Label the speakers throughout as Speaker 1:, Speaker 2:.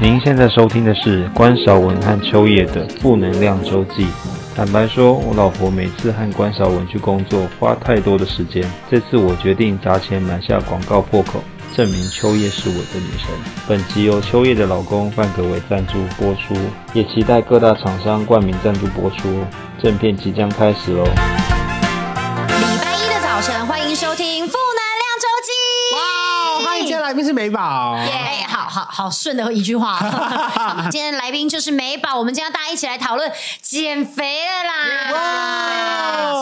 Speaker 1: 您现在收听的是关少文和秋叶的《负能量周记》。坦白说，我老婆每次和关少文去工作花太多的时间，这次我决定砸钱买下广告破口，证明秋叶是我的女神。本集由秋叶的老公范格伟赞助播出，也期待各大厂商冠名赞助播出哦。正片即将开始喽！
Speaker 2: 礼拜一的早晨，欢迎收听《负能量周记》。
Speaker 3: 哇，哦欢迎今天来宾是美宝。
Speaker 2: 耶、好好好顺的一句 话。今天来宾就是美宝，我们今天要大家一起来讨论减肥了啦。
Speaker 3: 哇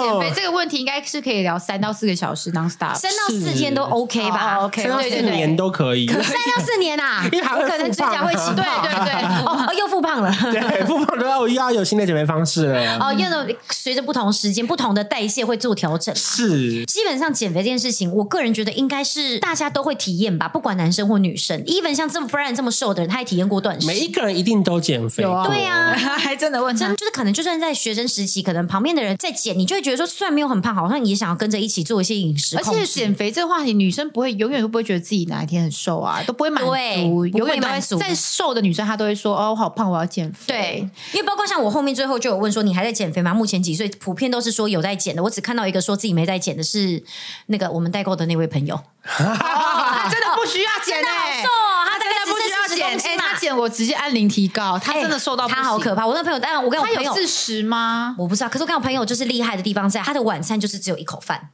Speaker 4: 减肥这个问题应该是可以聊三到四个小时 non stop，
Speaker 2: 三到四天都 OK 吧、
Speaker 4: 哦，OK，
Speaker 3: 三到
Speaker 4: 对
Speaker 3: 啊四
Speaker 4: 对对
Speaker 3: 年都可以，
Speaker 2: 三到四年啊，
Speaker 3: 因为还会
Speaker 2: 我可能
Speaker 3: 复
Speaker 2: 指
Speaker 3: 胖
Speaker 2: 甲会起
Speaker 4: 对
Speaker 2: 泡，
Speaker 4: 对对，
Speaker 2: 哦，哦又复胖了。
Speaker 3: 对，不胖都要要有新的减肥方式了。
Speaker 2: 哦，因为随着不同时间、不同的代谢会做调整啦。
Speaker 3: 是，
Speaker 2: 基本上减肥这件事情，我个人觉得应该是大家都会体验吧，不管男生或女生。even 像这么 Brian 这么瘦的人，他也体验过断食。
Speaker 3: 每一个人一定都减肥
Speaker 4: 有
Speaker 3: 过。
Speaker 4: 啊
Speaker 2: 对 啊，
Speaker 4: 还真的问
Speaker 2: 真
Speaker 4: 他。
Speaker 2: 就是可能就算在学生时期，可能旁边的人在减，你就会觉得说，虽然没有很胖，好像也想要跟着一起做一些饮食
Speaker 4: 而
Speaker 2: 控
Speaker 4: 且
Speaker 2: 制。
Speaker 4: 减肥这个话题，女生不会永远都不会觉得自己哪一天很瘦啊，都不会满
Speaker 2: 对
Speaker 4: 足，
Speaker 2: 不会
Speaker 4: 永远都
Speaker 2: 满
Speaker 4: 会
Speaker 2: 足
Speaker 4: 再瘦的女生她都会说：“哦，我好胖，我要减肥。”
Speaker 2: 对，因为包括像我后面最后就有问说你还在减肥吗？目前几岁？普遍都是说有在减的，我只看到一个说自己没在减的是那个我们代购的那位 朋友，
Speaker 4: 哦， 她真的不需要减
Speaker 2: 真的好
Speaker 4: 欸
Speaker 2: 瘦哦，
Speaker 4: 她
Speaker 2: 大
Speaker 4: 真
Speaker 2: 概
Speaker 4: 的不需要
Speaker 2: 只剩40公
Speaker 4: 减。
Speaker 2: 斤
Speaker 4: 哎，
Speaker 2: 吧
Speaker 4: 她减我直接按零提高，她真的瘦到
Speaker 2: 哎他好可
Speaker 4: 怕。
Speaker 2: 怕。我那朋友，当然我跟我
Speaker 4: 她
Speaker 2: 朋
Speaker 4: 有
Speaker 2: 友
Speaker 4: 四十吗？
Speaker 2: 我不知道，可是我看我朋友就是厉害的地方在，他的晚餐就是只有一口 饭，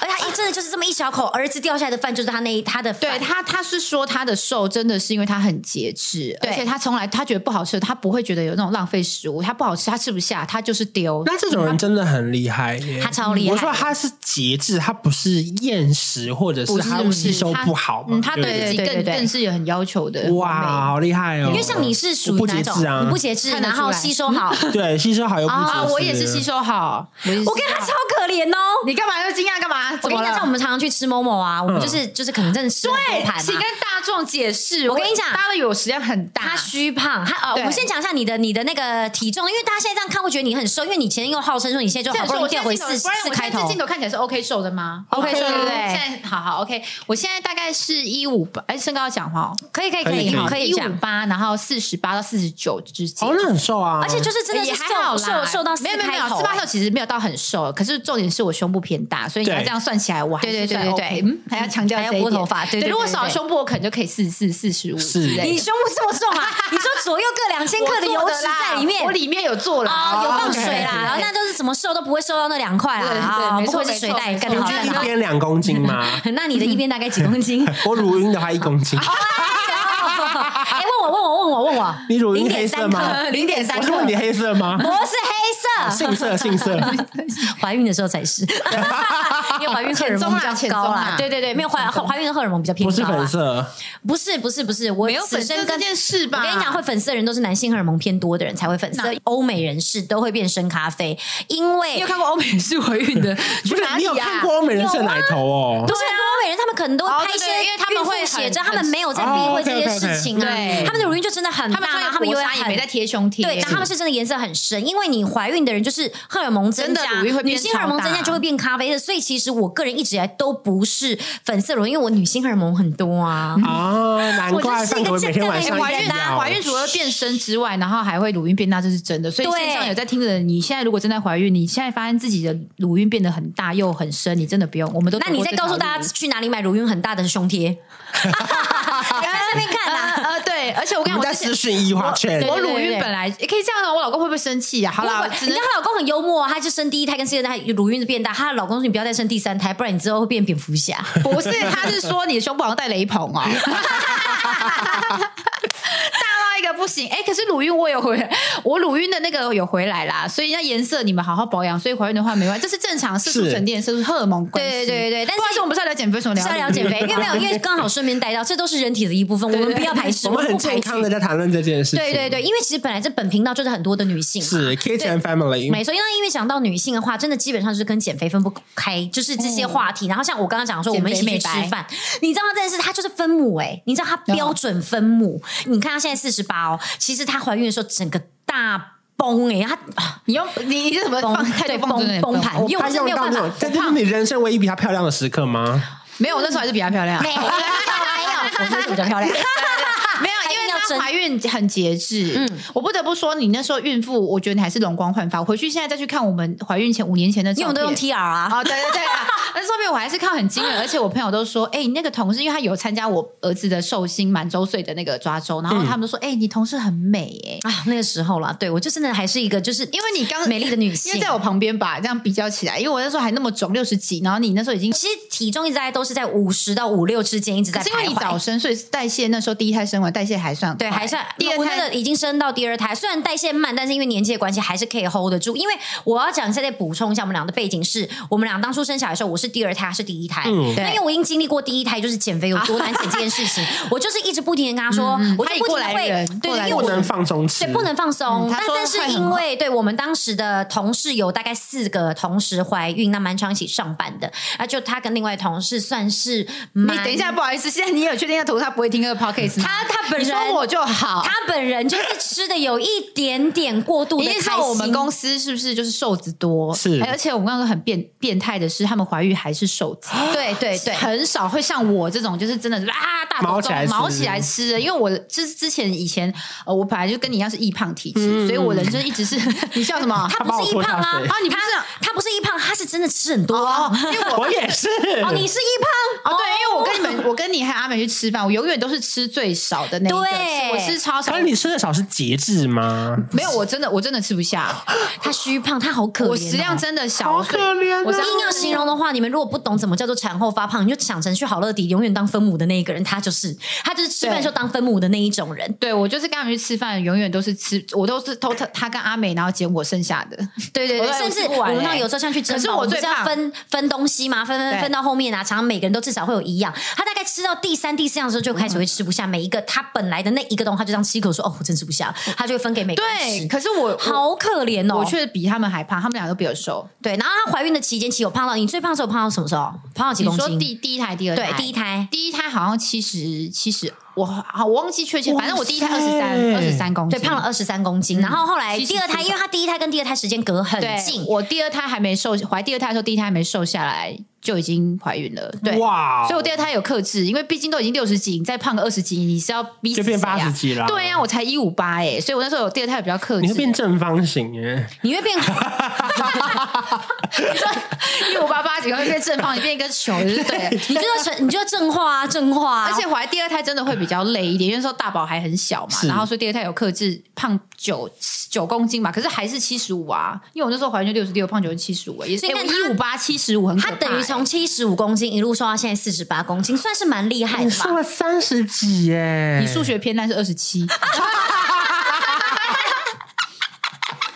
Speaker 2: 而他一真的就是这么一小口，儿子掉下来的饭就是他那一他的
Speaker 4: 对
Speaker 2: 饭。
Speaker 4: 她，她是说她的瘦真的是因为她很节制，
Speaker 2: 对
Speaker 4: 而且她从来她觉得不好吃，她不会觉得有那种浪费食物，她不好吃她吃不下，她就是丢。
Speaker 3: 那这种人真的很厉害耶，
Speaker 2: 他超厉害
Speaker 3: 我说他是节制，他不是厌食，或者是
Speaker 4: 不是
Speaker 3: 他吸收
Speaker 4: 他
Speaker 3: 不好嘛。
Speaker 4: 嗯，他
Speaker 3: 对不
Speaker 4: 对自己
Speaker 2: 对对
Speaker 4: 更
Speaker 2: 对
Speaker 4: 更是有很要求的。
Speaker 3: 哇，，好厉害哦！
Speaker 2: 因为像你是属
Speaker 3: 我
Speaker 2: 于
Speaker 3: 不
Speaker 2: 哪
Speaker 3: 节
Speaker 2: 种？
Speaker 3: 制啊，
Speaker 2: 你不节制，
Speaker 4: 看得
Speaker 2: 然
Speaker 4: 出来嗯
Speaker 2: 后吸收好。 我
Speaker 3: 对吸收好又不节
Speaker 4: 啊，
Speaker 3: 制。
Speaker 4: 我也是吸。收好，我
Speaker 2: 跟他超可怜哦。
Speaker 4: 你干嘛又惊讶干嘛？
Speaker 2: 我
Speaker 4: 怎
Speaker 2: 跟
Speaker 4: 么
Speaker 2: 你讲，
Speaker 4: 了
Speaker 2: 像我？们常常去吃某某啊，我
Speaker 3: 嗯
Speaker 2: 们就是就是可能真的是对盘
Speaker 4: 哎请
Speaker 2: 嘛
Speaker 4: 跟。大众解释。
Speaker 2: 我跟你讲
Speaker 4: 大家都以为我食量很大，
Speaker 2: 他虚胖，他哦，
Speaker 4: 对
Speaker 2: 我们先讲一下你的你的那个体重，因为大家现在这样看会觉得你很瘦，因为你前又号称说你现在
Speaker 4: 这
Speaker 2: 就好
Speaker 4: 样
Speaker 2: 不
Speaker 4: 说，
Speaker 2: 容易
Speaker 4: 我
Speaker 2: 掉
Speaker 4: 现
Speaker 2: 回
Speaker 4: 在镜
Speaker 2: 四四
Speaker 4: 头，不然我
Speaker 2: 开
Speaker 4: 现在
Speaker 2: 头
Speaker 4: 镜。头看起来是 OK 瘦的吗
Speaker 2: OK
Speaker 4: 瘦
Speaker 2: 瘦
Speaker 4: 对
Speaker 2: 的
Speaker 4: 不对？现在好好 OK，我现在大概是一五八，哎，身高要讲话哦，
Speaker 2: 可以可以
Speaker 3: 可以
Speaker 2: 以
Speaker 3: 可以
Speaker 2: 可以
Speaker 4: 一五
Speaker 2: 讲，
Speaker 4: 八，然后四十八到四十九之间。
Speaker 3: 哦，那很瘦啊，
Speaker 2: 而且就是真的
Speaker 4: 也
Speaker 2: 是
Speaker 4: 还好
Speaker 2: 瘦
Speaker 4: 啦，
Speaker 2: 瘦瘦到四
Speaker 4: 没有没有
Speaker 2: 开
Speaker 4: 没有，
Speaker 2: 头欸
Speaker 4: 四八瘦其实没有到很瘦，可是重点是我胸部偏大，所以你要
Speaker 3: 对
Speaker 4: 这样算起来，我还
Speaker 2: 对
Speaker 4: 是
Speaker 2: 对
Speaker 4: 算
Speaker 2: 对对
Speaker 4: OK，
Speaker 2: 对
Speaker 4: 嗯，还要强调
Speaker 2: 还要
Speaker 4: 这一
Speaker 2: 拨头
Speaker 4: 点
Speaker 2: 发对对对
Speaker 4: 如果少了
Speaker 2: 对
Speaker 4: 胸部，我可能就可以四四四十五
Speaker 3: 是
Speaker 4: 之类的。
Speaker 2: 你胸部这么重 啊？你说左右各两千克的油脂在里面，
Speaker 4: 我里面有做了
Speaker 2: 哦，有放水啦，然后
Speaker 4: 那
Speaker 2: 那就是怎么瘦都不会瘦到那两块
Speaker 4: 对对
Speaker 2: 啦，哦
Speaker 4: 没
Speaker 2: 不
Speaker 4: 错
Speaker 2: 愧是
Speaker 4: 没
Speaker 2: 水
Speaker 4: 错
Speaker 2: 袋
Speaker 4: 没错
Speaker 2: 更好
Speaker 4: 我觉得
Speaker 3: 一
Speaker 2: 更好。
Speaker 3: 边两公斤嘛。
Speaker 2: 那你的一边大概几公 斤？
Speaker 3: 我乳晕的话一公斤，
Speaker 2: 哎，问我问我问我问我，
Speaker 3: 你乳晕
Speaker 2: 零
Speaker 3: 黑
Speaker 2: 点
Speaker 3: 色
Speaker 2: 三
Speaker 3: 吗
Speaker 2: 克，零点三
Speaker 3: 我是
Speaker 2: 克
Speaker 3: 问，你黑色 吗？
Speaker 2: 我是
Speaker 3: 杏色，杏色，
Speaker 2: 黑色，怀孕的时候才 是，因为怀孕荷尔蒙比较
Speaker 4: 前中
Speaker 2: 高
Speaker 4: 啊
Speaker 2: 啦
Speaker 4: 前中啊，
Speaker 2: 对对对，没有怀怀孕的荷尔蒙比较偏
Speaker 3: 不是
Speaker 2: 高
Speaker 3: 粉
Speaker 2: 啦，
Speaker 3: 色，
Speaker 2: 不是不是不是，我
Speaker 4: 没有
Speaker 2: 此
Speaker 4: 粉
Speaker 2: 生
Speaker 4: 身
Speaker 2: 跟
Speaker 4: 这件事吧？
Speaker 2: 我跟你讲，会粉色的人都是男性荷尔蒙偏多的人才会粉色
Speaker 4: 那，
Speaker 2: 欧美人士都会变深咖啡，因为
Speaker 4: 你有看过欧美是怀孕的 去
Speaker 3: 不是
Speaker 4: 哪
Speaker 3: 你
Speaker 4: 里
Speaker 3: 有
Speaker 4: 啊
Speaker 3: 看？过欧美人是奶头哦
Speaker 2: 不？是很多啊欧美人，他们可能都会
Speaker 4: 哦
Speaker 2: 拍一些
Speaker 4: 对对因为他们会
Speaker 2: 孕妇写
Speaker 4: 很
Speaker 2: 真，他们
Speaker 4: 很
Speaker 2: 没有在避
Speaker 3: 哦
Speaker 2: 讳这些
Speaker 3: OK，OK，OK
Speaker 2: 事情啊，
Speaker 4: 对
Speaker 2: 他们的乳晕就真的很
Speaker 4: 他
Speaker 2: 大，
Speaker 4: 们
Speaker 2: 然
Speaker 4: 穿
Speaker 2: 后
Speaker 4: 的
Speaker 2: 他们
Speaker 4: 薄
Speaker 2: 又会
Speaker 4: 纱也没
Speaker 2: 很
Speaker 4: 在。贴胸贴，
Speaker 2: 对，但他们是真的颜色很深，因为你怀孕的人就是荷尔蒙增加
Speaker 4: 真的乳晕会，变
Speaker 2: 女性荷尔蒙增
Speaker 4: 超
Speaker 2: 加
Speaker 4: 大
Speaker 2: 就会变咖啡色，所以其实我个人一直以来都不是粉色乳，因为我女性荷尔蒙很多啊。
Speaker 4: 嗯
Speaker 3: 啊，难怪
Speaker 2: 我就是
Speaker 3: 范
Speaker 2: 一个
Speaker 3: 国每天晚
Speaker 2: 健
Speaker 3: 上
Speaker 2: 康的
Speaker 4: 怀
Speaker 2: 人
Speaker 4: 孕啊，
Speaker 3: 啊，
Speaker 4: 怀孕除了变身之外，然后还会乳晕变大，这是真的。所以
Speaker 2: 对
Speaker 4: 线上有在听的人，你现在如果正在怀孕，你现在发现自己的乳晕变得很大又很深，你真的不用，我们都
Speaker 2: 那你再告诉大家去哪里买乳晕很大的胸 贴？ 在这边看啊啦，
Speaker 4: 呃，对，而且我
Speaker 3: 我
Speaker 4: 跟你
Speaker 3: 们在
Speaker 4: 讲，我之前
Speaker 3: 私讯一花
Speaker 2: 对
Speaker 3: 圈，
Speaker 4: 我
Speaker 2: 对对
Speaker 4: 乳
Speaker 2: 对
Speaker 4: 晕
Speaker 2: 对
Speaker 4: 本来也可以这样啊，我老公会不会生气啊？好啦，
Speaker 2: 不
Speaker 4: 只
Speaker 2: 你知
Speaker 4: 能
Speaker 2: 道她老公很幽默，啊她就生第一胎跟第二胎乳晕就变大，她的老公说你不要再生第三胎，不然你之后会变蝙蝠 侠。
Speaker 4: 不是，他是说你的胸部好像带雷朋哦。 大到一个不行，哎、可是乳晕我有回来，我乳晕的那个有回来啦，所以那颜色你们好好保养，所以怀孕的话没关系，这是正常色素
Speaker 3: 是
Speaker 4: 沉淀，色素荷尔蒙关系。
Speaker 2: 对对对对但是
Speaker 4: 不然我们是要聊减肥，为什么聊
Speaker 2: 是要聊减 肥，因为没有，因为刚好顺便带到，这都是人体的一部分，我
Speaker 4: 对
Speaker 2: 们不要排斥，
Speaker 3: 我们
Speaker 2: 不
Speaker 3: 很
Speaker 2: 排
Speaker 3: 健
Speaker 2: 斥。
Speaker 3: 康的在谈论这件事情，
Speaker 2: 对对对，因为其实本来这本频道就是很多的女性嘛。
Speaker 3: 是 kids and family，
Speaker 2: 没错，因为因为讲到女性的话，真的基本上就是跟减肥分不开，就是这些话题。然后像我刚刚讲说，我们一起去吃
Speaker 4: 哦减肥美哦
Speaker 2: 饭，你知道这件事，她就是分母哎、你知道她标准分母，你看她现在四十八哦，其实她怀孕的时候整个大崩哎、她啊
Speaker 4: 你用你你是怎么
Speaker 2: 崩
Speaker 4: 放态
Speaker 2: 对
Speaker 4: 度放真的
Speaker 2: 崩崩
Speaker 4: 很崩
Speaker 2: 盘，因为
Speaker 3: 他
Speaker 2: 我真的
Speaker 3: 用
Speaker 2: 没有
Speaker 3: 到
Speaker 2: 办
Speaker 3: 那
Speaker 2: 法
Speaker 3: 种，，但这是你人生唯一比她漂亮的时刻吗？
Speaker 4: 没有，我那时候还是比她漂亮
Speaker 2: 没。有没有，我比较漂亮。
Speaker 4: 没有，因为她怀孕很节制。嗯，我不得不说，你那时候孕妇，我觉得你还是容光焕发。我回去现在再去看我们怀孕前五年前的照
Speaker 2: 因为
Speaker 4: 片，
Speaker 2: 我们都用 TR 啊，
Speaker 4: 哦，对对对 啊，那照片我还是看很惊人，而且我朋友都说，哎、你那个同事，因为他有参加我儿子的寿星满周岁的那个抓周，然后他们都说，哎、你同事很美哎、
Speaker 2: 啊，那个时候啦，对我就真的还是一个就是因
Speaker 4: 因为你刚
Speaker 2: 美丽的女
Speaker 4: 因
Speaker 2: 性，
Speaker 4: 为在我旁边吧，这样比较起来，因为我那时候还那么肿，六十几，然后你那时候已经。
Speaker 2: 其实体重一直在都是在五十到五六之间一直在
Speaker 4: 是因为
Speaker 2: 徘
Speaker 4: 你
Speaker 2: 徊
Speaker 4: 早生，所以代谢那时候第一胎生完代谢还算
Speaker 2: 对，
Speaker 4: 快
Speaker 2: 还算
Speaker 4: 第二
Speaker 2: 我
Speaker 4: 胎
Speaker 2: 那个已经升到第二胎，虽然代谢慢，但是因为年纪的关系，还是可以 hold 得住。因为我要讲再再补充一下，我们俩的背景是我们俩当初生小孩的时候，我是第二胎，他是第一胎。
Speaker 3: 嗯
Speaker 2: 那因为我已经经历过第一胎就是减肥有多难减这件事情，我就是一直不停的嗯跟他说，我就
Speaker 4: 他也
Speaker 2: 不停
Speaker 4: 过
Speaker 2: 的
Speaker 4: 来
Speaker 2: 会
Speaker 4: 人
Speaker 2: 对
Speaker 4: 过来，
Speaker 2: 因为
Speaker 3: 不
Speaker 4: 人
Speaker 2: 我
Speaker 3: 能放松吃，
Speaker 2: 对，不能放松。
Speaker 4: 嗯他
Speaker 2: 但
Speaker 4: 说
Speaker 2: 但是
Speaker 4: 会很
Speaker 2: 因为对我们当时的同事有大概四个同时怀孕，那蛮长一起上班的，啊，就他跟另外同事算是
Speaker 4: 你
Speaker 2: 蛮
Speaker 4: 等一下，不好意思，现在你有确定那头他不会听这个 podcast 吗？
Speaker 2: 他他本
Speaker 4: 你
Speaker 2: 人
Speaker 4: 说我就好，
Speaker 2: 他本人就是吃的有一点点过度的
Speaker 4: 你
Speaker 2: 开
Speaker 4: 是
Speaker 2: 心。
Speaker 4: 说我们公司是不是就是瘦子多？
Speaker 3: 是
Speaker 4: 哎而且我们刚刚很变变态的是，他们怀孕还是瘦 子，
Speaker 2: 对对对，
Speaker 4: 很少会像我这种就是真的是啊大
Speaker 3: 毛
Speaker 4: 头
Speaker 3: 起来
Speaker 4: 中
Speaker 3: 吃
Speaker 4: 毛起来吃的。因为我就是之前以前呃，我本来就跟你一样是易胖体质，所以我人生一直是 你笑什么？
Speaker 2: 他不
Speaker 3: 把我
Speaker 2: 是一
Speaker 3: 拖
Speaker 2: 胖
Speaker 3: 下
Speaker 2: 啊
Speaker 3: 水
Speaker 4: 啊你不是
Speaker 2: 他他不是一胖，他是真的吃很多
Speaker 4: 哦
Speaker 2: 哦，
Speaker 4: 因为我
Speaker 3: 我也是，
Speaker 2: 你是一胖
Speaker 4: 哦，对，因为我跟你们，我跟你还有阿美去吃饭，我永远都是吃最少的那一个，
Speaker 2: 对
Speaker 4: 我吃超少
Speaker 3: 可是。你吃的少是节制吗？
Speaker 4: 没有，我真的我真的吃不下，
Speaker 2: 他虚胖，他好可怜哦。
Speaker 4: 我食量真的小，
Speaker 3: 好可怜啊
Speaker 4: 所以
Speaker 2: 硬
Speaker 4: 我
Speaker 2: 要形容的话，你们如果不懂怎么叫做产后发胖，你就想成去好乐迪永远当分母的那一个人，他就是他就是吃饭的时候当分母的那一种人。
Speaker 4: 对，我就是跟他们去吃饭，永远都是吃，我都是偷他他跟阿美，然后捡我剩下的。
Speaker 2: 对对
Speaker 4: 我
Speaker 2: 对，
Speaker 4: 都有
Speaker 2: 甚至
Speaker 4: 吃不
Speaker 2: 我
Speaker 4: 完
Speaker 2: 们
Speaker 4: 欸
Speaker 2: 那种有时候像去珍
Speaker 4: 可是
Speaker 2: 宝，
Speaker 4: 我
Speaker 2: 我们
Speaker 4: 最
Speaker 2: 是要
Speaker 4: 胖
Speaker 2: 分分东西嘛，分分
Speaker 4: 对
Speaker 2: 分到后面啊，常常每个人都至少会有一样。他大概吃到第三、第四样的时候，就开始会吃不下每一个他本来的那一个东西，他就这样吃一口说：“哦，我真吃不下了。”他就会分给每个人
Speaker 4: 对，
Speaker 2: 吃。
Speaker 4: 可是我我
Speaker 2: 好可怜哦！
Speaker 4: 我却比他们还胖，他们俩都比我瘦。
Speaker 2: 对，然后她怀孕的期间，其实有胖到你最胖的时候胖到什么时候？胖到几
Speaker 4: 你
Speaker 2: 公
Speaker 4: 说
Speaker 2: 斤？
Speaker 4: 第第一胎、第二胎，
Speaker 2: 对，第一胎
Speaker 4: 第一胎好像七十七十，我好我忘记确切，
Speaker 3: 哇
Speaker 4: 反正我第一胎二十三
Speaker 3: 塞
Speaker 4: 二十三公斤，
Speaker 2: 对胖了。二十三公斤，
Speaker 4: 嗯
Speaker 2: 然后后来
Speaker 4: 其实
Speaker 2: 第二胎，
Speaker 4: 是
Speaker 2: 因为她第一胎跟第二胎时间隔很
Speaker 4: 对
Speaker 2: 近，，
Speaker 4: 我第二胎还没瘦，怀第二胎的时候，第一胎还没瘦下来就已经怀孕了。对，
Speaker 3: 哇哦，
Speaker 4: 所以我第二胎有克制，因为毕竟都已经六十几，你再胖个二十几，你是要逼死
Speaker 3: 就变
Speaker 4: 谁啊
Speaker 3: 八十几啦。
Speaker 4: 对呀、我才一五八哎，所以我那时候有第二胎比较克制，啊
Speaker 3: 你会变正方形耶，
Speaker 2: 你会变
Speaker 4: 一五八八几会变正方，你变一个球，就是对了。
Speaker 2: 你就要成，你就要正化啊，正化啊！
Speaker 4: 而且怀第二胎真的会比较累一点，因为那时候大宝还很小嘛，
Speaker 3: 是
Speaker 4: 然后所以第二胎有克制，胖九九公斤嘛，可是还是七十五啊，因为我那时候怀孕就六十六，胖九是七十五，也是
Speaker 2: 所以你看
Speaker 4: 一五八七十五很可
Speaker 2: 他
Speaker 4: 怕、欸
Speaker 2: 等于从七十五公斤一路瘦到现在四十八公斤，算是蛮厉害
Speaker 3: 哎你
Speaker 2: 的
Speaker 3: 瘦
Speaker 2: 吧？
Speaker 3: 了三十几耶，
Speaker 4: 你欸数学偏烂是二十七，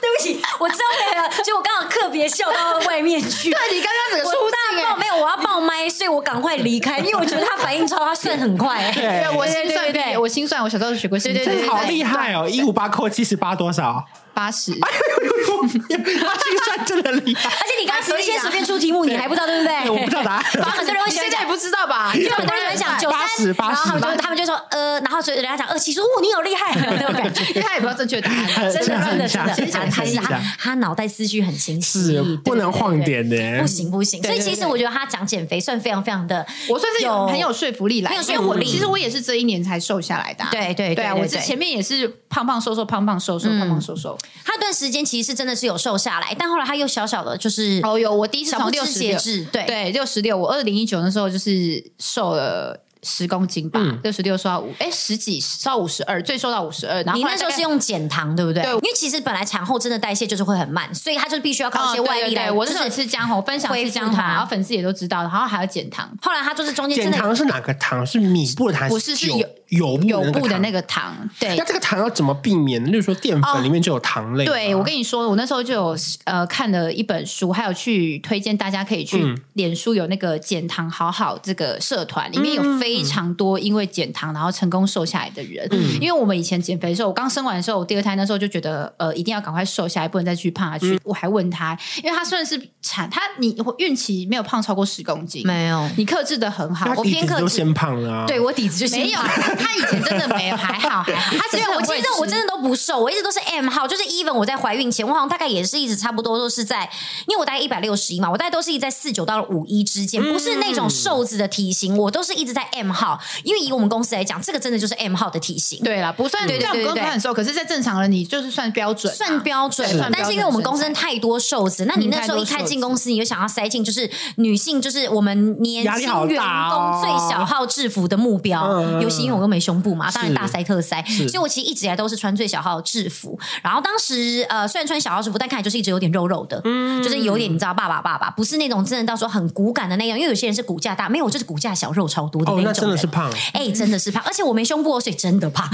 Speaker 2: 对不起，我知道为了，就我刚好特别笑到外面去。对
Speaker 4: 你刚刚整
Speaker 2: 我
Speaker 4: 欸
Speaker 2: 大爆没有，我要爆麦，所以我赶快离开，因为我觉得他反应超，他算很快、欸。
Speaker 3: 对
Speaker 4: 对，我心算
Speaker 2: 对对对
Speaker 4: 比我心算，我小时候学过心算，
Speaker 2: 对对对
Speaker 3: 好厉害哦！一五八扣七十八多少？
Speaker 4: 八十，
Speaker 3: 他计算真的厉害，
Speaker 2: 而且你刚才有一
Speaker 4: 还可以
Speaker 2: 些
Speaker 4: 啊
Speaker 2: 随便出题目，你还不知道对不对？
Speaker 3: 我不知 道答案。
Speaker 2: 然后很多人会
Speaker 4: 现
Speaker 2: 先
Speaker 4: 在
Speaker 2: 讲
Speaker 4: 也。不知道 吧？
Speaker 2: 就很多人会讲九三，
Speaker 3: 80
Speaker 2: 然后他们就
Speaker 3: 80
Speaker 2: 他们就说呃，然后所以人家讲二七，说哦你有厉害 那种感觉，
Speaker 4: 因为他也不知道正确答案啊，
Speaker 2: 真的真的真的，
Speaker 3: 先讲
Speaker 2: 他
Speaker 3: 先
Speaker 2: 是
Speaker 3: 讲
Speaker 2: 他他脑袋思绪很清晰，
Speaker 3: 是
Speaker 2: 对
Speaker 3: 不能晃点的
Speaker 2: 对对对不行不行。
Speaker 4: 对
Speaker 2: 所以
Speaker 4: 对
Speaker 2: 其实
Speaker 4: 对
Speaker 2: 我觉得他讲减肥算非常非常的，
Speaker 4: 我算是有很有说服力啦，
Speaker 2: 很有
Speaker 4: 因
Speaker 2: 说
Speaker 4: 为
Speaker 2: 服
Speaker 4: 我
Speaker 2: 力
Speaker 4: 其实我也是这一年才瘦下来的啊、
Speaker 2: 对对对
Speaker 4: 对啊，
Speaker 2: 对
Speaker 4: 我
Speaker 2: 对嗯
Speaker 4: 之前面也是胖胖瘦瘦，胖胖瘦瘦，胖胖瘦瘦。
Speaker 2: 他那段时间其实是真的是有瘦下来，但后来他又小小的，就是
Speaker 4: 哦，有我第一次
Speaker 2: 小
Speaker 4: 从
Speaker 2: 不
Speaker 4: 六
Speaker 2: 知
Speaker 4: 十
Speaker 2: 节
Speaker 4: 六，
Speaker 2: 制，对。
Speaker 4: 对，六十六，我二零一九那时候就是瘦了。十公斤吧，
Speaker 2: 嗯
Speaker 4: 六十六瘦到五，哎，十几瘦到五十二，最瘦到五十二。然后
Speaker 2: 你
Speaker 4: 后来
Speaker 2: 那时候
Speaker 4: 大概哦
Speaker 2: 是用减糖，对不对？
Speaker 4: 对
Speaker 2: 因为其实本来产后真的代谢就是会很慢，所以他就必须要靠一
Speaker 4: 哦
Speaker 2: 些外
Speaker 4: 对
Speaker 2: 力
Speaker 4: 对
Speaker 2: 来。
Speaker 4: 对我那
Speaker 2: 就
Speaker 4: 时候有
Speaker 2: 是
Speaker 4: 吃姜黄，我分享
Speaker 2: 恢
Speaker 4: 吃
Speaker 2: 复
Speaker 4: 姜黄，
Speaker 2: 它
Speaker 4: 然后粉丝也都知道，然后还要减糖，
Speaker 2: 后来他就是中间
Speaker 3: 减
Speaker 2: 真的
Speaker 3: 糖是哪个糖？是米布的糖？
Speaker 4: 不是是
Speaker 3: 酒
Speaker 4: 有
Speaker 3: 有
Speaker 4: 有布
Speaker 3: 布
Speaker 4: 的那
Speaker 3: 个
Speaker 4: 个糖，对
Speaker 3: 糖。那，这个糖要怎么避免？例如说淀粉里面就有糖类吗。
Speaker 4: 对，我跟你说，我那时候就有呃看了一本书，还有去推荐大家可以去
Speaker 3: 嗯
Speaker 4: 脸书有那个减糖好好这个社团，里面有非常多因为减糖然后成功瘦下来的人。因为我们以前减肥的时候，我刚生完的时候，我第二胎那时候就觉得呃一定要赶快瘦下来，不能再去胖下去。我还问他，因为他算是产他你孕期没有胖超过十公斤，
Speaker 2: 没有，
Speaker 4: 你克制的很好
Speaker 3: 那，
Speaker 4: 我
Speaker 3: 底
Speaker 4: 偏
Speaker 3: 子
Speaker 4: 克
Speaker 3: 就
Speaker 4: 制。
Speaker 3: 先胖了啊。
Speaker 2: 对我底子就
Speaker 4: 没有，他以前真的没有，还好还好，他 只
Speaker 2: 因
Speaker 4: 是
Speaker 2: 为我记
Speaker 4: 很会
Speaker 2: 得我
Speaker 4: 吃
Speaker 2: 真的都不瘦，我一直都是 M 号，就是 even 我在怀孕前，我好像大概也是一直差不多都是在，因为我大概一百六十一嘛，我大概都是一直在四九到五一之间，不是那种瘦子的体型，我都是一直在 M 号。因为以我们公司来讲，这个真的就是 M 号的体型，
Speaker 4: 对啦，不算
Speaker 2: 对对
Speaker 4: 在我们
Speaker 2: 对
Speaker 4: 公司
Speaker 2: 对
Speaker 4: 算很瘦，可是，在正常人你就是算标准啊，
Speaker 2: 算标准
Speaker 4: 对算。
Speaker 2: 但是因为
Speaker 4: 标
Speaker 2: 我
Speaker 4: 准
Speaker 2: 们公
Speaker 4: 身
Speaker 2: 司太多瘦子，那你
Speaker 4: 嗯
Speaker 2: 那时候一
Speaker 4: 太
Speaker 2: 开
Speaker 4: 多瘦子
Speaker 2: 进公司，你就想要塞进就是女性，就是我们年
Speaker 3: 压力好
Speaker 2: 轻员
Speaker 3: 大
Speaker 2: 工
Speaker 3: 哦
Speaker 2: 最小号制服的目标。
Speaker 3: 嗯
Speaker 2: 尤其因为我又没胸部嘛，当然
Speaker 3: 是
Speaker 2: 大塞特塞，所以我其实一直以来都是穿最小号的制服。然后当时呃，虽然穿小号制服，但看起来就是一直有点肉肉的，就是有点你知道爸爸爸爸，不是那种真的到时候很骨感的那样。因为有些人是骨架大，没有我就是骨架小肉超多的
Speaker 3: 哦，那
Speaker 2: 种
Speaker 3: 真的
Speaker 2: 人。
Speaker 3: 是胖，
Speaker 2: 哎、真的是胖，而且我没胸部哦，所以真的胖。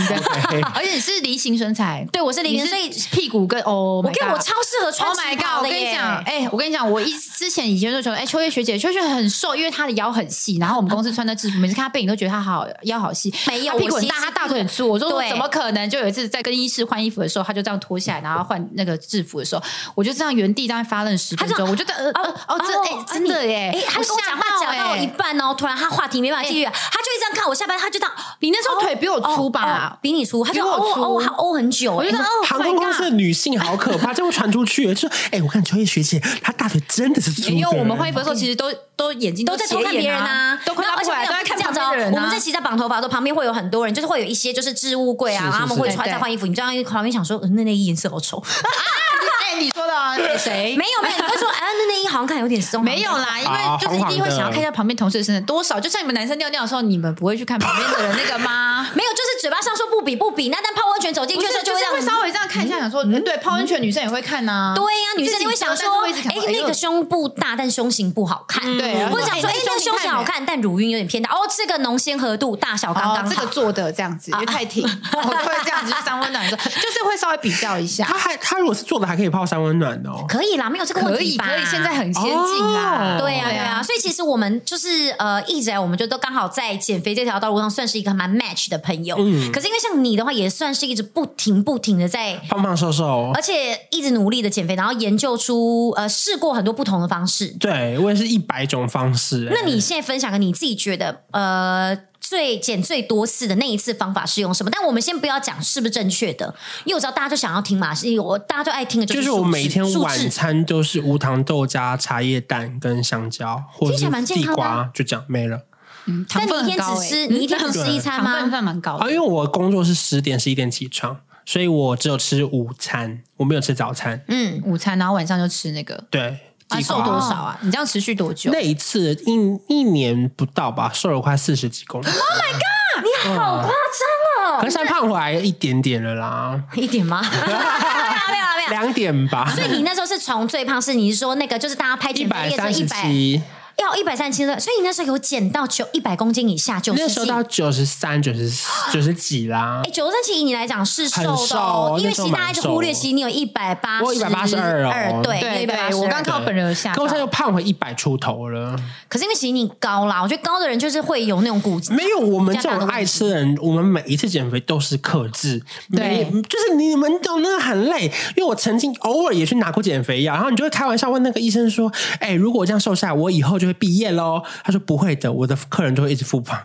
Speaker 4: 而且你是梨形身材，
Speaker 2: 对，我是零
Speaker 4: 你
Speaker 2: 元，
Speaker 4: 是
Speaker 2: 所以
Speaker 4: 屁股跟哦，
Speaker 2: 我跟我超适合穿
Speaker 4: Oh my
Speaker 2: 旗袍
Speaker 4: god！我
Speaker 2: 的
Speaker 4: 跟
Speaker 2: 耶
Speaker 4: 你讲，哎、我跟你讲，我一之前以前就觉得，哎、秋叶学姐，秋叶学姐很瘦，因为她的腰很细。然后我们公司穿的制服，每次看她背影都觉得她好腰好细，
Speaker 2: 没有
Speaker 4: 她屁股
Speaker 2: 我
Speaker 4: 很
Speaker 2: 其
Speaker 4: 大，
Speaker 2: 实
Speaker 4: 她大腿很粗。我说
Speaker 2: 对
Speaker 4: 怎么可能？就有一次在跟医师换衣服的时候，她就这样脱下来，然后换那个制服的时候，我就这样原地大概发愣十
Speaker 2: 她
Speaker 4: 分
Speaker 2: 这
Speaker 4: 钟，
Speaker 2: 样
Speaker 4: 我觉得呃呃哦，这哎、
Speaker 2: 啊
Speaker 4: 真的
Speaker 2: 你
Speaker 4: 耶，
Speaker 2: 哎，他跟我讲话讲到一
Speaker 4: 一，
Speaker 2: 半哦，突然他话题没办法继
Speaker 4: 哎
Speaker 2: 续，他就一直这样看我下班，他就这样，
Speaker 4: 你那时候腿比我粗吧？
Speaker 2: 哦比你粗，他就
Speaker 4: 比我
Speaker 2: 哦
Speaker 4: 粗
Speaker 2: 哦，他哦很久，
Speaker 4: 我
Speaker 2: 哎
Speaker 4: 就觉得哦，
Speaker 3: 航空公司的女性好可怕，这会传出去。就说，哎、我看秋叶学姐，她大腿真的是粗的。
Speaker 4: 没有，我们换衣服的时候，其实都都眼睛
Speaker 2: 都在偷看
Speaker 4: 斜
Speaker 2: 别
Speaker 4: 眼
Speaker 2: 人啊，
Speaker 4: 都快
Speaker 2: 然后
Speaker 4: 拉
Speaker 2: 而
Speaker 4: 不
Speaker 2: 且
Speaker 4: 回来，都在看
Speaker 2: 这样
Speaker 4: 旁
Speaker 2: 子哦
Speaker 4: 边的人啊。
Speaker 2: 我们在骑在绑头发的时候，旁边会有很多人，就是会有一些就是置物柜啊，
Speaker 3: 是
Speaker 2: 然
Speaker 3: 是
Speaker 2: 后他们会
Speaker 4: 是
Speaker 2: 穿在
Speaker 4: 对
Speaker 2: 换衣服，你这样一旁边想说，嗯那内衣颜色好丑，
Speaker 4: 哎，你说的啊谁？
Speaker 2: 没有 没有，你会说，哎，那内衣好像看有点松，啊？
Speaker 4: 没有啦，因为就是一定会想要看一下旁边同事的身材多少，就像你们男生尿尿的时候，你们不会去看旁边的人那个吗
Speaker 2: 没有，就是嘴巴上说不比不比，那但泡温泉走进
Speaker 4: 不
Speaker 2: 去
Speaker 4: 是
Speaker 2: 的时候
Speaker 4: 就
Speaker 2: 会
Speaker 4: 是
Speaker 2: 让
Speaker 4: 会稍微这样看一下，想说，嗯对，泡温泉女生也会看呐。
Speaker 2: 对呀、女生就会想说，
Speaker 4: 哎，
Speaker 2: 哎、那个胸部大，但胸型不好看。
Speaker 4: 对
Speaker 2: 或者想说，哎、
Speaker 4: 哎
Speaker 2: 那个胸
Speaker 4: 胸
Speaker 2: 型
Speaker 4: 型
Speaker 2: 好看，但乳晕有点偏大。哦，这个浓鲜合度大小刚刚
Speaker 4: 哦
Speaker 2: 好、，
Speaker 4: 这个做的这样子，因为太挺，我会这样子去三温暖的时候，就是会稍微比较一下
Speaker 3: 她。还她如果是做的，还可以泡三温暖的哦。
Speaker 2: 可以啦，没有这个问
Speaker 4: 可
Speaker 2: 题
Speaker 4: 以
Speaker 2: 吧？
Speaker 4: 可以，现在很先进啦。
Speaker 3: 哦
Speaker 2: 对呀、对啊呀、所以其实我们就是呃，一直来我们就都刚好在减肥这条道路上算是一个蛮 match 的朋友。可是因为像你的话，也算是一直不停不停的在
Speaker 3: 胖胖瘦瘦哦
Speaker 2: 而，且一直努力的减肥，然后研究出呃试过很多不同的方式。
Speaker 3: 对我也是一百种方式、哎
Speaker 2: 那你现在分享个你自己觉得呃最减最多次的那一次方法是用什么？但我们先不要讲是不是正确的，因为我知道大家就想要听嘛，是我大家都爱听的
Speaker 3: 就是是
Speaker 2: 数
Speaker 3: 我
Speaker 2: 字
Speaker 3: 每天
Speaker 2: 数
Speaker 3: 晚
Speaker 2: 字。
Speaker 3: 餐都是无糖豆加茶叶蛋跟香蕉，或者
Speaker 2: 听起来
Speaker 3: 是
Speaker 2: 蛮健
Speaker 3: 地
Speaker 2: 康的啊
Speaker 3: 瓜，就这样没了。
Speaker 4: 嗯，
Speaker 2: 但
Speaker 4: 糖
Speaker 2: 你
Speaker 4: 分
Speaker 2: 一
Speaker 4: 很
Speaker 2: 天
Speaker 4: 高
Speaker 2: 只吃，
Speaker 3: 欸
Speaker 4: 哎，
Speaker 2: 你一天只吃一餐
Speaker 4: 糖分
Speaker 2: 吗？
Speaker 4: 算蛮高
Speaker 3: 啊，
Speaker 4: 的。
Speaker 3: 因为我工作是十点十一点起床，所以我只有吃午餐，我没有吃早餐。
Speaker 2: 嗯，
Speaker 4: 午餐，然后晚上就吃那个，
Speaker 3: 对，
Speaker 4: 啊，
Speaker 3: 地
Speaker 4: 瘦
Speaker 3: 瓜
Speaker 4: 多少啊？你这样持续多久？
Speaker 3: 那一次一一年不到吧，瘦了快四十几 公斤。Oh my god！你好夸张哦！可是现在胖回来一点点了啦，
Speaker 2: 啊一点吗？ 没有啦没有啦没有啦。
Speaker 3: 两点吧，
Speaker 2: 啊所以你那时候是从最胖是你是说那个就是大家拍
Speaker 3: 一
Speaker 2: 减肥
Speaker 3: 百
Speaker 2: 列
Speaker 3: 三
Speaker 2: 出
Speaker 3: 十
Speaker 2: 一百
Speaker 3: 七，
Speaker 2: 要一百三十七的，所以你那时候有减到九一百公斤以下就
Speaker 3: 那时候到九十三、九十九十几啦
Speaker 2: 哎，。九十三其实以你来讲是瘦
Speaker 3: 很
Speaker 2: 的哦，
Speaker 3: 瘦
Speaker 2: 因为
Speaker 3: 那时
Speaker 2: 其
Speaker 3: 候
Speaker 2: 实大家就忽略，
Speaker 3: 蛮瘦
Speaker 2: 其实你有一百八十，
Speaker 3: 我182哦
Speaker 2: 对，
Speaker 4: 对
Speaker 2: 一百八
Speaker 4: 对，
Speaker 2: 十。
Speaker 4: 我刚看我本人有吓
Speaker 3: 可
Speaker 4: 到
Speaker 3: 我现在又胖回一百出头了。
Speaker 2: 可是因为其实你高啦，我觉得高的人就是会有那种骨质。
Speaker 3: 没有，我们这种爱吃的人，我们每一次减肥都是克制，没就是你们懂那个很累。因为我曾经偶尔也去拿过减肥药，然后你就会开玩笑问那个医生说：“哎、如果我这样瘦下来，我以后就会毕业喽？”他说：“不会的，我的客人都会一直复胖。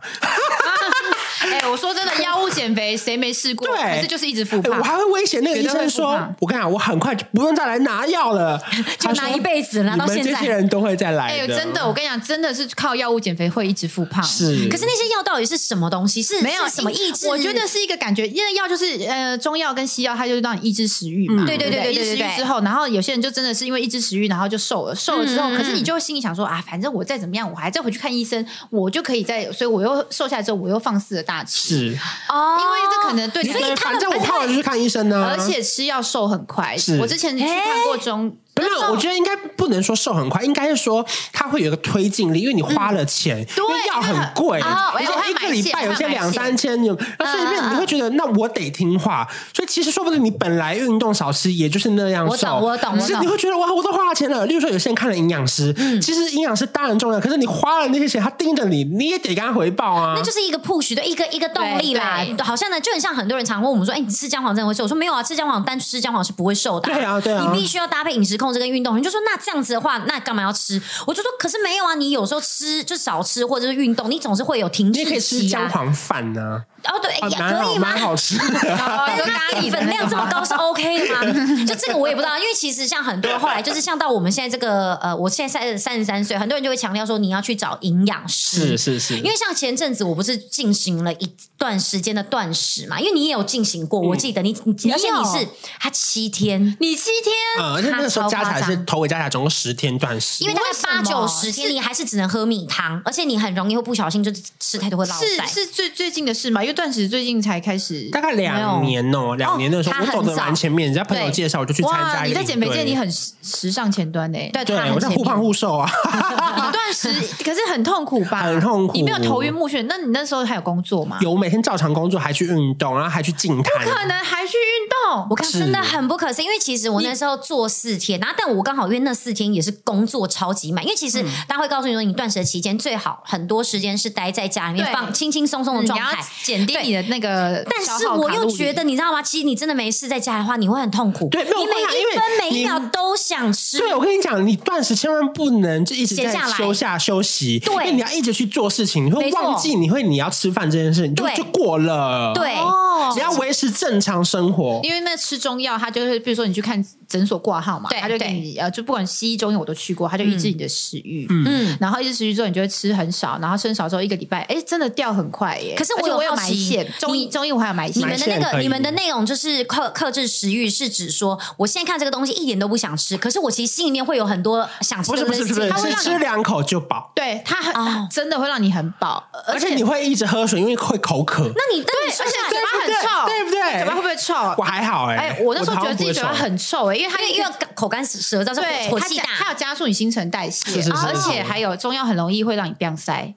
Speaker 4: 哎、我说真的，药物减肥谁没试过？
Speaker 3: 对
Speaker 4: 可是就是一直复
Speaker 3: 哎
Speaker 4: 胖。
Speaker 3: 我还会威胁那个医
Speaker 4: 绝对
Speaker 3: 生
Speaker 4: 会复
Speaker 3: 说
Speaker 4: 胖：“
Speaker 3: 我跟你讲，我很快就不用再来拿药 了，
Speaker 2: 就
Speaker 3: 他说
Speaker 2: 拿一辈子拿到现在
Speaker 3: 你们这些人都会再来
Speaker 4: 哎
Speaker 3: 的。
Speaker 4: 呦，真的，我跟你讲，真的是靠药物减肥会一直复胖。
Speaker 3: 是，
Speaker 2: 可是那些药到底是什么东西？是
Speaker 4: 没有
Speaker 2: 是什么抑制？
Speaker 4: 我觉得是一个感觉，因为药就是呃中药跟西药，它就是让你抑制食欲嘛。
Speaker 3: 嗯
Speaker 2: 对对对
Speaker 4: 不
Speaker 2: 对对
Speaker 4: 抑制食
Speaker 2: 对对
Speaker 4: 欲之后，然后有些人就真的是因为抑制食欲，然后就瘦了，瘦了之后，可是你就心里想说啊，反正我再怎么样，我还再回去看医生，我就可以再，所以我又瘦下来之后，我又放肆的大吃，
Speaker 3: 是，
Speaker 2: 哦
Speaker 4: 因为这可能对
Speaker 2: 所以他
Speaker 3: 反
Speaker 2: 们
Speaker 3: 正我胖了就去看医生啊呢、
Speaker 4: 而且吃药瘦很快
Speaker 3: 嗯是。
Speaker 4: 我之前去看过中，
Speaker 3: 没
Speaker 4: 那时
Speaker 3: 有，
Speaker 4: 候
Speaker 3: 我觉得应该不能说瘦很快，应该是说它会有一个推进力，因为你花了钱，
Speaker 2: 嗯
Speaker 4: 对
Speaker 3: 因为药很贵，
Speaker 4: 因为哦
Speaker 3: 而
Speaker 4: 哎我
Speaker 3: 且
Speaker 4: 还
Speaker 3: 一个
Speaker 4: 买
Speaker 3: 礼
Speaker 4: 线
Speaker 3: 拜有
Speaker 4: 我还
Speaker 3: 些
Speaker 4: 买
Speaker 3: 两
Speaker 4: 线
Speaker 3: 三千，有那
Speaker 2: 嗯
Speaker 3: 所以面你会觉得，那我得听话。所以其实说不定你本来运动少吃，也就是那样
Speaker 2: 我懂
Speaker 3: 瘦，
Speaker 2: 我懂我
Speaker 3: 只是
Speaker 2: 懂
Speaker 3: 你会觉得哇，我都花了钱了。例如说，有些人看了营养师，
Speaker 2: 嗯
Speaker 3: 其实营养师当然重要，可是你花了那些钱，他盯着你，你也得给他回报啊。
Speaker 2: 那就是一个 push 对一个一个动力啦
Speaker 4: 对，对
Speaker 2: 好像呢就很像很多人常问我们说，哎、你吃姜黄真的会瘦？我说没有啊，吃姜黄单吃姜黄是不会瘦的、
Speaker 3: 对啊对啊
Speaker 2: 你必须要搭配饮食控制跟运动。你就说那这样子的话，那干嘛要吃？我就说可是没有啊，你有时候吃就少吃或者是运动，你总是会有停
Speaker 3: 你
Speaker 2: 滞
Speaker 3: 也可以吃
Speaker 2: 期
Speaker 3: 姜
Speaker 2: 啊。
Speaker 3: 黄饭呢、
Speaker 2: 哦对，
Speaker 3: 啊，
Speaker 2: 也
Speaker 3: 蛮
Speaker 2: 可
Speaker 3: 好，
Speaker 2: 以吗
Speaker 3: 蛮？好哦吃的。
Speaker 4: 但
Speaker 2: 但咖喱粉量这么高是 OK 的吗？就这个我也不知道，因为其实像很多后来就是像到我们现在这个呃，我现在三三十三岁，很多人就会强调说你要去找营养师
Speaker 3: 是。是是，因
Speaker 2: 因为像前阵子我不是进行了一段时间的断食嘛，因为你也有进行过，我
Speaker 4: 嗯
Speaker 2: 记得你你你而且你是他七天，
Speaker 4: 你七天
Speaker 3: 嗯，而且那个时候加起来
Speaker 2: 它超夸
Speaker 3: 是
Speaker 2: 张
Speaker 3: 头尾加起来总共十天断食，
Speaker 2: 因为大概
Speaker 4: 为什
Speaker 2: 八
Speaker 4: 么
Speaker 2: 九十天你还是只能喝米汤，而且你很容易会不小心就是吃太多会落
Speaker 4: 是
Speaker 2: 塞。
Speaker 4: 是最最近的事嘛？因为断食最近才开始，
Speaker 3: 大概两年哦，两年的时候
Speaker 2: 他
Speaker 3: 我
Speaker 2: 很
Speaker 3: 走的蛮
Speaker 2: 早
Speaker 3: 前面，人家朋友
Speaker 4: 对
Speaker 3: 介绍我就去参加
Speaker 4: 哇！
Speaker 3: 一
Speaker 4: 你
Speaker 3: 个
Speaker 4: 在
Speaker 3: 营
Speaker 4: 减肥界
Speaker 3: 队
Speaker 4: 你很时时尚前端呢、
Speaker 2: 对，
Speaker 3: 对
Speaker 2: 他
Speaker 3: 我
Speaker 2: 很
Speaker 3: 在
Speaker 2: 前
Speaker 3: 互
Speaker 2: 面
Speaker 3: 胖互瘦 啊，
Speaker 4: 你断食可是很痛苦吧？
Speaker 3: 很痛苦
Speaker 4: 你没有头晕目眩，那你那时候还有工作吗？
Speaker 3: 有每天照常工作，还去运动，然后还去静态，
Speaker 4: 可能还去运动
Speaker 2: 我，看
Speaker 3: 是
Speaker 2: 真的很不可思议，因为其实我那时候做四天，然后但我刚好因为那四天也是工作超级满，因为其
Speaker 4: 嗯
Speaker 2: 实大家会告诉你说，你断食的期间最好很多时间是待在家里面
Speaker 4: 对嗯
Speaker 2: 放轻轻松松的
Speaker 4: 你
Speaker 2: 状
Speaker 4: 要
Speaker 2: 态。
Speaker 4: 减低你的那个
Speaker 2: 但
Speaker 4: 消
Speaker 2: 是
Speaker 4: 耗
Speaker 2: 我
Speaker 4: 卡
Speaker 2: 又
Speaker 4: 路里
Speaker 2: 觉得，你知道吗？其实你真的没事在家的话，你会很痛苦。
Speaker 3: 对没有
Speaker 2: 你每
Speaker 3: 办法因为
Speaker 2: 一分每
Speaker 3: 你
Speaker 2: 一秒都想吃。
Speaker 3: 对，我跟你讲，你断食千万不能就一直在
Speaker 2: 闲下来
Speaker 3: 休下休息，
Speaker 2: 对
Speaker 3: 因为你要一直去做事情，你
Speaker 2: 没
Speaker 3: 会
Speaker 2: 错
Speaker 3: 忘记你会你要吃饭这件事，你就
Speaker 2: 对
Speaker 3: 就过了。
Speaker 2: 对，
Speaker 4: 哦
Speaker 3: 只要维持正常生
Speaker 2: 哦
Speaker 3: 活，
Speaker 4: 因为那吃中药，它就是比如说你去看诊所挂号嘛，
Speaker 2: 对
Speaker 4: 它就给你呃，就不管西医中药我都去过，它就抑制你的食欲，
Speaker 2: 嗯，
Speaker 4: 然后抑制食欲之后，你就会吃很少，然后吃很少之后一个礼拜，哎，真的掉很快耶。
Speaker 2: 可是我
Speaker 4: 而且
Speaker 2: 有
Speaker 4: 我有
Speaker 2: 好
Speaker 4: 埋
Speaker 2: 奇
Speaker 4: 线，中医
Speaker 2: 你
Speaker 4: 中医我还有埋线，
Speaker 2: 你们的那
Speaker 3: 蛮羡慕
Speaker 2: 个
Speaker 3: 可以
Speaker 2: 你们的内容就是克克制食欲，是指说我现在看这个东西一点都不想吃，可是我其实心里面会有很多想吃
Speaker 3: 不
Speaker 2: 的
Speaker 3: 是不
Speaker 2: 东西。
Speaker 3: 是不是，
Speaker 4: 它会
Speaker 3: 是
Speaker 4: 让你
Speaker 3: 吃两口就饱，
Speaker 4: 对它很、
Speaker 2: 哦
Speaker 4: 真的会让你很饱，
Speaker 3: 而且你会一直喝水，因为会口渴。
Speaker 2: 那你那
Speaker 4: 对，
Speaker 2: 你
Speaker 4: 而
Speaker 2: 说
Speaker 4: 且
Speaker 2: 下来
Speaker 4: 嘴巴很臭，
Speaker 3: 对不对
Speaker 4: 嘴巴会不会臭？
Speaker 3: 我还好哎，
Speaker 4: 哎，我那时候
Speaker 3: 好
Speaker 4: 觉
Speaker 3: 像
Speaker 4: 得自己嘴巴
Speaker 3: 不会瘦
Speaker 4: 很臭哎，因为它
Speaker 2: 因为因为口干舌燥，
Speaker 4: 对
Speaker 2: 是火
Speaker 4: 它
Speaker 2: 气
Speaker 4: 加
Speaker 2: 大，
Speaker 4: 它有加速你新陈代谢，
Speaker 3: 是是是
Speaker 4: 而
Speaker 3: 是
Speaker 4: 且还有中药很容易会让你变塞。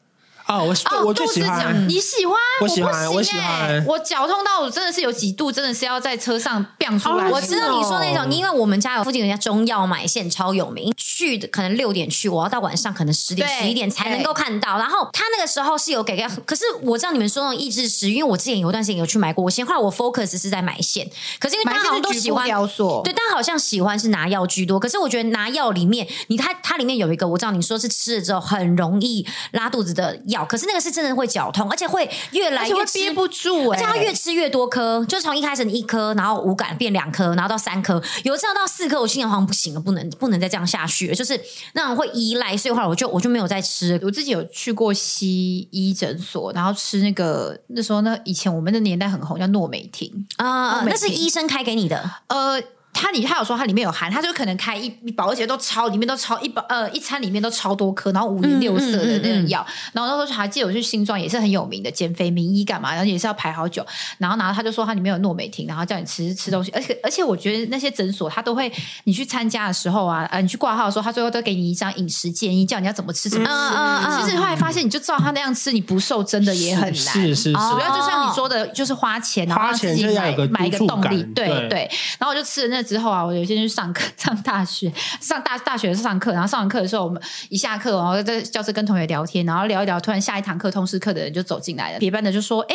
Speaker 3: 哦，我
Speaker 4: 哦，
Speaker 3: 我最
Speaker 4: 肚子
Speaker 3: 喜
Speaker 4: 讲
Speaker 3: 欢
Speaker 4: 你喜欢，
Speaker 3: 我喜欢
Speaker 4: 我
Speaker 3: 我
Speaker 4: 不
Speaker 3: 喜
Speaker 4: 行
Speaker 3: 欢
Speaker 4: 欸我脚痛到我真的是有几度，真的是要在车上飙出来。
Speaker 3: 哦
Speaker 2: 我知道你说那
Speaker 4: 嗯
Speaker 2: 种，你因为我们家有附近有一家中药买线超有名，去的可能六点去，我要到晚上可能十点
Speaker 4: 对
Speaker 2: 十一点才能够看到。然后他那个时候是有给个，可是我知道你们说那种抑制食欲，因为我之前有一段时间有去买过，我先后来我 focus 是在买线，可是因为大
Speaker 4: 买
Speaker 2: 家好像都喜欢
Speaker 4: 雕塑，
Speaker 2: 对，，但好像喜欢是拿药居多。可是我觉得拿药里面，你它它里面有一个，我知道你说是吃了之后很容易拉肚子的药，可是那个是真的会绞痛，而且会越来
Speaker 4: 而且
Speaker 2: 越
Speaker 4: 会
Speaker 2: 吃
Speaker 4: 憋不住
Speaker 2: 而
Speaker 4: 哎、
Speaker 2: 且它越吃越多颗，就从一开始你一颗，然后无感变两颗，然后到三颗，有一次要到四颗，我心想好像不行了，不能不能再这样下去了，就是那种会依赖，所以后来我就我就没有再吃了。
Speaker 4: 我自己有去过西医诊所，然后吃那个那时候呢，以前我们的年代很红叫诺美婷，
Speaker 2: 啊、
Speaker 4: 我没
Speaker 2: 那是
Speaker 4: 听
Speaker 2: 医生开给你的，
Speaker 4: 呃。它里它有说它里面有含，它就可能开一一包，而且都超里面都超一包，呃，一餐里面都超多颗，然后五颜六色的那种
Speaker 2: 嗯
Speaker 4: 药。然后那时候还记得我去新庄也是很有名的减肥名医干嘛，然后也是要排好久。然后然后他就说它里面有诺美婷，然后叫你吃吃东西，而且而且我觉得那些诊所他都会，你去参加的时候啊，呃，你去挂号的时候，他最后都给你一张饮食建议，叫你要怎么吃怎么吃。
Speaker 2: 嗯嗯嗯
Speaker 4: 其实后来发现，你就照他那样吃，你不瘦真的也很难。
Speaker 3: 是是是，
Speaker 2: 哦
Speaker 4: 主要就像你说的，就是花钱，然后
Speaker 3: 花
Speaker 4: 让
Speaker 3: 钱
Speaker 4: 自己
Speaker 3: 就要
Speaker 4: 买
Speaker 3: 有个
Speaker 4: 买一个
Speaker 3: 督促
Speaker 4: 动力
Speaker 3: 感，
Speaker 4: 对
Speaker 3: 对
Speaker 4: 对。然后我就吃了那之后啊，我有一天去上课， 上大学，上大大学是上课，然后上完课的时候，我们一下课，然后在教室跟同学聊天，然后聊一聊，突然下一堂课通识课的人就走进来了，别班的就说：“哎，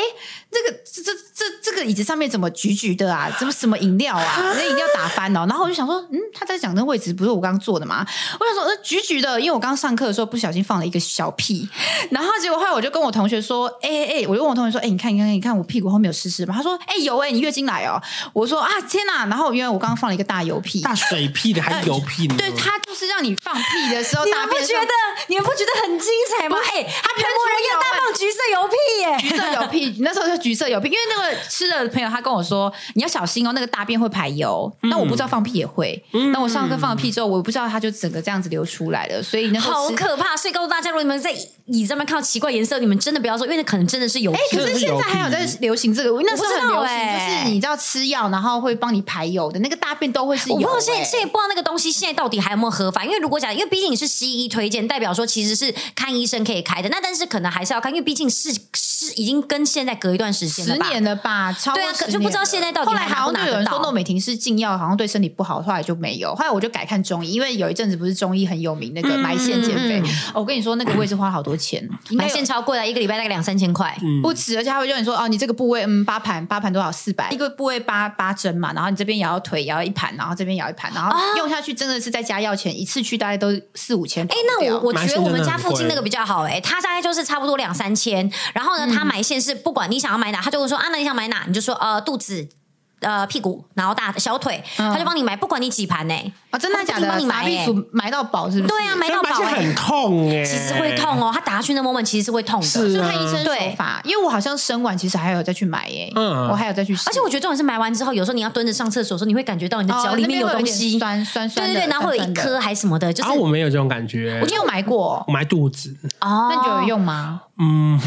Speaker 4: 这个这这这这个椅子上面怎么橘橘的啊？怎么什么饮料啊？ 那饮料打翻哦。”然后我就想说，嗯，他在讲那位置不是我刚坐的吗？我想说，呃，橘橘的，因为我刚上课的时候不小心放了一个小屁，然后结果后来我就跟我同学说，哎、哎、哎我就问我同学说，哎、你看你看你看我屁股后面有湿湿吗？他说，哎、有哎、你月经来哦。我说啊，天哪！然后因为我刚刚放了一个大油屁，
Speaker 3: 大嗯水屁的还油屁呢，
Speaker 4: 对他就是让你放屁的时 候，
Speaker 2: 你
Speaker 4: 大
Speaker 2: 们不
Speaker 4: 便的时
Speaker 2: 觉
Speaker 4: 候
Speaker 2: 得你们不觉得很精彩吗？哎、他全
Speaker 4: 全
Speaker 2: 国人
Speaker 4: 部
Speaker 2: 又
Speaker 4: 有
Speaker 2: 大
Speaker 4: 哎
Speaker 2: 放橘色油屁耶、
Speaker 4: 橘色油屁，那时候就橘色油屁，因为那个吃的朋友他跟我说，你要小心哦，那个大便会排油。那、我不知道放屁也会，那、我上课放了屁之后，我不知道它就整个这样子流出来了，所以那时候
Speaker 2: 好
Speaker 4: 吃
Speaker 2: 可怕！所以告诉大家，如果你们在椅子上面看到奇怪颜色，你们真的不要说，因为那可能真的是有。哎、
Speaker 4: 可是现在还有在流行这个，那时候很
Speaker 2: 我
Speaker 4: 流
Speaker 2: 不知道
Speaker 4: 行，
Speaker 2: 欸
Speaker 4: 就是你知道吃药，然后会帮你排油的那个大便都会是
Speaker 2: 我
Speaker 4: 油、
Speaker 2: 不
Speaker 4: 欸。
Speaker 2: 知道现在现在不知道那个东西现在到底还有没有合法，因为如果讲，因为毕竟你是西医推荐，代表说其实是看医生可以开的，那但是可能还是要看，因为毕竟是是已经跟现在隔一段时间了
Speaker 4: 十
Speaker 2: 吧。
Speaker 4: 年了吧，超过
Speaker 2: 对啊可
Speaker 4: 10
Speaker 2: 就不知道现在到底
Speaker 4: 年了
Speaker 2: 还
Speaker 4: 后
Speaker 2: 拿不拿
Speaker 4: 来好像就有人
Speaker 2: 得
Speaker 4: 说
Speaker 2: 到
Speaker 4: 诺美婷是禁药，好像对身体不好，后来就没有。后来我就改看中医，因为有一阵子不是中医很有名那
Speaker 2: 嗯
Speaker 4: 个埋线减肥、哦，我跟你说那个我也是花了好多钱，应该
Speaker 2: 买
Speaker 4: 有嗯
Speaker 2: 线超贵了，一个礼拜大概两三千块。
Speaker 4: 不止，而且他会叫你说哦，你这个部位嗯八盘八盘多少四百，一个部位八八针嘛，然后你这边也要腿也要一盘，然后这边也要一盘，然
Speaker 2: 啊
Speaker 4: 后用下去真的是在家药钱一次去大概都四五千跑
Speaker 2: 哎
Speaker 4: 不，掉。
Speaker 2: 那我我
Speaker 3: 蛮
Speaker 2: 觉得
Speaker 3: 新
Speaker 2: 我
Speaker 3: 的
Speaker 2: 们
Speaker 3: 那
Speaker 2: 家
Speaker 3: 很
Speaker 2: 附近
Speaker 3: 贵
Speaker 2: 那个比较好哎、它大概就是差不多两三千，然后呢，呢，
Speaker 4: 嗯
Speaker 2: 他买线是不管你想要买哪，他就会说啊，那你想买哪？你就说呃肚子。呃，屁股，然后大小腿，
Speaker 4: 嗯
Speaker 2: 他就帮你买，不管你几盘呢、
Speaker 4: 哦，真的假
Speaker 2: 他
Speaker 4: 的
Speaker 2: 就帮？你
Speaker 4: 麻
Speaker 2: 买、
Speaker 4: 痹
Speaker 2: 欸，
Speaker 4: 组买到宝是不是？
Speaker 2: 对啊，，买到
Speaker 3: 但
Speaker 2: 宝、
Speaker 3: 发
Speaker 2: 欸
Speaker 3: 现，很痛哎，
Speaker 2: 其实会痛哦，他打下去那 moment 其实是会痛的。
Speaker 3: 是
Speaker 4: 就
Speaker 3: 啊
Speaker 4: 看医生手法，因为我好像生完其实还有再去买耶，
Speaker 3: 嗯
Speaker 4: 我还有再去试，
Speaker 2: 而且我觉得重点是埋完之后，有时候你要蹲着上厕所的时候，你会感觉到你的脚
Speaker 4: 哦
Speaker 2: 里面
Speaker 4: 那边会
Speaker 2: 东
Speaker 4: 有
Speaker 2: 西，
Speaker 4: 点酸酸酸
Speaker 2: 对
Speaker 4: 的，
Speaker 2: 对对，然后会有一
Speaker 4: 酸酸的
Speaker 2: 颗。还是什么的，就是
Speaker 3: 啊，我没有这种感觉，
Speaker 4: 你有买过
Speaker 3: 我？埋肚子，
Speaker 2: 哦，
Speaker 4: 啊那你觉得有用吗？
Speaker 3: 嗯，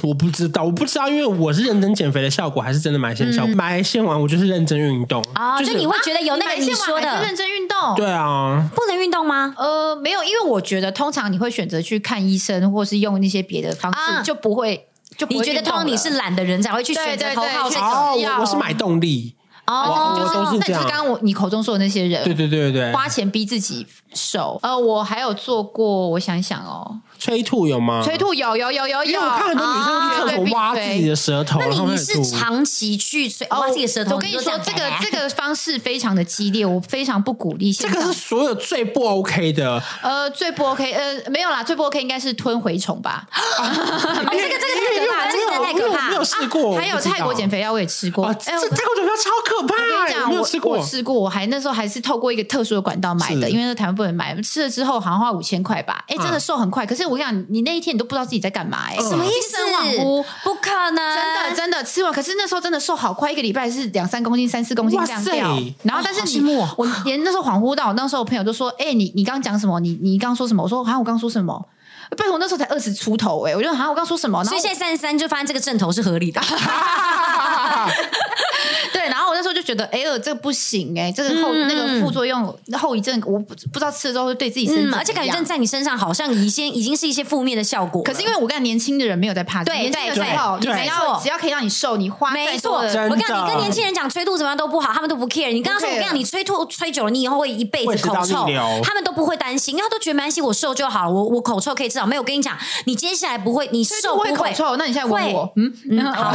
Speaker 3: 我不知道，我不知道，因为我是认真减肥的效果，还是真的埋线效果？埋线完我就是认真运动
Speaker 2: 哦，
Speaker 3: 是
Speaker 2: 就你会觉得有那个
Speaker 4: 买线
Speaker 2: 你说
Speaker 4: 完还是
Speaker 2: 的
Speaker 4: 认真运动，
Speaker 3: 对啊，
Speaker 2: 不能运动吗？
Speaker 4: 呃，没有，因为我觉得通常你会选择去看医生，或是用一些别的方式，
Speaker 2: 啊
Speaker 4: 就不会就不
Speaker 2: 你
Speaker 4: 会
Speaker 2: 觉得
Speaker 4: 运动
Speaker 2: 通常你
Speaker 4: 了
Speaker 2: 是懒的人才会去选择
Speaker 4: 对对
Speaker 2: 头
Speaker 4: 对
Speaker 2: 号
Speaker 4: 去
Speaker 2: 这个
Speaker 3: 哦，
Speaker 4: 要
Speaker 3: 我我是买动力，
Speaker 4: 哦，
Speaker 3: 我
Speaker 4: 就是
Speaker 3: 我都是
Speaker 4: 那
Speaker 3: 这
Speaker 4: 就
Speaker 3: 样
Speaker 4: 是刚刚我你口中说的那些人，
Speaker 3: 对对对对对，
Speaker 4: 花钱逼自己瘦。呃，我还有做过，我想想哦，
Speaker 3: 催吐有吗？
Speaker 4: 催，吐有有有有
Speaker 3: 嗯因为
Speaker 4: 有，
Speaker 3: 我看很多女生去厕所挖自己的舌头，
Speaker 2: 那
Speaker 3: 然
Speaker 2: 你
Speaker 3: 后
Speaker 2: 你
Speaker 3: 开始
Speaker 2: 是
Speaker 3: 吐。
Speaker 2: 长期去吹挖自己的舌头？
Speaker 4: 哦我跟你
Speaker 2: 就
Speaker 4: 说，
Speaker 2: 样哎
Speaker 4: 这
Speaker 2: 改
Speaker 4: 个
Speaker 2: 来
Speaker 4: 这个方式非常的激烈，我非常不鼓励
Speaker 3: 这
Speaker 4: 现在。
Speaker 3: 个是所有最不 OK 的，
Speaker 4: 呃最不 OK，呃没有啦，最不 OK 应该是吞蛔虫吧。
Speaker 2: 哦这个这个太
Speaker 3: 因为
Speaker 2: 可怕了，这个真的太
Speaker 3: 因为
Speaker 2: 可
Speaker 3: 哦我
Speaker 2: 怕
Speaker 3: 没有
Speaker 2: 了。
Speaker 3: 试过，
Speaker 4: 还有泰国减
Speaker 3: 肥
Speaker 4: 肥药我也吃过，
Speaker 3: 啊，
Speaker 4: 哎
Speaker 3: 这
Speaker 4: 我
Speaker 3: 这泰国减肥超可怕
Speaker 4: 我跟你，
Speaker 3: 我
Speaker 4: 讲，
Speaker 3: 没有
Speaker 4: 我
Speaker 3: 吃过
Speaker 4: 我，吃过，我还那时候还是透过一个特殊的管道买的，
Speaker 3: 是
Speaker 4: 因为在台湾不能买。吃了之后好像花五千块吧，哎、真
Speaker 3: 啊
Speaker 4: 的瘦很快。可是我跟你讲，你那一天你都不知道自己在干嘛、哎、
Speaker 3: 嗯
Speaker 2: 什么意
Speaker 4: 精
Speaker 2: 思
Speaker 4: 神恍惚？？
Speaker 2: 不可能！
Speaker 4: 真的真的吃完，可是那时候真的瘦好快，一个礼拜是两三公斤、三四公斤
Speaker 3: 哇
Speaker 4: 这样
Speaker 3: 塞
Speaker 4: 掉。然后，但
Speaker 2: 哦
Speaker 4: 是
Speaker 2: 好
Speaker 4: 你、
Speaker 2: 羡慕哦
Speaker 4: 我连那时候恍惚到，我那时候朋友就说：“哎、你你刚刚讲什么？你你刚刚说什么？”我说：“啊，我刚刚说什么？”拜托，我那时候才二十出头哎、我就啊，我刚刚说什么？然
Speaker 2: 所
Speaker 4: 后
Speaker 2: 以
Speaker 4: 我
Speaker 2: 现在三十三就发现这个正头是合 理的。
Speaker 4: 对，然后我那时候就觉得，哎呦，这个不行哎、这个后、
Speaker 2: 嗯
Speaker 4: 那个副作用、后遗症，我不不知道吃了之后会对自己身体
Speaker 2: 嗯，
Speaker 4: 怎么样、
Speaker 2: 而且感觉正在你身上好像已经已经是一些负面的效果了。
Speaker 4: 可是因为我跟你讲年轻的人没有在怕，
Speaker 2: 对
Speaker 4: 年轻
Speaker 2: 对
Speaker 4: 的时候，你
Speaker 3: 对
Speaker 4: 只要
Speaker 2: 对
Speaker 4: 只要可以让你瘦，你花
Speaker 2: 没
Speaker 4: 再
Speaker 2: 错，
Speaker 4: 多
Speaker 2: 我
Speaker 4: 的
Speaker 2: 跟你
Speaker 3: 真
Speaker 2: 讲，
Speaker 3: 的
Speaker 2: 你跟年轻人讲催吐怎么样都不好，他们都不 care。你跟他说，
Speaker 4: 不 care
Speaker 2: 我跟你讲，你催吐催久了，你以后会一辈子口
Speaker 3: 胃食道
Speaker 2: 臭
Speaker 3: 逆流，
Speaker 2: 他们都不会担心，因为他都觉得没关系，我瘦就好了，我我口臭可以治好。没有，我跟你讲，你接下来不会，你
Speaker 4: 所以
Speaker 2: 瘦
Speaker 4: 就
Speaker 2: 不
Speaker 4: 会口臭，那你现在吻我，嗯嗯，好，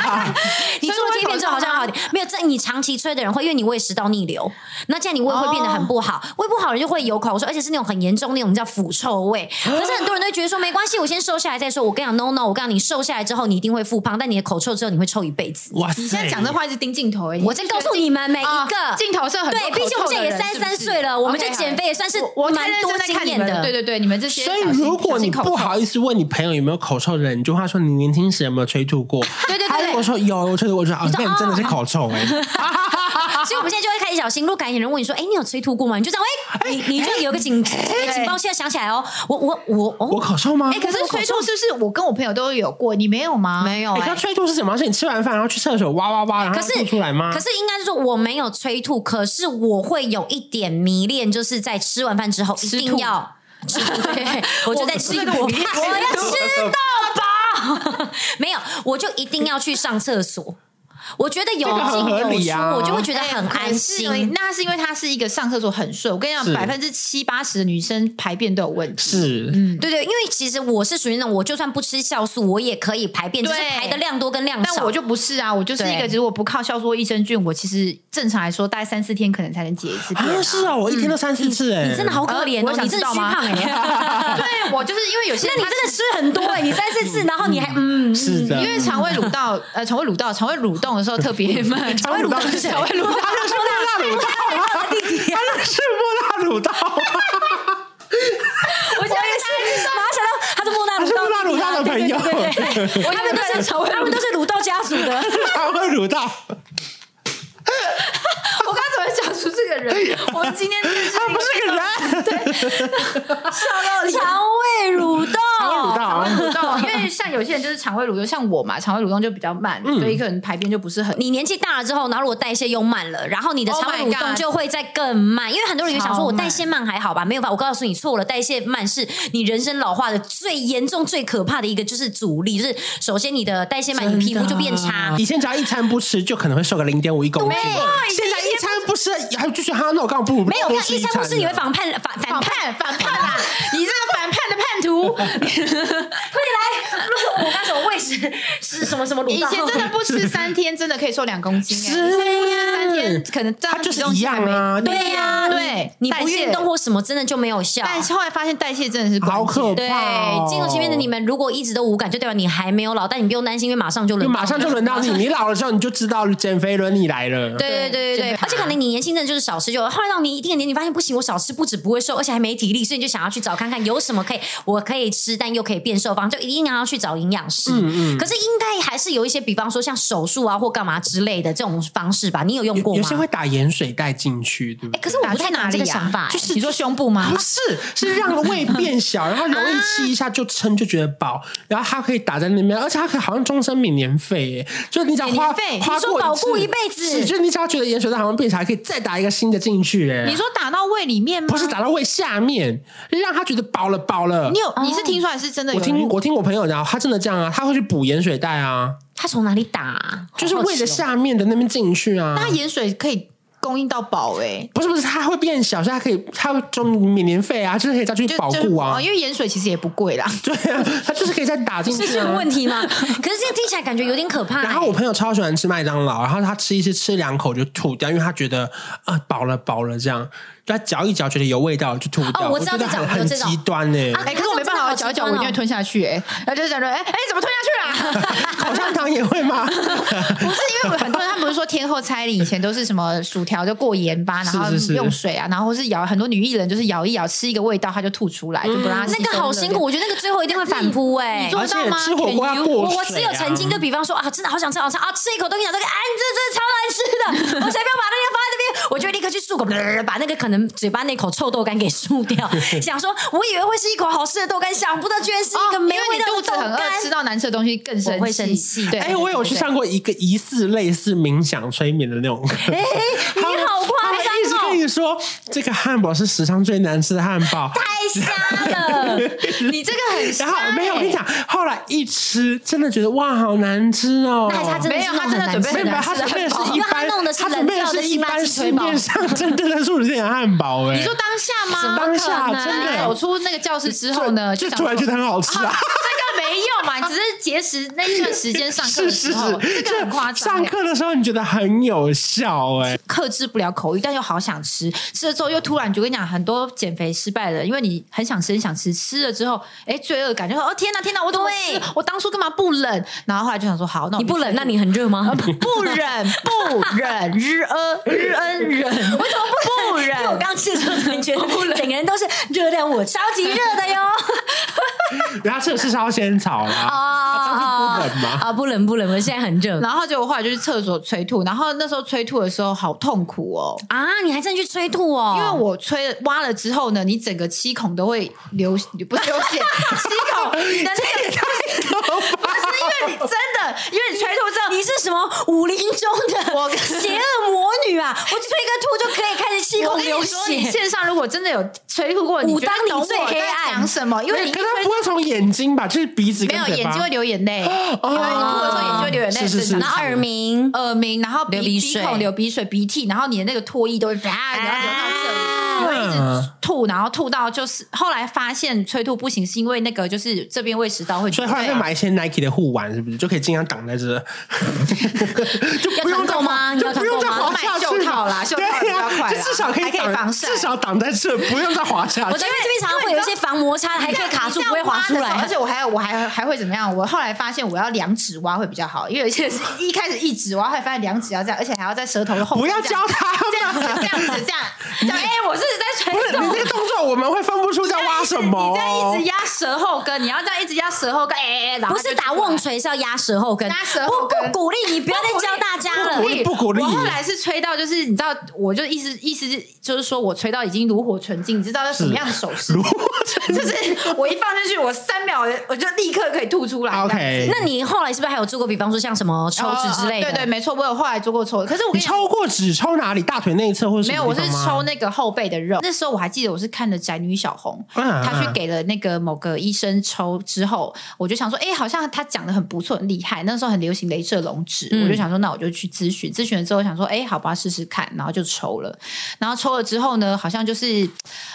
Speaker 2: 你做了贴片之
Speaker 4: 啊
Speaker 2: 后好像好点，没有这你长期吹的人会，因为你胃食道逆流，那这样你胃会变得很不
Speaker 4: 哦
Speaker 2: 好，胃不好人就会有口臭，而且是那种很严重那种叫腐臭味。
Speaker 4: 啊
Speaker 2: 可是很多人都会觉得说没关系，我先瘦下来再说。我跟你讲，no no，我跟你讲，你瘦下来之后你一定会复胖，但你的口臭之后你会臭一辈子。
Speaker 3: 哇塞！
Speaker 4: 你现在讲这话一直盯镜头哎、
Speaker 2: 我在告诉你们每一
Speaker 4: 啊
Speaker 2: 个
Speaker 4: 镜头是很
Speaker 2: 对，毕竟我们现在也三十三岁了，我们就减肥也算是
Speaker 4: 我我太
Speaker 2: 蛮
Speaker 4: 认
Speaker 2: 多
Speaker 4: 真在
Speaker 2: 经
Speaker 4: 看你
Speaker 2: 验
Speaker 4: 们
Speaker 2: 的。
Speaker 4: 了对对对，你们这些
Speaker 3: 所以
Speaker 4: 小心
Speaker 3: 如果你
Speaker 4: 小心口臭
Speaker 3: 不好意思问你朋友有没有口臭的人，你就话说你年轻时有没有催吐过？
Speaker 4: 对对对
Speaker 3: 他如果说有我催吐过，我就说啊，那你真的是口臭哎。
Speaker 2: 所以我们现在就会开始小心。如果感染人问你说：“哎，你有催吐过吗？”你就这样，哎，你你就有个警警报，现在想起来哦，我我我哦
Speaker 3: 我口臭吗？
Speaker 4: 哎、可是催吐是不是我跟我朋友都有过？你没有吗？
Speaker 2: 没有
Speaker 3: 哎，
Speaker 2: 哎
Speaker 3: 可是催吐是什么？是你吃完饭然后去厕所哇哇哇，然后
Speaker 2: 可是
Speaker 3: 吐出来吗？
Speaker 2: 可是应该是说我没有催吐，可是我会有一点迷恋，就是在吃完饭之后一
Speaker 4: 吐
Speaker 2: 定要吃吐。对，我就在 吃一口，
Speaker 4: 我
Speaker 2: 我
Speaker 4: 不是很
Speaker 2: 要吃
Speaker 3: 到。
Speaker 2: 没有，我就一定要去上厕所。我觉得有
Speaker 3: 这个很
Speaker 2: 进
Speaker 3: 合
Speaker 2: 有
Speaker 3: 理
Speaker 2: 出，
Speaker 3: 啊
Speaker 2: 我就会觉得
Speaker 4: 哎
Speaker 2: 很
Speaker 4: 可
Speaker 2: 安
Speaker 4: 是
Speaker 2: 心。
Speaker 4: 那是因为她是一个上厕所很顺，我跟你
Speaker 3: 是
Speaker 4: 讲，百分之七八十的女生排便都有问题。
Speaker 3: 是，
Speaker 2: 对对，因为其实我是属于那种，我就算不吃酵素，我也可以排便，只
Speaker 4: 对
Speaker 2: 是排的量多跟量少。
Speaker 4: 但我就不是啊，我就是一个，
Speaker 2: 对
Speaker 4: 如果不靠酵素益生菌，我其实正常来说大概三四天可能才能解一 次便、
Speaker 3: 啊是啊，我一天都三四次哎，
Speaker 2: 你真的好可怜
Speaker 4: 呃我
Speaker 2: 哦，
Speaker 4: 想
Speaker 2: 你真的
Speaker 4: 知道
Speaker 2: 虚
Speaker 4: 吗
Speaker 2: 胖哎。
Speaker 4: 对我就是因为有些
Speaker 2: 那
Speaker 4: 人
Speaker 2: 你
Speaker 4: 他
Speaker 2: 真的吃很多哎，你三四次，然后你还嗯，
Speaker 3: 是的，
Speaker 4: 因为肠胃蠕道，呃， 肠胃蠕道，肠胃蠕动的时候特别 慢，肠
Speaker 3: 胃蠕动是谁
Speaker 4: 肠胃蠕道。
Speaker 3: 他是莫大鲁道吗？他是莫大鲁道，
Speaker 4: 我觉
Speaker 2: 马
Speaker 4: 得
Speaker 2: 上想到他是莫纳
Speaker 3: 他
Speaker 2: 鲁
Speaker 3: 是
Speaker 2: 道啊
Speaker 3: 莫大鲁道的朋友，
Speaker 4: 大家，他
Speaker 2: 他们都是
Speaker 4: 肠胃
Speaker 2: 他们都是鲁道家族的。
Speaker 3: 他会鲁道，
Speaker 4: 我刚刚怎么讲出这个 人？ 我们今天他
Speaker 3: 不是个人，
Speaker 2: 肠胃蠕动，
Speaker 3: 他会鲁道
Speaker 4: 肠
Speaker 3: 啊。
Speaker 4: 胃蠕动，因为像有些人就是肠胃蠕动，像我嘛，肠胃蠕动就比较慢，
Speaker 3: 嗯
Speaker 4: 所以可能排便就不是很。
Speaker 2: 你年纪大了之后，然后如果代谢又慢了，然后你的
Speaker 4: Oh
Speaker 2: 肠
Speaker 4: my
Speaker 2: 胃蠕
Speaker 4: God
Speaker 2: 动就会再更慢。因为很多人也想说，
Speaker 4: 超
Speaker 2: 我
Speaker 4: 慢
Speaker 2: 代谢慢还好吧？没有吧？我告诉你错了，代谢慢是你人生老化的最严重、最可怕的一个就是阻力。就是首先你的代谢慢，你皮肤就变差。
Speaker 3: 以前只要一餐不吃，就可能会瘦个零点五一公斤。
Speaker 2: 没错
Speaker 3: 现在一餐不吃，还就觉得哈，那我刚好不如
Speaker 2: 没有，我
Speaker 3: 多
Speaker 2: 跟
Speaker 3: 吃
Speaker 2: 你讲，一餐
Speaker 3: 餐
Speaker 2: 不吃你会反叛反反
Speaker 4: 反
Speaker 2: 叛。
Speaker 4: 叛，反叛啊！你这个反叛的叛徒，快
Speaker 2: 我那时候喂食是什么什么
Speaker 4: 以
Speaker 2: 卤
Speaker 4: 前真的
Speaker 2: 蛋，
Speaker 4: 不吃三天，真的可以瘦两公斤、欸。
Speaker 3: 是
Speaker 4: 三天可能这样
Speaker 3: 它就是
Speaker 4: 体重
Speaker 3: 一样啊
Speaker 4: 还没
Speaker 2: 对呀，
Speaker 4: 对
Speaker 2: 你
Speaker 4: 代
Speaker 2: 不
Speaker 4: 谢
Speaker 2: 运动或什么，真的就没有效。
Speaker 4: 但是后来发现代谢真的是关键
Speaker 3: 好可
Speaker 2: 对
Speaker 3: 怕、哦！，
Speaker 2: 进入前面的你们，如果一直都无感，就代表你还没有老，但你不用担心，因为马上就轮到
Speaker 3: 就
Speaker 2: 你，
Speaker 3: 马上就轮到你，你老了之后你就知道减肥轮你来了。
Speaker 2: 对对对对对，
Speaker 4: 减肥
Speaker 2: 而且可能你年轻人就是少吃就好，后来到你一定的年龄发现不行，我少吃不止不会瘦，而且还没体力，所以你就想要去找看看有什么可以我可以吃但又可以变瘦方，就一定要去找营养师。
Speaker 4: 嗯
Speaker 2: 可是应该还是有一些，比方说像手术啊或干嘛之类的这种方式吧，你有用过
Speaker 3: 有
Speaker 2: 吗
Speaker 3: 有？些会打盐水带进去，对不
Speaker 2: 哎，
Speaker 3: 对？
Speaker 2: 可是我不太懂这个想法、
Speaker 4: 打去哪里啊
Speaker 2: 哎
Speaker 4: 就是你说胸部吗
Speaker 3: 不？是，是让胃变小，然后容易吃一下就撑就觉得饱，然后它可以打在那边，而且它可以好像终身免年费耶，就是你只要花
Speaker 4: 免年费
Speaker 3: 花
Speaker 2: 你说
Speaker 3: 过
Speaker 2: 保
Speaker 3: 次
Speaker 2: 护一辈子
Speaker 3: 是就是你只要觉得盐水在好像变小，还可以再打一个新的进去耶。
Speaker 4: 你说打到胃里面吗？
Speaker 3: 啊不是打到胃下面，让他觉得饱了饱了
Speaker 4: 你。有你是听出来是真的有
Speaker 3: 我
Speaker 4: 人？
Speaker 3: 听我听我朋友讲，他真的这样啊，他会去补盐水袋啊，
Speaker 2: 他从哪里打、啊？
Speaker 3: 就是
Speaker 2: 好好奇
Speaker 3: 胃的
Speaker 2: 哦
Speaker 3: 下面的那边进去啊。
Speaker 4: 那盐水可以供应到饱哎、
Speaker 3: 不是不是，它会变小，所以它可以，它会中免年费啊，就是可以再去
Speaker 4: 就
Speaker 3: 保
Speaker 4: 就是
Speaker 3: 护啊
Speaker 4: 哦，因为盐水其实也不贵啦。
Speaker 3: 对啊，它就是可以再打进
Speaker 2: 是
Speaker 3: 去
Speaker 2: 这个
Speaker 3: 啊。
Speaker 2: 问题吗？ 可是这样听起来感觉有点可怕、哎
Speaker 3: 然后我朋友超喜欢吃麦当劳，然后他吃一次吃两口就吐掉，因为他觉得啊饱了饱了这样，就他嚼一嚼觉得有味道就吐掉。
Speaker 2: 哦我知道
Speaker 3: 觉得
Speaker 2: 这种
Speaker 3: 很
Speaker 2: 有
Speaker 3: 很
Speaker 2: 这种
Speaker 3: 极端呢、欸
Speaker 2: 啊
Speaker 4: 哎、可是我没办法，
Speaker 2: 他
Speaker 4: 我
Speaker 2: 真的好极端哦
Speaker 4: 嚼一嚼我一定会吞下去哎、然后就想说，哎、哎、怎么吞下去啦？
Speaker 3: 口香糖也会吗？
Speaker 4: 不是因为很多人他们不是说天后猜里以前都是什么薯条就过盐巴，然后
Speaker 3: 是是是
Speaker 4: 用水啊，然后或是咬很多女艺人就是咬一咬吃一个味道，她就吐出来，就不让她吸
Speaker 2: 嗯那
Speaker 4: 收
Speaker 2: 个好
Speaker 4: 热
Speaker 2: 辛
Speaker 4: 量
Speaker 2: 苦，。我觉得那个最后一定会反扑哎、
Speaker 4: 你做
Speaker 3: 而
Speaker 4: 到
Speaker 3: 且
Speaker 4: 吗
Speaker 3: 吃火锅要
Speaker 4: Can you-
Speaker 3: 过水、啊、
Speaker 2: 我我只有曾经跟，比方说啊，真的好想吃，好想吃啊，吃一口东西想这个，哎，这真的超难吃的，我才不要把那个放在这边，我就立刻去漱口，把那个可能嘴巴那口臭豆干给漱掉。想说，我以为会是一口好吃的豆干，想不到居然是一个
Speaker 4: 哦，
Speaker 2: 没
Speaker 4: 因为
Speaker 2: 味
Speaker 4: 你
Speaker 2: 道
Speaker 4: 肚
Speaker 2: 的
Speaker 4: 子
Speaker 2: 豆
Speaker 4: 很
Speaker 2: 干
Speaker 4: 饿，。吃到难吃的东西更生气，
Speaker 2: 我会生气
Speaker 4: 对，
Speaker 3: 哎、我有去上过一个疑似类似冥想催眠的那种课。
Speaker 2: 哎，你好
Speaker 3: 他们一
Speaker 2: 夸
Speaker 3: 直跟
Speaker 2: 张哦！
Speaker 3: 你说这个汉堡是史上最难吃的汉堡，
Speaker 2: 太瞎了，
Speaker 4: 你这个很瞎
Speaker 3: 然后没有，我
Speaker 2: 欸
Speaker 3: 跟你讲，后来一吃，真的觉得哇，好难吃哦。
Speaker 2: 那还是他真的
Speaker 4: 没有，他真的准备
Speaker 2: 是
Speaker 3: 没有，没
Speaker 4: 很
Speaker 3: 有
Speaker 4: 难
Speaker 3: 他
Speaker 4: 吃
Speaker 3: 准备的
Speaker 4: 汉
Speaker 3: 是
Speaker 4: 堡
Speaker 2: 因
Speaker 3: 一
Speaker 2: 为他
Speaker 3: 般，
Speaker 2: 弄的是
Speaker 3: 准备的
Speaker 2: 人造
Speaker 3: 是
Speaker 2: 的
Speaker 3: 一
Speaker 2: 辛
Speaker 3: 般
Speaker 2: 辣鸡
Speaker 3: 市
Speaker 2: 腿堡
Speaker 3: 面上 真正的素食店的汉堡哎、
Speaker 4: 你说当下吗？
Speaker 3: 当下
Speaker 4: 不可能
Speaker 3: 真的
Speaker 4: 走出那个教室之后呢，
Speaker 3: 就
Speaker 4: 想
Speaker 3: 突然
Speaker 4: 说
Speaker 3: 觉得很好吃啊！
Speaker 4: 这个没用啊嘛，你只是节食那一段时 啊间上课
Speaker 3: 是
Speaker 4: 的
Speaker 3: 是
Speaker 4: 时候，
Speaker 3: 是，
Speaker 4: 这个很夸
Speaker 3: 就
Speaker 4: 张
Speaker 3: 上
Speaker 4: 欸。
Speaker 3: 课的时候你觉得很有效哎、
Speaker 4: 克制不了口欲，但又好想吃，吃了之后又突然，就跟你讲，很多减肥失败的人，因为你很想吃，很想吃，吃了之后，哎，罪恶感就说，哦天哪，天哪，我怎么吃
Speaker 2: 对？
Speaker 4: 我当初干嘛不忍？然后后来就想说，好，那我
Speaker 2: 你不
Speaker 4: 就
Speaker 2: 冷，那你很热吗？
Speaker 4: 不忍不忍，日恩日恩忍，我怎么不不
Speaker 2: 因为我
Speaker 4: 忍？
Speaker 2: 刚吃的时候，感觉整个人都是热量，我超级热的哟。
Speaker 3: 然后吃的是烧仙草啦，
Speaker 4: 哦
Speaker 2: 啊
Speaker 3: 这是不冷吗
Speaker 2: 啊，不冷不冷，我现在很热
Speaker 4: 然后结果后来就去厕所催吐，然后那时候催吐的时候好痛苦哦，
Speaker 2: 啊！你还真的去催吐哦？
Speaker 4: 因为我吹挖了之后呢，你整个七孔都会流，不是流血，七孔，你的那个 不是因为你真的，因为你吹吐之后，
Speaker 2: 你是什么武林中的
Speaker 4: 我
Speaker 2: 邪恶魔女啊！我吹个吐就可以开始七
Speaker 4: 我
Speaker 2: 孔
Speaker 4: 跟
Speaker 2: 流
Speaker 4: 你说，你
Speaker 2: 血。
Speaker 4: 线上如果真的有吹吐过，你
Speaker 2: 武
Speaker 4: 绝对
Speaker 2: 当你
Speaker 4: 懂
Speaker 2: 最
Speaker 4: 我
Speaker 2: 黑
Speaker 4: 在
Speaker 2: 暗
Speaker 4: 讲什么，因为你一
Speaker 3: 可
Speaker 4: 吹
Speaker 3: 是它不会从眼睛吧，就是鼻子跟
Speaker 4: 没有
Speaker 3: 嘴
Speaker 4: 眼
Speaker 3: 巴哦
Speaker 4: 睛会流眼 泪，因为你吐的时候眼睛会流眼泪，
Speaker 3: 是是是
Speaker 4: 正
Speaker 2: 然
Speaker 4: 常
Speaker 2: 后耳鸣，
Speaker 4: 耳鸣，然后鼻
Speaker 2: 流鼻
Speaker 4: 鼻
Speaker 2: 水
Speaker 4: 孔流鼻水、啊鼻涕，然后你的那个唾液都会啪，然后流到这里。
Speaker 2: 啊
Speaker 4: 会一
Speaker 3: 嗯
Speaker 4: 直吐，然后吐到就是后来发现催吐不行，是因为那个就是这边胃食道会，啊
Speaker 3: 所以后来
Speaker 4: 对
Speaker 3: 会买一些 Nike 的护腕，是不是就可以尽量挡在 这？就不用
Speaker 2: 要团
Speaker 3: 再
Speaker 2: 购吗
Speaker 3: 滑就
Speaker 2: 你要
Speaker 3: 不用再
Speaker 2: 团购
Speaker 3: 滑
Speaker 4: 吗
Speaker 3: 下去
Speaker 4: 我买袖套啦
Speaker 3: 了
Speaker 4: 袖套
Speaker 3: 对
Speaker 4: 比较
Speaker 3: 呀
Speaker 4: 快啦
Speaker 3: 就至少可以
Speaker 4: 还可以
Speaker 3: 挡
Speaker 4: 防晒
Speaker 3: 至少挡在这，不用再滑下
Speaker 2: 我
Speaker 3: 去
Speaker 2: 在。这边常常会有一些防摩擦的，还可以卡住，
Speaker 4: 哎你这样
Speaker 2: 不会滑出
Speaker 4: 挖的时候而
Speaker 2: 来。
Speaker 4: 且我还有我还还会怎么样？我后来发现我要两指挖会比较好，因为有些是一开始一指挖，后来发现两指要这样，而且还要在舌头的后
Speaker 3: 不
Speaker 4: 面
Speaker 3: 要
Speaker 4: 这样
Speaker 3: 教他
Speaker 4: 这样
Speaker 3: 们
Speaker 4: 子，这样子这 样这样。哎、我是在吹
Speaker 3: 不是你
Speaker 4: 动
Speaker 3: 这。个动作，我们会分不出在挖什么
Speaker 4: 你这样一
Speaker 3: 哦
Speaker 4: 直。压舌后根，你要这样一直压舌后根，哎、哎哎然后
Speaker 2: 不
Speaker 4: 它就是
Speaker 2: 打
Speaker 4: 出来
Speaker 2: 瓮锤，是要压舌后根。
Speaker 4: 压舌后
Speaker 2: 不
Speaker 4: 根
Speaker 2: 不鼓励你，不要再教大家
Speaker 3: 不
Speaker 2: 了
Speaker 3: 鼓。励不鼓励
Speaker 4: 我后来是吹到，就是你知道，我就意思意思就是说我吹到已经炉火纯青，你知道要什么样的手势？
Speaker 3: 如果
Speaker 4: 就是我一放进去，我三秒我就立刻可以吐出来。
Speaker 3: OK，
Speaker 2: 那你后来是不是还有做过，比方说像什么抽
Speaker 4: 这样
Speaker 2: 脂之类的？
Speaker 4: 哦哦对对，没错，我有后来做过抽，可是我
Speaker 3: 你
Speaker 4: 跟你讲。
Speaker 3: 抽过只抽哪里？大腿内侧或者
Speaker 4: 没有，我是抽那个后背的肉。那时候我还记得，我是看了宅女小红，
Speaker 3: 嗯
Speaker 2: 啊
Speaker 3: 嗯
Speaker 4: 她去给了那个某个医生抽之后，我就想说，哎、好像她讲
Speaker 2: 嗯
Speaker 4: 的很不错，很厉害。那时候很流行镭射隆脂，我就想说，那我就去咨询。咨询了之后，想说，哎、好吧，试试试看，然后就抽了，然后抽了之后呢，好像就是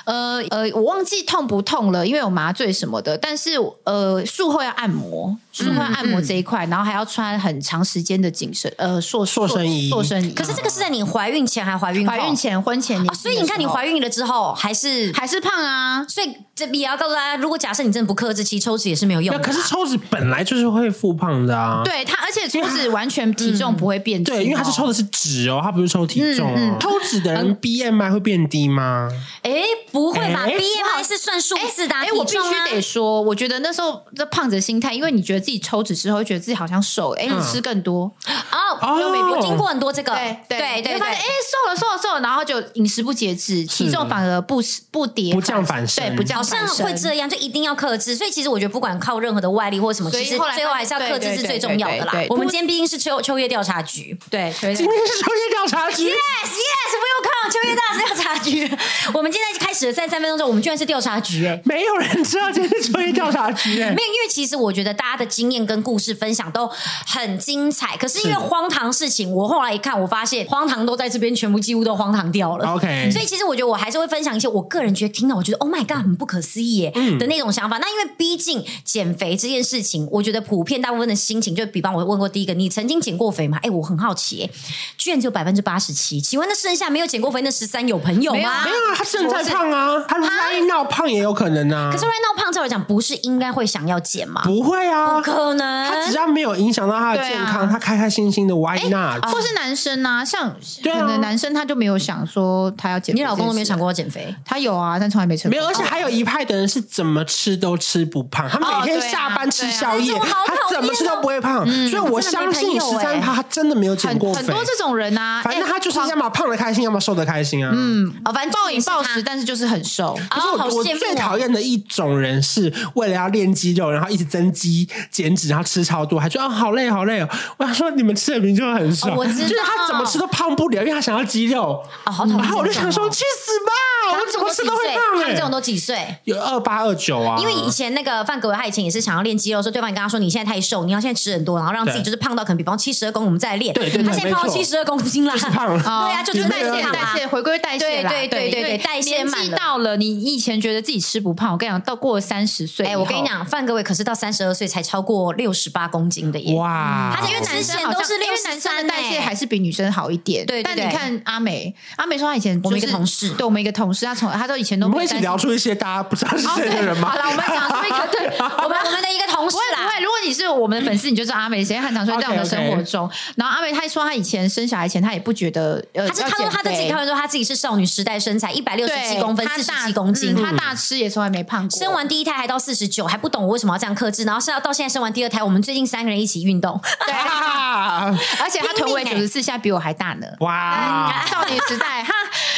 Speaker 4: 呃呃，我忘记痛不痛了，因为有麻醉什么的，但是呃，术后要按摩，术
Speaker 2: 嗯
Speaker 4: 后要按摩这一块，然后还要穿很长时间的紧身呃塑
Speaker 3: 塑身衣
Speaker 4: 塑身衣，
Speaker 2: 可是这个是在你怀孕前还怀孕后
Speaker 4: 怀孕前婚前、
Speaker 2: 啊，所以你看你怀
Speaker 4: 孕
Speaker 2: 孕了之后还是
Speaker 4: 还是胖啊，
Speaker 2: 所以这也要告诉大家，如果假设你真的不克制，其实抽脂也是没有用
Speaker 3: 那
Speaker 2: 的。
Speaker 3: 可是抽脂本来就是会复胖的啊，
Speaker 4: 对它，而且抽脂完
Speaker 2: 嗯
Speaker 4: 全体重不会变轻哦、
Speaker 3: 对，因为它是抽的是脂哦，它不是抽体重哦。嗯抽脂的人 BMI 会变低吗？
Speaker 2: 哎，不会吧
Speaker 3: 哎
Speaker 2: ？BMI 是算数字的啊，
Speaker 4: 哎、我必
Speaker 2: 体重啊
Speaker 4: 须得说，我觉得那时候这胖子的心态，因为你觉得自己抽脂之后，会觉得自己好像瘦了，哎、
Speaker 2: 嗯
Speaker 4: 你吃更多，
Speaker 2: 哦，
Speaker 3: 哦
Speaker 2: 有美国听过很多这个，
Speaker 4: 对
Speaker 2: 对
Speaker 4: 你
Speaker 2: 对
Speaker 4: 会发现哎、
Speaker 2: 对，
Speaker 4: 瘦了瘦了瘦了，然后就饮食不节制，体重反而不不跌
Speaker 3: 不降反升
Speaker 4: 对，不降
Speaker 2: 好
Speaker 4: 反
Speaker 2: 像
Speaker 4: 升
Speaker 2: 会这样，就一定要克制。所以其实我觉得，不管靠任何的外力或什么，
Speaker 4: 所以
Speaker 2: 其实
Speaker 4: 后来
Speaker 2: 最后还是要克制
Speaker 4: 对对
Speaker 2: 是
Speaker 4: 对
Speaker 2: 最重要的啦
Speaker 4: 对对对。
Speaker 2: 我们今天毕竟是秋秋月调查局，
Speaker 4: 对，所以
Speaker 3: 今天是抽脂调查局，
Speaker 2: Yes, yes，不用看秋月大调查局。我们现在开始了三三分钟之后，我们居然是调查局哎、
Speaker 3: 没有人知道今天是抽脂调查局哎
Speaker 2: 没。有，因为其实我觉得大家的经验跟故事分享都很精彩，可是因为
Speaker 3: 是
Speaker 2: 荒唐事情，我后来一看，我发现荒唐都在这边，全部几乎都荒唐掉了。
Speaker 3: OK
Speaker 2: 所以其实我觉得我还是会分享一些我个人觉得听到我觉得 Oh my God 很不可思议耶、的那种想法。那因为毕竟减肥这件事情，我觉得普遍大部分的心情，就比方我问过第一个，你曾经减过肥吗？哎，我很好奇、耶居然只有百分之八十七，请问那剩下没有减过肥那十三有朋友
Speaker 4: 没有
Speaker 2: 吗？
Speaker 3: 没有啊，他正在胖啊，他 right now 胖也有可能啊
Speaker 2: 可。是 right now 胖照来讲，不是应该会想要减吗？
Speaker 3: 不会啊
Speaker 2: 不，可能，
Speaker 3: 他只要没有影响到他的健
Speaker 4: 嗯对
Speaker 3: 康，
Speaker 4: 啊
Speaker 3: 他开开心心的，Why
Speaker 4: 哎
Speaker 3: not？
Speaker 4: 或是男生啊，像
Speaker 3: 对啊
Speaker 4: 可能男生他就没有想说他要减，
Speaker 2: 你老公都没有想，过要减肥？
Speaker 4: 他有啊，但从来没成功。
Speaker 3: 没有，而且还有一派的人是怎么吃都吃不胖，他
Speaker 4: 哦
Speaker 3: 每
Speaker 4: 啊
Speaker 3: 天下班吃宵夜，
Speaker 2: 哦对啊
Speaker 3: 他怎么吃都不会胖，所以我相信
Speaker 2: 真的没
Speaker 3: 十
Speaker 2: 朋友
Speaker 3: 三
Speaker 2: 欸
Speaker 3: 趴他真的没有减
Speaker 4: 很
Speaker 3: 过
Speaker 4: 很
Speaker 3: 肥
Speaker 4: 多。这种人啊，
Speaker 3: 反正
Speaker 4: 哎
Speaker 3: 他就是
Speaker 4: 狂
Speaker 3: 要么胖的开心，要么瘦的开心啊。嗯，
Speaker 2: 哦，反正
Speaker 4: 暴饮暴
Speaker 2: 是
Speaker 4: 食，
Speaker 2: 他
Speaker 4: 但是就是很瘦。
Speaker 2: 啊
Speaker 3: 可是我、
Speaker 2: 好
Speaker 3: 我
Speaker 2: 羡慕
Speaker 3: 最
Speaker 2: 哦
Speaker 3: 讨厌的一种人是为了要练肌肉，然后一直增肌减脂，然后吃超多，还说啊好累好累哦。我想说你们吃的明明就很少，
Speaker 2: 哦我知道
Speaker 3: 就是他怎么吃都胖不了，因为他想要肌肉。
Speaker 2: 啊，好讨厌这种哦。
Speaker 3: 然后我就想说，去死吧！我们怎么吃都会胖
Speaker 2: 他们
Speaker 3: 哎、
Speaker 2: 这种都几岁？
Speaker 3: 有二八二九啊，
Speaker 2: 因为以前那个范格维，他以前也是想要练肌肉，说对方你跟他说你现在太瘦，你要现在吃很多，然后让自己
Speaker 3: 对
Speaker 2: 就是胖到可能比方七十二公斤，我们再练。
Speaker 3: 对对对
Speaker 2: 他现在胖到
Speaker 3: 没错
Speaker 2: 七十二公斤啦，
Speaker 3: 就是胖了
Speaker 4: 哦
Speaker 2: 对啊，就是
Speaker 3: 有
Speaker 2: 代
Speaker 3: 没有
Speaker 2: 谢代
Speaker 3: 人
Speaker 4: 代
Speaker 2: 谢
Speaker 4: 谢，。回归代谢啦，
Speaker 2: 对对对对
Speaker 4: 因为
Speaker 2: 代谢
Speaker 4: 年
Speaker 2: 慢
Speaker 4: 纪
Speaker 2: 了
Speaker 4: 到了，你以前觉得自己吃不胖，我跟你讲，到过了三十岁以后，
Speaker 2: 哎，我跟你讲，范格维可是到三十二岁才超过六十八公斤的耶。
Speaker 3: 哇，
Speaker 2: 嗯他是因为男
Speaker 4: 男
Speaker 2: 生
Speaker 4: 生
Speaker 2: 好
Speaker 4: 好
Speaker 2: 像
Speaker 4: 像，
Speaker 2: 因
Speaker 4: 因
Speaker 2: 为
Speaker 4: 为
Speaker 2: 男
Speaker 4: 男
Speaker 2: 生
Speaker 4: 生
Speaker 2: 的
Speaker 4: 的代
Speaker 2: 代谢
Speaker 4: 谢
Speaker 2: 还
Speaker 4: 还是比女生好一点。
Speaker 2: 哎对对
Speaker 4: 但
Speaker 2: 对
Speaker 4: 你看阿美，阿美说她以前
Speaker 2: 我们一个
Speaker 4: 就是
Speaker 2: 同事
Speaker 4: 对我们一个同事，她从她都以前
Speaker 3: 我
Speaker 4: 都
Speaker 3: 们
Speaker 4: 没
Speaker 3: 会
Speaker 4: 有
Speaker 3: 一起
Speaker 4: 担心
Speaker 3: 聊出一些大家不知道是
Speaker 4: 哦
Speaker 3: 谁
Speaker 4: 对
Speaker 3: 的人吗？
Speaker 4: 好了，我们讲出一个对，
Speaker 2: 我们我们的一个同事
Speaker 4: 不会不
Speaker 2: 啦，
Speaker 4: 会，如果你是我们的粉丝，你就知道阿美谁，她很常出现在我们的
Speaker 3: OK，OK
Speaker 4: 生活中。然后阿美她说，她以前生小孩前，她也不觉得呃，
Speaker 2: 他是
Speaker 4: 要
Speaker 2: 他说他
Speaker 4: 减
Speaker 2: 的自己
Speaker 4: 肥
Speaker 2: 开玩笑，他自己是少女时代身材，一百六十
Speaker 4: 对
Speaker 2: 七公分，
Speaker 4: 她
Speaker 2: 四十
Speaker 4: 大
Speaker 2: 七公斤
Speaker 4: 嗯，她大吃也从来没胖过。
Speaker 2: 生完第一胎还到四十九，还不懂我为什么要这样克制，然后是要到现在生完第二胎，我们最近三个人一起运动，
Speaker 4: 对，
Speaker 3: 啊
Speaker 4: 而且她臀 围
Speaker 2: 拼
Speaker 4: 九
Speaker 2: 命欸
Speaker 4: 十四，现在比我还大呢。
Speaker 2: 嗯
Speaker 4: 哎
Speaker 3: 哇，
Speaker 4: 少女时代哈，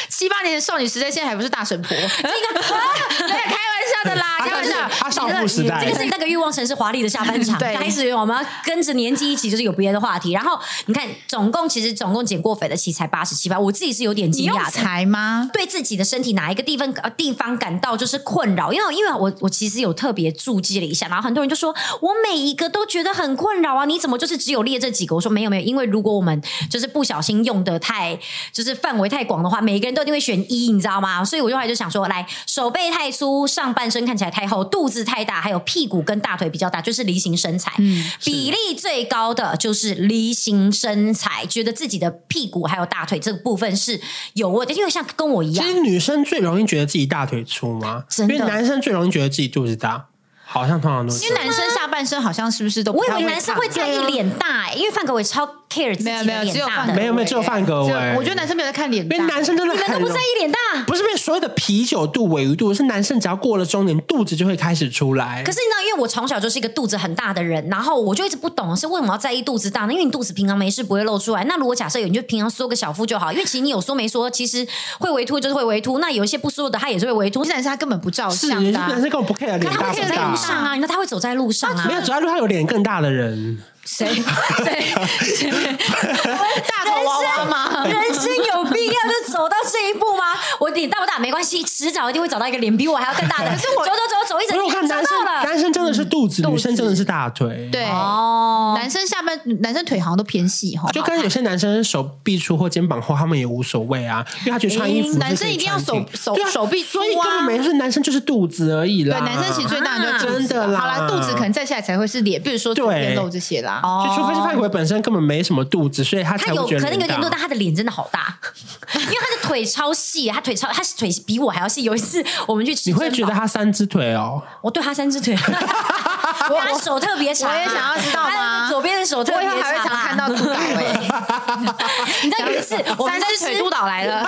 Speaker 4: 七八年的少女时代，现在还不是 大神婆？这个对，开玩笑的 啦，
Speaker 3: 他
Speaker 4: 开玩
Speaker 3: 是
Speaker 4: 笑。
Speaker 3: 他少妇时代
Speaker 2: 这个是那个欲望城市华丽的下半场。
Speaker 4: 对
Speaker 2: 刚开始我们要跟着年纪一起，就是有别的话题。然后你看，总共其实总共减过肥的其实才八十七吧，我自己是有点
Speaker 4: 你
Speaker 2: 惊
Speaker 4: 用
Speaker 2: 讶的。
Speaker 4: 财吗？
Speaker 2: 对自己的身体哪一个地方呃地方感到就是困扰，因为因为我我其实有特别注记了一下，然后很多人就说我每一个都觉得很困扰啊，你怎么就是只有列这几个？我说没有没有，因为如果我们就是不小心用的太就是范围太广的话，每一个人都一定会选一，你知道吗？所以我就后来就想说，来手背太粗，上半身看起来太厚，肚子太大，还有屁股跟大腿比较大，就是梨形身材。
Speaker 4: 嗯
Speaker 2: 比例最高的就是梨形身材，觉得自己的屁股还有大腿这个部分是有问题，因为像跟我一
Speaker 3: 其
Speaker 2: 样。
Speaker 3: 实女生最容易觉得自己大腿粗吗？
Speaker 2: 真
Speaker 3: 因
Speaker 2: 的
Speaker 3: 为男生最容易觉得自己肚子大，好像通常都是
Speaker 4: 因为男生下半身好像是不是都不
Speaker 2: 我以
Speaker 4: 太
Speaker 2: 为男生会
Speaker 4: 胖啊
Speaker 2: 在意脸大、欸，因为范可伟超 care 自己的
Speaker 4: 没有没有，只
Speaker 2: 脸
Speaker 4: 有
Speaker 2: 大
Speaker 4: 范
Speaker 2: 的，
Speaker 4: 格
Speaker 3: 没有没有
Speaker 4: 维
Speaker 3: 只有范格维
Speaker 4: 只有我觉得男生没有在看脸
Speaker 3: 因
Speaker 4: 大，
Speaker 3: 为男生真的
Speaker 2: 你们都
Speaker 3: 很
Speaker 2: 不
Speaker 3: 容
Speaker 2: 在意脸大。
Speaker 3: 不是，因为所有的啤酒肚、尾鱼肚是男生只要过了中年，肚子就会开始出来。
Speaker 2: 可是你知道，因为我从小就是一个肚子很大的人，然后我就一直不懂是为什么要在意肚子大呢？因为你肚子平常没事不会露出来。那如果假设有，你就平常缩个小腹就好，因为其实你有缩没缩，其实会微凸就是会微凸。那有一些不舒服的，它也是会微凸
Speaker 4: 我。男生他根本不照
Speaker 3: 是
Speaker 4: 相
Speaker 3: 有些
Speaker 4: 的啊、
Speaker 3: 男生根本不 care 脸
Speaker 2: 他
Speaker 3: 大
Speaker 2: 会走
Speaker 3: 不
Speaker 2: 在路
Speaker 3: 大，
Speaker 2: 上啊，你知道他会走在路上啊
Speaker 3: 没。有，主要他有脸更大的人。
Speaker 4: 谁 谁谁大头娃娃吗？
Speaker 2: 人生有必要就走到这一步 吗？我脸大不大没关系，迟早一定会找到一个脸比我还要更大的。可是
Speaker 4: 我
Speaker 2: 走走走走一整
Speaker 3: 因为我看
Speaker 2: 天，
Speaker 3: 男
Speaker 2: 找
Speaker 3: 生
Speaker 2: 到了。
Speaker 3: 男生真的是肚子，
Speaker 4: 嗯
Speaker 3: 女生真的是大腿。
Speaker 4: 对，
Speaker 2: 哦，
Speaker 4: 男生下半男生腿好像都偏细哈，
Speaker 3: 就啊跟有些男生手臂粗或肩膀厚，他们也无所谓啊，因为他觉得穿衣服
Speaker 4: 嗯男
Speaker 3: 就可
Speaker 4: 生
Speaker 3: 以
Speaker 4: 一定要手
Speaker 3: 穿紧
Speaker 4: 手
Speaker 3: 对啊
Speaker 4: 手臂粗
Speaker 3: 所以根本
Speaker 4: 啊
Speaker 3: 没事，男生就是肚子而已啦。
Speaker 4: 对，男生其实最大的就
Speaker 3: 啊
Speaker 4: 是肚子
Speaker 3: 真的啦
Speaker 4: 好啦，肚子可能再下来才会是脸，比如说左边肉这些啦。
Speaker 2: 哦
Speaker 3: 就除非是范鬼本身根本没什么肚子，所以他
Speaker 2: 他
Speaker 3: 才
Speaker 2: 有
Speaker 3: 会觉得
Speaker 2: 可能有点
Speaker 3: 脸
Speaker 2: 多，但他的脸真的好大，因为他的腿超细，他腿超，他腿比我还要细。有一次我们去吃珍
Speaker 3: 你
Speaker 2: 宝，
Speaker 3: 会觉得他三只腿哦，
Speaker 2: 我对他三 只腿， 他手特别长，啊
Speaker 4: 我也想要知道吗
Speaker 2: 他的左边的手特
Speaker 4: 我以
Speaker 2: 别
Speaker 4: 后还
Speaker 2: 长
Speaker 4: 会想
Speaker 2: 啊
Speaker 4: 看到。督导哎，
Speaker 2: 你知道有一次我们
Speaker 4: 三
Speaker 2: 在吃
Speaker 4: 只腿督导来了，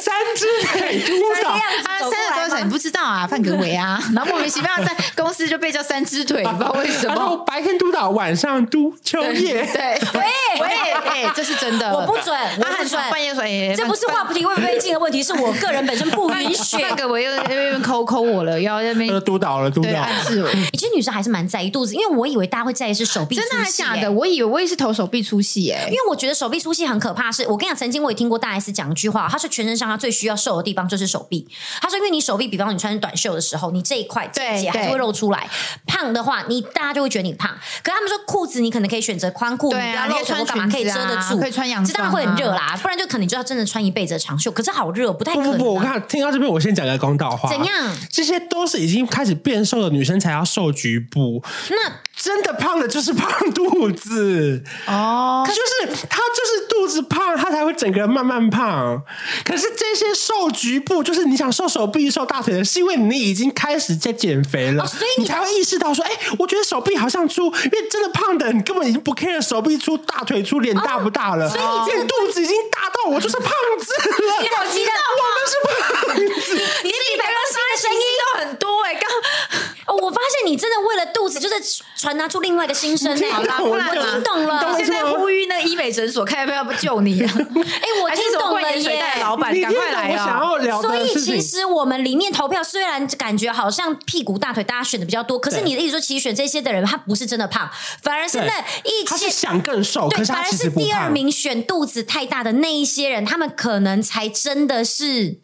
Speaker 3: 三只 腿督
Speaker 2: 这
Speaker 3: 导
Speaker 2: 样。
Speaker 4: 他
Speaker 2: 子走
Speaker 4: 三
Speaker 2: 过
Speaker 4: 十
Speaker 2: 来
Speaker 4: 多
Speaker 2: 吗
Speaker 4: 岁你不知道啊，范格维啊，然后莫名其妙在公司就被叫三只腿，你不知道为什
Speaker 3: 他说我
Speaker 4: 么。
Speaker 3: 白天督导，晚上督秋叶。
Speaker 4: 对，喂喂，哎，这是真的，
Speaker 2: 我不准我不
Speaker 4: 他很
Speaker 2: 准
Speaker 4: 半夜说，哎，
Speaker 2: 这不是话题会不会进的问题，是我个人本身不允 许。
Speaker 4: 范格维又又又抠抠我了，又要在那
Speaker 3: 他说
Speaker 4: 边
Speaker 3: 呃督导了，督
Speaker 4: 对
Speaker 3: 导。
Speaker 4: 暗示我。
Speaker 2: 其实女生还是蛮在意肚子，因为我以为大家会在意是手臂粗
Speaker 4: 真
Speaker 2: 细、
Speaker 4: 的还假
Speaker 2: 欸
Speaker 4: 的？？我以为我也是投手臂粗细哎、
Speaker 2: 因为我觉得手臂粗细很可怕是，我跟你讲，曾经我也听过大 S 讲一句话，她说全身上下最需要瘦的地方就是手臂。她说，因为你手臂，比方你穿短袖的时候，你这一块这一节
Speaker 4: 对对
Speaker 2: 还是会露出来。胖的话，你大家就会觉得你胖。可他们说裤子你可能可以选择宽裤，
Speaker 4: 对啊
Speaker 2: 你不要露
Speaker 4: 你可以
Speaker 2: 什么
Speaker 4: 穿
Speaker 2: 干嘛，可以
Speaker 4: 裙子
Speaker 2: 遮
Speaker 4: 啊
Speaker 2: 得住，
Speaker 4: 可以穿洋
Speaker 2: 这当然
Speaker 4: 装
Speaker 2: 会
Speaker 4: 啊
Speaker 2: 很热啦，不然就可能就要真的穿一辈子的长袖。可是好热，不太
Speaker 3: 不
Speaker 2: 可能啊、
Speaker 3: 不不，我看听到这边，我先讲个公道话。
Speaker 2: 怎样？
Speaker 3: 这些都是已经开始变瘦的女生才要瘦局部，
Speaker 2: 那
Speaker 3: 真的胖的就是胖肚子，
Speaker 4: 哦，
Speaker 3: 就是她就是肚子胖，她才会整个人慢慢胖。可是这些瘦局部，就是你想瘦手臂、瘦大腿的，是因为你已经开始在减肥了，
Speaker 2: 哦所以你
Speaker 3: 才会意识到说，哎、我觉得手臂好像粗，因为真的胖的，你根本已经不 care 手臂粗、大腿粗、脸大不大了，
Speaker 2: 哦所以你真的
Speaker 3: 变肚子已经大到我就是胖子了，
Speaker 2: 你好激动啊
Speaker 3: 我们是胖子。
Speaker 2: 你是一百六十的声音都很多哎、刚、
Speaker 4: 嗯
Speaker 2: 哦我发现你真的为了肚子，就是传达出另外一个心声哎、
Speaker 3: 好啦不然
Speaker 2: 我
Speaker 3: 啦
Speaker 2: 听懂了，
Speaker 3: 懂
Speaker 4: 现在呼吁那个医美诊所，看要不要救 你、啊。
Speaker 2: 哎、我
Speaker 4: 还
Speaker 2: 听
Speaker 4: 是什么
Speaker 2: 懂
Speaker 4: 灌
Speaker 2: 了
Speaker 4: 盐水
Speaker 2: 耶。
Speaker 4: 袋的老板，
Speaker 3: 你
Speaker 4: 赶
Speaker 3: 听
Speaker 4: 快
Speaker 3: 懂
Speaker 4: 来
Speaker 3: 我想
Speaker 4: 啊！
Speaker 3: 要聊
Speaker 2: 哦所
Speaker 3: 的
Speaker 2: 以
Speaker 3: 事
Speaker 2: 其
Speaker 3: 情。
Speaker 2: 实我们里面投票虽然感觉好像屁股大腿大家选的比较多，可是你的意思说，其实选这些的人他不是真的胖，反而是
Speaker 3: 对
Speaker 2: 那一
Speaker 3: 他是
Speaker 2: 些
Speaker 3: 想更瘦，可
Speaker 2: 对，
Speaker 3: 是
Speaker 2: 反
Speaker 3: 他
Speaker 2: 而
Speaker 3: 其
Speaker 2: 是
Speaker 3: 实不
Speaker 2: 第二
Speaker 3: 胖。
Speaker 2: 名选肚子太大的那一些人，他们可能才真的是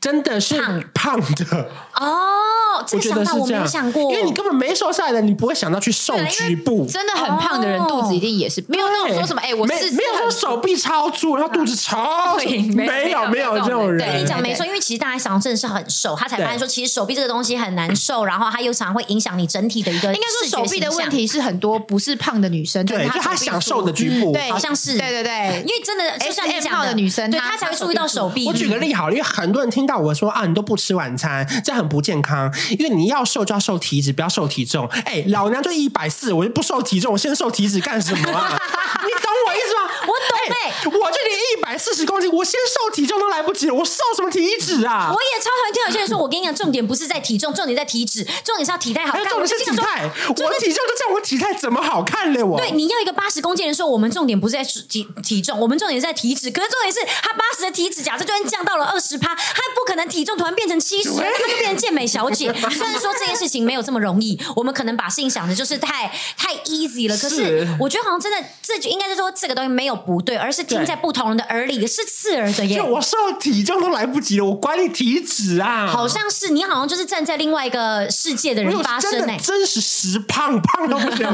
Speaker 3: 真的是胖的，
Speaker 2: 哦，这
Speaker 3: 我
Speaker 2: 个
Speaker 3: 觉
Speaker 2: 想
Speaker 3: 得
Speaker 2: 法
Speaker 3: 是
Speaker 2: 我
Speaker 3: 这
Speaker 2: 没
Speaker 3: 样。
Speaker 2: 有想过，
Speaker 3: 因为你根本没瘦下来的，你不会想到去瘦局部。
Speaker 4: 真的很胖的人
Speaker 2: 哦
Speaker 4: 肚子一定也是没有那种说什么哎、我
Speaker 3: 没
Speaker 4: 是
Speaker 3: 没有说手臂超粗，然后肚子超粗，
Speaker 4: 对没有
Speaker 3: 没有
Speaker 4: 没有
Speaker 3: 有
Speaker 4: 这
Speaker 3: 这
Speaker 4: 种
Speaker 3: 种
Speaker 4: 人
Speaker 3: 人。
Speaker 4: 对
Speaker 2: 你讲没错，因为其实大家想真的是很瘦，他才发现说，其实手臂这个东西很难受，然后它又常会影响你整体的一个
Speaker 4: 应该
Speaker 2: 视
Speaker 4: 说
Speaker 2: 觉
Speaker 4: 手臂的
Speaker 2: 形象
Speaker 4: 问，题是很多不是胖的女生，
Speaker 3: 对，
Speaker 4: 但
Speaker 3: 就他
Speaker 4: 手臂
Speaker 3: 享受
Speaker 4: 粗
Speaker 3: 的局部。
Speaker 4: 对，
Speaker 2: 好像是
Speaker 4: 对对对，
Speaker 2: 因为真的就像你
Speaker 4: SM
Speaker 2: 讲
Speaker 4: 号的女生
Speaker 2: 对
Speaker 4: 她
Speaker 2: 她才会注意到手臂。
Speaker 3: 我举个
Speaker 2: 嗯
Speaker 3: 例好了，因为很多人听到我说啊，你都不吃晚餐，这样很不健康。因为你要瘦就要瘦体脂，不要瘦体重。哎，老娘就一百四，我就不瘦体重，我先瘦体脂干什么啊？你懂我意思吗？
Speaker 2: 我懂
Speaker 3: 哎
Speaker 2: 哎
Speaker 3: 我就连一百四十公斤，我先瘦体重都来不及了，我瘦什么体脂啊
Speaker 2: 我？也超讨厌听有些人说，我跟你讲，重点不是在体重，重点在体脂，重点是要体态好
Speaker 3: 还有
Speaker 2: 看。
Speaker 3: 哎重
Speaker 2: 啊我
Speaker 3: 点
Speaker 2: 就是经
Speaker 3: 体
Speaker 2: 常说，
Speaker 3: 态，我体重就这样，我体态怎么好看嘞？我
Speaker 2: 对，你要一个八十公斤的人说，我们重点不是在体体重，我们重点是在体脂。可是重点是他八十的体脂，假设就算降到了二十趴，他不可能体重突然变成七十，
Speaker 3: 对
Speaker 2: 他就变成健美小 姐。虽然说这件事情没有这么容易，我们可能把事情想的就是太太 easy 了。可是
Speaker 3: 是
Speaker 2: 我觉得好像真的，这就应该是说这个东西没有不对，而是听
Speaker 3: 对
Speaker 2: 在不同人的耳里是刺耳的耶
Speaker 3: 就。我瘦体重都来不及了，我管你体脂啊！
Speaker 2: 好像是你好像就是站在另外一个世界的
Speaker 3: 我
Speaker 2: 人
Speaker 3: 有
Speaker 2: 发
Speaker 3: 真
Speaker 2: 声哎、
Speaker 3: 的真实实胖，胖到不行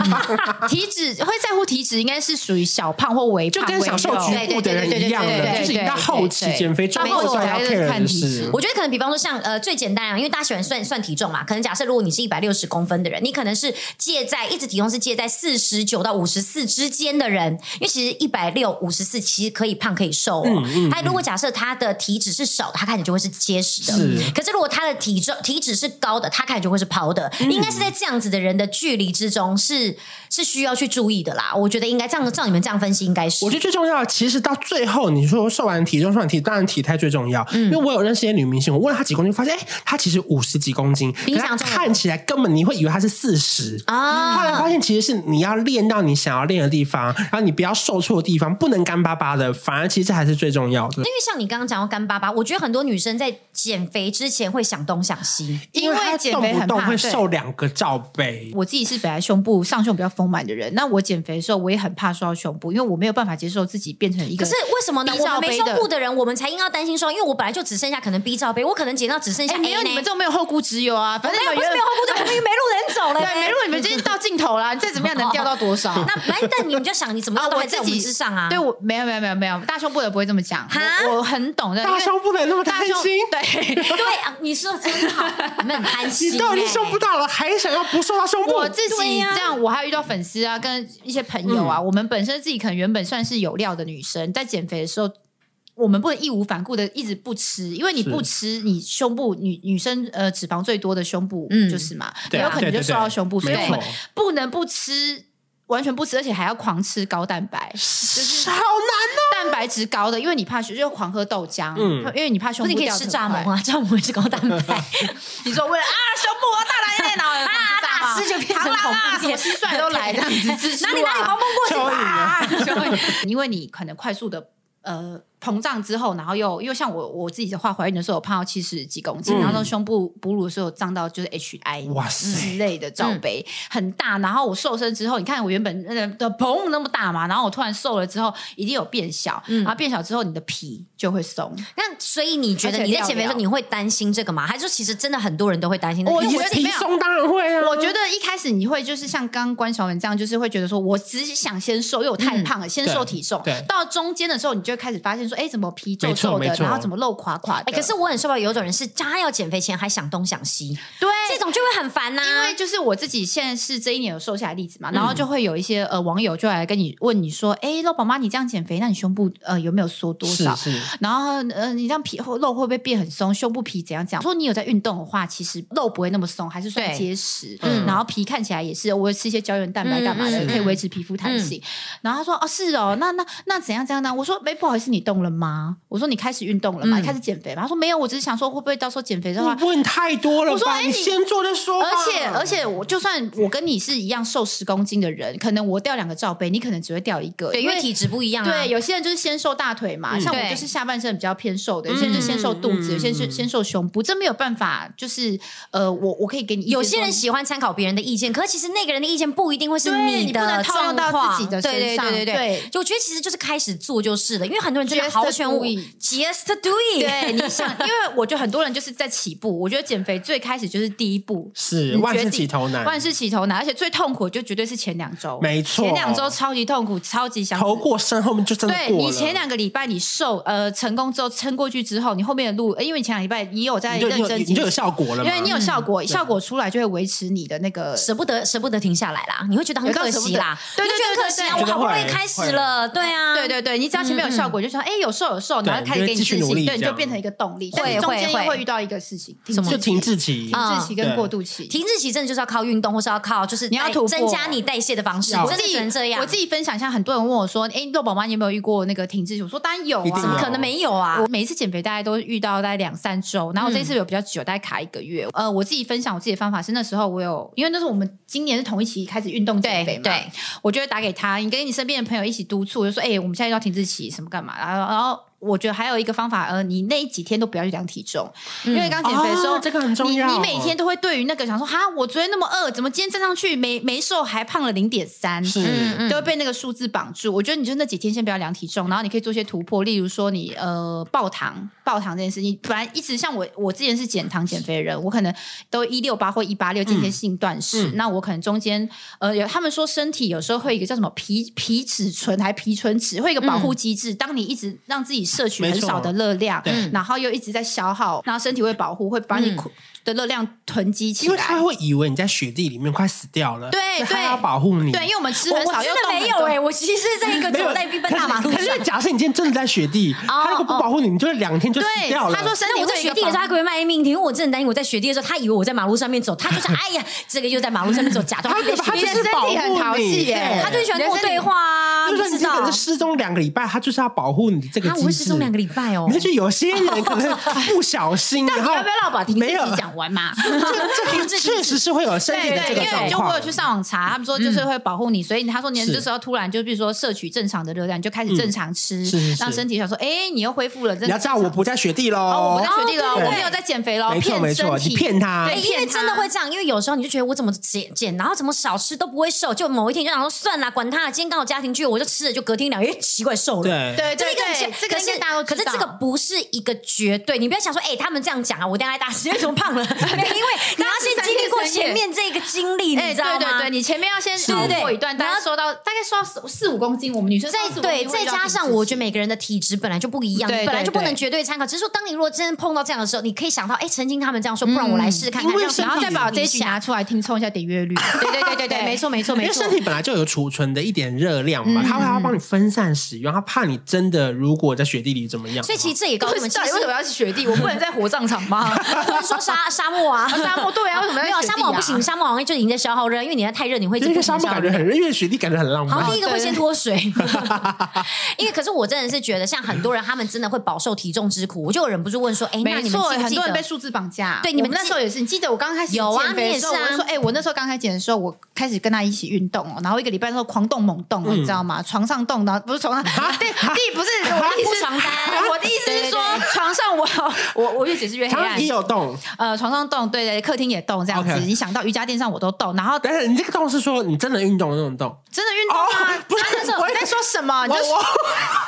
Speaker 3: 胖。
Speaker 4: 体脂会在乎体脂，应该是属于小胖或微
Speaker 3: 就
Speaker 4: 胖为
Speaker 3: 跟
Speaker 4: 主，
Speaker 3: 享受局
Speaker 4: 对
Speaker 3: 部的人一样的，就是你到后期减肥之后才要 care 的事。
Speaker 2: 我觉得可能，比方说像呃最简单啊，因为大家喜欢算算体重嘛。可能假设如果你是一百六十公分的人，你可能是介在一直体重是介在四十九到五十四之间的人，因为其实一百六五十四其实可以胖可以瘦
Speaker 3: 嗯
Speaker 2: 哦。他、如果假设他的体脂是少的，他看起来就会是结实的；
Speaker 3: 是
Speaker 2: 可是如果他的体重体脂是高的，他看起来就会是薄的。
Speaker 3: 嗯
Speaker 2: 应该是在这样子的人的距离之中是是需要去注意的啦。我觉得应该这样，照你们这样分析应该是。
Speaker 3: 我觉得最重要的，其实到最后，你说瘦完体重、瘦完体，当然体态最重要。
Speaker 2: 嗯
Speaker 3: 因为我有认识一些女明星，我问她几公斤，发现哎、她其实五十几公斤，
Speaker 2: 比你
Speaker 3: 可她
Speaker 2: 想中的
Speaker 3: 看起来根本你会以为她是四十
Speaker 2: 啊
Speaker 3: 后来发现其实是你要练到你想要练的地方，然后你不要瘦错的地方，不能干巴巴的，反而其其实还是最重要的。
Speaker 2: 因为像你刚刚讲到干巴巴，我觉得很多女生在减肥之前会想东想西，
Speaker 4: 因为
Speaker 3: 他
Speaker 4: 减
Speaker 3: 动
Speaker 4: 肥
Speaker 3: 不
Speaker 4: 很
Speaker 3: 动
Speaker 4: 怕
Speaker 3: 会
Speaker 4: 对
Speaker 3: 瘦两个罩杯，
Speaker 4: 我自己是本来胸部上胸比较丰满的人，那我减肥的时候我也很怕瘦到胸部，因为我没有办法接受自己变成一个。哎
Speaker 2: 可是为什么呢？
Speaker 4: B
Speaker 2: 我
Speaker 4: 罩
Speaker 2: 们没
Speaker 4: 杯
Speaker 2: 胸
Speaker 4: 的
Speaker 2: 部的人，我们才应该要担心说，因为我本来就只剩下可能 B 罩杯，我可能减到只剩下
Speaker 4: 哎，
Speaker 2: A
Speaker 4: 没有你
Speaker 2: 呢
Speaker 4: 们这。种没有后顾之忧啊，反正
Speaker 2: 没有，不
Speaker 4: 你们
Speaker 2: 是没有后顾之忧，因为没路人走了。哎
Speaker 4: 对，没如果你们就是到尽头啦，你再怎么样能掉到多少？
Speaker 2: 那反正但你们就想，你怎么
Speaker 4: 啊
Speaker 2: 样都
Speaker 4: 我
Speaker 2: 还在
Speaker 4: 自
Speaker 2: 我
Speaker 4: 己
Speaker 2: 们之上啊？
Speaker 4: 对，我没有没有没有没有，大胸部的不会这么讲
Speaker 2: 哈，
Speaker 4: 我我很懂的，因
Speaker 3: 大
Speaker 4: 为
Speaker 3: 胸不能那么
Speaker 4: 大
Speaker 3: 贪
Speaker 4: 胸
Speaker 3: 心。
Speaker 4: 对。
Speaker 2: 对啊，你说得真好，你们很贪心欸。
Speaker 3: 你都已经胸不大了，还想要不瘦到胸部？
Speaker 4: 我自
Speaker 2: 对
Speaker 4: 己
Speaker 2: 呀
Speaker 4: 这样，我还有遇到粉丝啊，跟一些朋友
Speaker 3: 嗯
Speaker 4: 啊，我们本身自己可能原本算是有料的女生，在减肥的时候，我们不能义无反顾的一直不吃，因为你不吃，你胸部女女生呃脂肪最多的胸部
Speaker 2: 嗯
Speaker 4: 就是嘛，
Speaker 3: 对啊
Speaker 4: 有可能
Speaker 3: 对
Speaker 4: 就
Speaker 3: 对
Speaker 4: 瘦到
Speaker 3: 对
Speaker 4: 胸部，所以
Speaker 3: 没
Speaker 4: 我们
Speaker 3: 错
Speaker 4: 不能不吃。完全不吃，而且还要狂吃高蛋白，就是
Speaker 3: 好难哦
Speaker 4: 蛋白质高的，因为你怕就狂喝豆浆，
Speaker 3: 嗯
Speaker 4: 因为你怕胸
Speaker 2: 不是
Speaker 4: 部
Speaker 2: 你可以
Speaker 4: 掉得
Speaker 2: 吃
Speaker 4: 很
Speaker 2: 蚱
Speaker 4: 快
Speaker 2: 蜢啊，蚱蜢也是高蛋白
Speaker 4: 你说为了啊胸部我要大来一点脑，啊
Speaker 2: 大吃就变成
Speaker 4: 螳
Speaker 2: 恐
Speaker 4: 螂啊，
Speaker 2: 怖
Speaker 4: 什么
Speaker 2: 片
Speaker 4: 蟋蟀都来这样子 吃
Speaker 2: 哪里哪里黄蜂过去 吧。
Speaker 3: 啊
Speaker 4: 因为你可能快速的呃膨胀之后，然后又因为像我我自己的话，怀孕的时候我胖到七十几公斤，
Speaker 3: 嗯
Speaker 4: 然后胸部哺乳的时候胀到就是 HI
Speaker 3: 哇塞
Speaker 4: 之类的罩杯、很大，然后我瘦身之后，你看我原本那个的砰那么大嘛，然后我突然瘦了之后，一定有变小，
Speaker 3: 嗯
Speaker 4: 然后变小之后你的皮就会松。
Speaker 2: 那所以你觉得你在减肥的时候你会担心这个吗？还是说其实真的很多人都会担心这个？
Speaker 4: 啊嗯我
Speaker 2: 因为
Speaker 4: 觉
Speaker 3: 哦！
Speaker 4: 得
Speaker 3: 皮
Speaker 4: 没有
Speaker 3: 松当然会啊，
Speaker 4: 我觉得一开始你会就是像刚刚关小文这样，就是会觉得说我只想先瘦，因为我太胖了，先瘦体重
Speaker 3: 嗯对对。
Speaker 4: 到中间的时候，你就会开始发现说，哎，怎么皮皱皱
Speaker 3: 没错
Speaker 4: 的，
Speaker 3: 没错
Speaker 4: 然后怎么肉垮垮的？
Speaker 2: 哎，可是我很受不了，有一种人是他要减肥前还想东想西，
Speaker 4: 对。
Speaker 2: 这种就会很烦呐。
Speaker 4: 因为就是我自己现在是这一年有瘦下来的例子
Speaker 3: 嗯
Speaker 4: 嘛，然后就会有一些呃网友就来跟你问你说，哎，肉宝妈，你这样减肥，那你胸部呃有没有缩多少？
Speaker 3: 是是
Speaker 4: 然后呃，你这样皮肉会不会变很松？胸部皮怎样怎样？说你有在运动的话，其实肉不会那么松，还是算
Speaker 2: 对
Speaker 4: 结实。
Speaker 3: 嗯
Speaker 4: 然后皮看起来也是，我有吃一些胶原蛋白
Speaker 2: 嗯
Speaker 4: 干嘛的，
Speaker 2: 嗯
Speaker 4: 可以维持皮肤弹性。然后他说哦是哦，那那那怎样怎样呢？我说没不好意思，你动了吗？我说你开始运动了吗？
Speaker 2: 嗯
Speaker 4: 你开始减肥吗？他说没有，我只是想说会不会到时候减肥的话
Speaker 3: 你。问太多了吧？
Speaker 4: 我说哎
Speaker 3: 你
Speaker 4: 你
Speaker 3: 先做再说吧。
Speaker 4: 而且而且，我就算我跟你是一样瘦十公斤的人，可能我掉两个罩杯，你可能只会掉一个，
Speaker 2: 对，因为体质不一样啊。
Speaker 4: 对，有些人就是先瘦大腿嘛，
Speaker 3: 嗯
Speaker 4: 像我
Speaker 2: 对
Speaker 4: 就是下半身比较偏瘦的，有些人就先瘦肚
Speaker 3: 嗯
Speaker 4: 子，有些人
Speaker 3: 嗯
Speaker 4: 是先瘦胸部，这没有办法，就是呃，我我可以给你意见
Speaker 2: 有些人
Speaker 4: 说
Speaker 2: 喜欢参考别人的意见，可是其实那个人的意见不一定会是
Speaker 4: 对你不能
Speaker 2: 的
Speaker 4: 套
Speaker 2: 状
Speaker 4: 用到
Speaker 2: 况。
Speaker 4: 自己的
Speaker 2: 对对
Speaker 4: 身上
Speaker 2: 对对
Speaker 4: 对
Speaker 2: 就我觉得其实就是开始做就是了，因为很多人真的
Speaker 4: Just
Speaker 2: 好喜欢我
Speaker 4: do
Speaker 2: ，just do it。
Speaker 4: 对你想，因为我觉得很多人就是在起步，我觉得减肥最开始就是第一步，
Speaker 3: 是
Speaker 4: 你
Speaker 3: 万
Speaker 4: 决
Speaker 3: 事
Speaker 4: 定
Speaker 3: 起头难，
Speaker 4: 万事起头难，而且最痛苦就绝对是前两周，
Speaker 3: 没错
Speaker 4: 前两周超级痛苦，超级想死
Speaker 3: 头过身后面就真的
Speaker 4: 对
Speaker 3: 过
Speaker 4: 你
Speaker 3: 了。
Speaker 4: 前两个礼拜你瘦呃成功之后撑过去之后，你后面的路，呃因为你前两礼拜你有在
Speaker 3: 你就
Speaker 4: 认
Speaker 3: 你就
Speaker 4: 真
Speaker 3: 你
Speaker 4: 进
Speaker 3: 就
Speaker 4: 行
Speaker 3: 有效果了嘛，嗯
Speaker 4: 因为你有效果，效果出来就会维持你的那个。
Speaker 2: 舍不得舍不得停下来啦，你会觉得很
Speaker 4: 有到
Speaker 2: 可
Speaker 4: 舍不
Speaker 2: 惜
Speaker 4: 得
Speaker 2: 啦，
Speaker 4: 对对
Speaker 2: 你就觉得
Speaker 4: 对
Speaker 2: 很可惜啊，
Speaker 4: 对
Speaker 2: 我
Speaker 4: 对
Speaker 2: 好不容易
Speaker 3: 觉得会
Speaker 2: 开始了，对啊，
Speaker 4: 对对对，你只要前面有效果，就想哎有瘦有瘦，然后
Speaker 3: 嗯对
Speaker 4: 开始给你
Speaker 3: 你就继续
Speaker 4: 自
Speaker 3: 努力
Speaker 4: 信，对，你
Speaker 3: 这
Speaker 4: 就
Speaker 3: 样
Speaker 4: 变成一个动力。但
Speaker 2: 会
Speaker 4: 是中间
Speaker 2: 会
Speaker 4: 又
Speaker 2: 会
Speaker 4: 会遇到一个事情，停
Speaker 2: 什么
Speaker 4: 滞
Speaker 3: 就
Speaker 4: 期
Speaker 3: 停滞期，
Speaker 2: 啊
Speaker 4: 停滞期
Speaker 3: 对
Speaker 4: 跟过渡期。
Speaker 2: 停滞期真的就是要靠运动，或是要靠就是
Speaker 4: 你要
Speaker 2: 代
Speaker 4: 突破
Speaker 2: 增加你代谢的方式，
Speaker 3: 要
Speaker 2: 真的只能这样。
Speaker 4: 我自己分享一下，很多人问我说：“哎，肉宝妈，你有没有遇过那个停滞期？”我说：“当然有
Speaker 3: 一定
Speaker 2: 怎么
Speaker 4: 啊
Speaker 3: 有。
Speaker 2: 可能没有”啊
Speaker 4: 我？每一次减肥大概都遇到大概两三周，然后我这一次有比较久，大概卡一个月。呃，我自己分享我自己的方法是那时候我有，因为那时候我们今年是同一期开始运动减肥嘛，
Speaker 2: 对，
Speaker 4: 我就会打给他，你跟你身边的朋友一起督促，我就说：“哎、我们现在要停滞期，什么干嘛？”然后，然后我觉得还有一个方法，呃，你那几天都不要去量体重，因为刚减肥的时候，
Speaker 3: 哦这个很重要
Speaker 4: 你你每天都会对于那个想说：“哈，我昨天那么饿，怎么今天站上去没没瘦，还胖了零点三？”
Speaker 3: 是
Speaker 2: 嗯
Speaker 4: 都会被那个数字绑住。我觉得你就那几天先不要量体重，然后你可以做些突破，例如说你呃爆糖，爆糖这件事，你本来一直像我，我之前是减糖减肥的人，我可能都一六八或一
Speaker 2: 嗯
Speaker 4: 八六进行性断食，那我可能中间呃有他们说身体有时候会有一个叫什么皮皮质醇还皮醇脂，会有一个保护机
Speaker 2: 嗯
Speaker 4: 制，当你一直让自己摄取很
Speaker 3: 没错
Speaker 4: 少的热量
Speaker 3: 对，
Speaker 4: 然后又一直在消耗，然后身体会保护，会把你
Speaker 2: 嗯
Speaker 4: 的热量囤积起
Speaker 3: 因
Speaker 4: 来。
Speaker 3: 为他会以为你在雪地里面快死掉了，
Speaker 4: 对
Speaker 3: 所以他
Speaker 4: 对
Speaker 3: 要保护你，
Speaker 4: 对，因为我们吃
Speaker 2: 我
Speaker 4: 很
Speaker 2: 我
Speaker 4: 少，
Speaker 2: 真
Speaker 4: 又
Speaker 2: 的
Speaker 4: 动
Speaker 2: 没
Speaker 4: 很
Speaker 2: 有
Speaker 4: 多
Speaker 2: 哎，我其实是在一个
Speaker 3: 没有
Speaker 2: 走在必奔大马路
Speaker 3: 可是可
Speaker 2: 上
Speaker 3: 是。假设你今天真的在雪地，他如果不保护你，你就两天就死
Speaker 4: 对，
Speaker 3: 掉了。
Speaker 4: 他说身
Speaker 2: 那
Speaker 4: 体
Speaker 2: 我在
Speaker 4: 会有一
Speaker 2: 雪
Speaker 4: 个
Speaker 2: 地的时候，
Speaker 4: 防
Speaker 2: 他可不可以卖命停？因为我真的担心我在雪地的时候，他以为我在马路上面走，他 就是哎呀，这个又在马路上面走，假装
Speaker 3: 他
Speaker 2: 在
Speaker 3: 他
Speaker 2: 雪地
Speaker 3: 就
Speaker 4: 你的
Speaker 3: 是
Speaker 4: 身
Speaker 3: 保
Speaker 4: 体很
Speaker 3: 护
Speaker 4: 淘
Speaker 3: 你，
Speaker 4: 气耶
Speaker 3: 对
Speaker 2: 他就是喜欢跟我对话啊，
Speaker 3: 就是说
Speaker 2: 你知
Speaker 3: 你今
Speaker 2: 道
Speaker 3: 天？失踪两个礼拜，他就是要保护你这个
Speaker 2: 啊，
Speaker 3: 机
Speaker 2: 我会
Speaker 3: 制。
Speaker 2: 失踪两个礼拜哦
Speaker 3: 没。有就有些人可能不小心，然后
Speaker 4: 要不要让我把停滞
Speaker 3: 没有
Speaker 4: 期讲完 嘛？
Speaker 3: 这这确实是会有身体的这
Speaker 4: 对，
Speaker 3: 个
Speaker 4: 因为
Speaker 3: 状
Speaker 4: 就我有
Speaker 3: 况。
Speaker 4: 去上网查，他们说就是会保护你，所以他说你
Speaker 3: 是
Speaker 4: 这时候突然就比如说摄取正常的热量，你就开始正常吃，
Speaker 3: 是是是
Speaker 4: 让身体想说，哎，你又恢复了。
Speaker 3: 你要知道我不在雪地喽、
Speaker 4: 哦，我不在学弟了，
Speaker 2: 哦
Speaker 4: 我
Speaker 2: 对
Speaker 4: 没有在减肥了，
Speaker 3: 没错
Speaker 4: 骗
Speaker 3: 没
Speaker 4: 身
Speaker 3: 错，
Speaker 4: 体
Speaker 3: 你骗他，
Speaker 4: 对
Speaker 2: 因为
Speaker 4: 骗他
Speaker 2: 真的会这样，因为有时候你就觉得我怎么减减，然后怎么少吃都不会瘦，就某一天就想说算了，管他，今天刚好家庭聚，我就吃了，就隔天两个月奇怪瘦了。
Speaker 3: 对
Speaker 4: 对
Speaker 2: 这
Speaker 4: 对
Speaker 2: 一个
Speaker 4: 对，这个
Speaker 2: 可
Speaker 4: 应该
Speaker 2: 是
Speaker 4: 大家都
Speaker 2: 可
Speaker 4: 知
Speaker 2: 是
Speaker 4: 道
Speaker 2: 这个不是一个绝对，你不要想说，哎、他们这样讲啊，我等一下来打死，因为怎么胖 了？没有，因为你要先经历过前面这个经历，
Speaker 4: 哎，
Speaker 2: 你知道
Speaker 4: 对
Speaker 2: 吗？
Speaker 4: 对对，你前面要先
Speaker 2: 对对
Speaker 4: 熬过一段，大
Speaker 2: 然
Speaker 4: 家
Speaker 2: 后
Speaker 4: 瘦到大概瘦到四五公斤，我们女生瘦到
Speaker 2: 再
Speaker 4: 四五公
Speaker 2: 对，
Speaker 4: 斤会
Speaker 2: 再
Speaker 4: 遇到
Speaker 2: 加上
Speaker 4: 体脂
Speaker 2: 我觉得每个人的体质本来就不一样，
Speaker 4: 对
Speaker 2: 你本来
Speaker 4: 对
Speaker 2: 就不能
Speaker 4: 对
Speaker 2: 绝对参考。只是说，当你如果真的碰到这样的时候，你可以想到，哎，曾经他们这样说，不然我来试试看看，
Speaker 3: 因为
Speaker 2: 让
Speaker 3: 身
Speaker 4: 然后
Speaker 3: 体
Speaker 4: 再把这一
Speaker 2: 集
Speaker 4: 集拿出来听，冲一下点阅率。对对对对对，没错没错
Speaker 3: 因
Speaker 4: 没
Speaker 3: 为
Speaker 4: 错
Speaker 3: 身。体本来就有储存的一点热量嘛，它会要帮你分散使用，它怕你真的如果在雪地里怎么样，
Speaker 2: 所以其实这也告诉我们，其
Speaker 4: 到底
Speaker 2: 实
Speaker 4: 为什么要去雪地？我不能在火葬场 吗？啊
Speaker 2: 不是说沙沙漠啊，
Speaker 4: 沙漠对啊， 为什么 要
Speaker 2: 没有沙漠不行，沙漠好像就已经在消耗热，因为你在太热，你会一直
Speaker 3: 因为
Speaker 2: 不
Speaker 3: 沙漠
Speaker 2: 停地消耗
Speaker 3: 感觉很热，因为雪地感觉很浪
Speaker 2: 好
Speaker 3: 漫
Speaker 2: 像第一。个会
Speaker 4: 对
Speaker 2: 先脱水，因为可是我真的是觉得，像很多人他们真的会饱受体重之苦，我就有忍不住问说，哎，那
Speaker 4: 没
Speaker 2: 你们
Speaker 4: 错，
Speaker 2: 记不
Speaker 4: 很
Speaker 2: 记
Speaker 4: 多人被
Speaker 2: 得？
Speaker 4: 数字绑架。
Speaker 2: 对你们
Speaker 4: 我那
Speaker 2: 记
Speaker 4: 时候也是，你记得我刚开始
Speaker 2: 有啊
Speaker 4: 减肥的时候，
Speaker 2: 你也是啊
Speaker 4: 我就说，哎、我那时候刚开始减的时候，我开始跟他一起运动哦，然后一个礼拜之后狂动猛动哦，
Speaker 3: 嗯
Speaker 4: 你知道吗？床上动，然后不是 床上，地 地不是我的意思，
Speaker 2: 床单
Speaker 4: 我的意思
Speaker 2: 对
Speaker 4: 是
Speaker 2: 对
Speaker 4: 说，床上我 我我越解释
Speaker 2: 哎
Speaker 4: 越黑
Speaker 3: 它
Speaker 4: 暗
Speaker 3: 也。有动，
Speaker 4: 呃，床上动，对对，客厅也动，这样子。
Speaker 3: OK
Speaker 4: 你想到瑜伽垫上我都动，然后
Speaker 3: 但是你这个动是说你真的运动的那种动，
Speaker 4: 真的运动啊，
Speaker 3: 哦不是
Speaker 4: 啊那时候
Speaker 3: 我
Speaker 4: 你在说什
Speaker 2: 啊
Speaker 4: 么？你就
Speaker 3: 我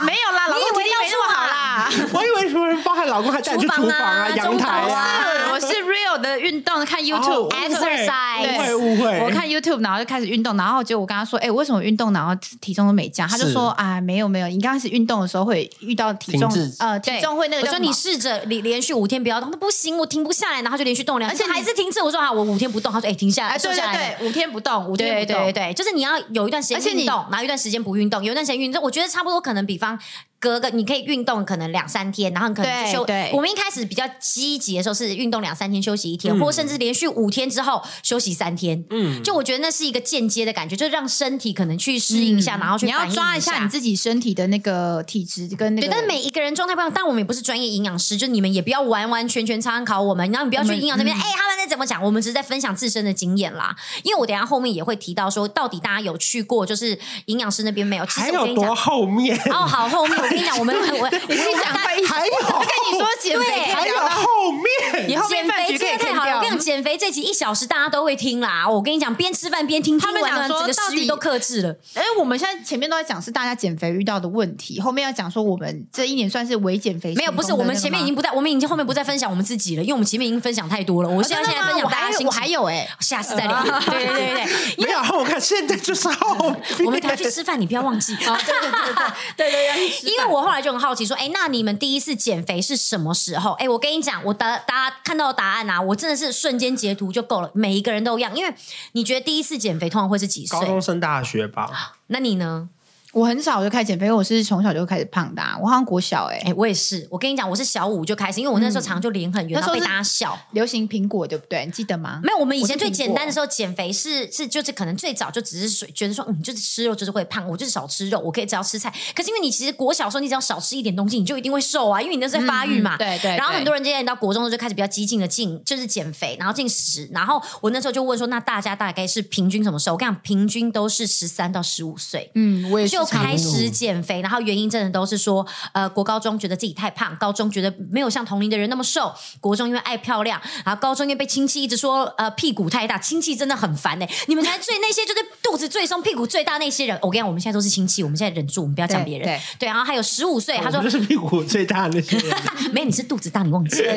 Speaker 4: 没有啦，老
Speaker 2: 你以
Speaker 4: 公
Speaker 2: 为
Speaker 4: 体力没那么好啦。
Speaker 3: 我以 为什么包含老公还带你去
Speaker 2: 厨房
Speaker 3: 厨
Speaker 2: 啊
Speaker 3: 房啊、阳台
Speaker 2: 中岛啊
Speaker 4: 是，我是 real 的运动，看 YouTube、哎
Speaker 3: 哦
Speaker 2: exercise
Speaker 3: 误会误会，
Speaker 4: 我看 YouTube，然后就开始运动，然后结果我跟他说：“哎、为什么运动然后体重都没降？”他就是说：“啊，没有没有，你刚开始运动的时候会遇到体重
Speaker 3: 停滞
Speaker 4: 呃体重会那个
Speaker 2: 我
Speaker 4: 叫
Speaker 2: 说
Speaker 4: 什么
Speaker 2: 你试着连连续五天不要动，那不行，我停不下来，然后就连续动两次，
Speaker 4: 而且你
Speaker 2: 还是停止。我说好，我五天不动，他说哎停下
Speaker 4: 哎、
Speaker 2: 来，
Speaker 4: 对
Speaker 2: 瘦下来了。
Speaker 4: 对对，五天不动，五天
Speaker 2: 对
Speaker 4: 不
Speaker 2: 对
Speaker 4: 动，
Speaker 2: 对对，就是你要有一段时
Speaker 4: 而且
Speaker 2: 间
Speaker 4: 你
Speaker 2: 运动，然后一段时间不运动，有一段时间运动。我觉得差不多，可能比方隔个你可以运动可能两三天，然后你可能
Speaker 4: 对
Speaker 2: 休。
Speaker 4: 对
Speaker 2: 我们一开始比较积极的时候是运动两三天，休息一
Speaker 4: 嗯
Speaker 2: 天，或甚至连续五天之后休息三天。嗯，就我觉得那是一个间接的感觉，就让身体可能去适应一下，然后去
Speaker 4: 嗯你要
Speaker 2: 反应
Speaker 4: 抓一下你自己身体的那个体质跟那个。
Speaker 2: 对，但是每一个人状态不一样，但我们也不是专业营养师，就你们也不要完完全全参考我们，然后你不要去
Speaker 4: 嗯
Speaker 2: 营养这边，哎、他们在怎么讲，我们只是在分享自身的经验啦。因为我等一下后面也会提到说，到底大家有去过就是营养师那边没有？其
Speaker 3: 还
Speaker 2: 实我跟你
Speaker 3: 有多
Speaker 2: 讲，
Speaker 3: 后面，
Speaker 2: 哦，好，后面我跟你讲，我们我我
Speaker 4: 你是想
Speaker 2: 我
Speaker 4: 被
Speaker 3: 还有
Speaker 4: 我跟你说减肥
Speaker 2: 对
Speaker 4: 可
Speaker 3: 还
Speaker 4: 以
Speaker 3: 有
Speaker 4: 聊到，
Speaker 3: 后面，
Speaker 4: 以后面
Speaker 2: 减
Speaker 4: 饭
Speaker 2: 肥
Speaker 4: 局可
Speaker 2: 真
Speaker 4: 以
Speaker 2: 的太
Speaker 4: 砍
Speaker 2: 好了，
Speaker 4: 掉
Speaker 2: 我跟。你讲，减肥这集一小时大家都会听啦。我跟你讲，边吃饭边听，
Speaker 4: 他
Speaker 2: 听
Speaker 4: 们
Speaker 2: 完
Speaker 4: 想说
Speaker 2: 整个
Speaker 4: 到
Speaker 2: 食
Speaker 4: 底
Speaker 2: 欲都克制了。
Speaker 4: 哎，我们现在前面都在讲是大家减肥遇到的问题，后面要讲说我们这一年算是微减肥成功的
Speaker 2: 没
Speaker 4: 那
Speaker 2: 有，
Speaker 4: 个吗。
Speaker 2: 不是，我们前面已经不在，我们已经后面不再分享我们自己了，因为我们前面已经分享太多了。我
Speaker 4: 我
Speaker 2: 现在现在分享
Speaker 4: 我
Speaker 2: 大家
Speaker 4: 还
Speaker 2: 心情
Speaker 4: 有
Speaker 2: 哦
Speaker 4: 我还有哎、
Speaker 2: 下次再聊。 对对对对对，
Speaker 3: 没有后看，现在就是后面，
Speaker 2: 我们等下去吃饭，你不要忘记。
Speaker 4: 啊，对对对对对对对，
Speaker 2: 因为我后来就很好奇，说，哎，那你们第一次减肥是什么时候？哎，我跟你讲，我答大家看到答案啊，我真的是瞬间截图就够了，每一个人都一样。因为你觉得第一次减肥通常会是几
Speaker 3: 高中
Speaker 2: 岁？
Speaker 3: 升大学吧，
Speaker 2: 那你呢？
Speaker 4: 我很少就开始减肥，因为我是从小就开始胖的、啊，我好像国小哎、
Speaker 2: 哎，我也是。我跟你讲，我是小五就开始，因为我那时候常就脸很圆，
Speaker 4: 嗯那
Speaker 2: 然
Speaker 4: 时
Speaker 2: 后
Speaker 4: 候
Speaker 2: 被
Speaker 4: 是
Speaker 2: 大家笑。
Speaker 4: 流行苹果对不对？你记得吗？
Speaker 2: 没有，我们以前最
Speaker 4: 我是苹果
Speaker 2: 简单的时候减肥是是就是可能最早就只是水觉得说，嗯，就是吃肉就是会胖，我就是少吃肉，我可以只要吃菜。可是因为你其实国小的时候你只要少吃一点东西，你就一定会瘦啊，因为你那是在发育嘛。
Speaker 4: 嗯对对
Speaker 2: 然后
Speaker 4: 对
Speaker 2: 很多人渐渐到国中的时候就开始比较激进的进，就是减肥，然后进食。然后我那时候就问说，那大家大概是平均什么时候？我跟你讲，平均都是十三到十五岁。
Speaker 4: 嗯，我也是
Speaker 2: 就
Speaker 4: 差不多
Speaker 2: 开始减肥，然后原因真的都是说，呃，国高中觉得自己太胖，高中觉得没有像同龄的人那么瘦，国中因为爱漂亮，然后高中因为被亲戚一直说，呃，屁股太大，亲戚真的很烦哎、你们才最那些就是肚子最松、屁股最大那些人，我跟你讲，我们现在都是亲戚，我们现在忍住，我们不要讲别人。
Speaker 4: 对
Speaker 2: 对，然后还有十五哎岁，他
Speaker 3: 我
Speaker 2: 说
Speaker 3: 们就是屁股最大的那些人，
Speaker 2: 没有，你是肚子大，你忘记了。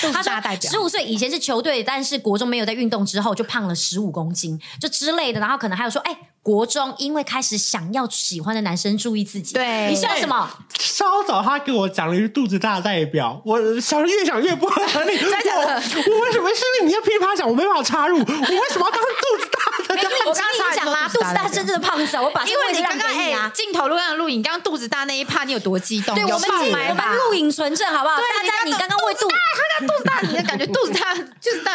Speaker 4: 肚
Speaker 2: 他
Speaker 4: 子大代
Speaker 2: 说
Speaker 4: 表
Speaker 2: 十。五岁以前是球队，但是国中没有在运动之后就胖了十五公斤，就之类的。然后可能还有说，哎、国中因为开始想要喜欢的男生注意自己，
Speaker 4: 对
Speaker 2: 你笑什么？
Speaker 3: 稍早他给我讲了一句肚子大代表，我想越想越不合 理。
Speaker 4: 讲
Speaker 3: 我
Speaker 4: 了
Speaker 3: 我为什么是因为你要噼里啪啦讲，我没办法插入，我为什么要当肚子大的代
Speaker 2: 没有，
Speaker 3: 表？
Speaker 2: 因为你刚刚
Speaker 4: 我刚刚差点
Speaker 2: 讲
Speaker 4: 说
Speaker 2: 啦，
Speaker 4: 肚
Speaker 2: 啊肚
Speaker 4: 子
Speaker 2: 子
Speaker 4: 大
Speaker 2: 大
Speaker 4: 代表
Speaker 2: 真正的胖子啊，我把
Speaker 4: 因为你刚
Speaker 2: 让
Speaker 4: 刚
Speaker 2: 给你
Speaker 4: 哎
Speaker 2: 啊，。
Speaker 4: 镜头录像录影，你刚刚肚子大那一趴，你有多激动？
Speaker 2: 对，我
Speaker 4: 哎有
Speaker 2: 们
Speaker 4: 爆
Speaker 2: 记
Speaker 4: 买
Speaker 2: 我
Speaker 4: 吧
Speaker 2: 们 录影存证好不好？
Speaker 4: 对
Speaker 2: 大家
Speaker 4: 你
Speaker 2: 你
Speaker 4: 刚
Speaker 2: 刚刚为肚
Speaker 4: 他肚子大，你的感觉肚子大就是大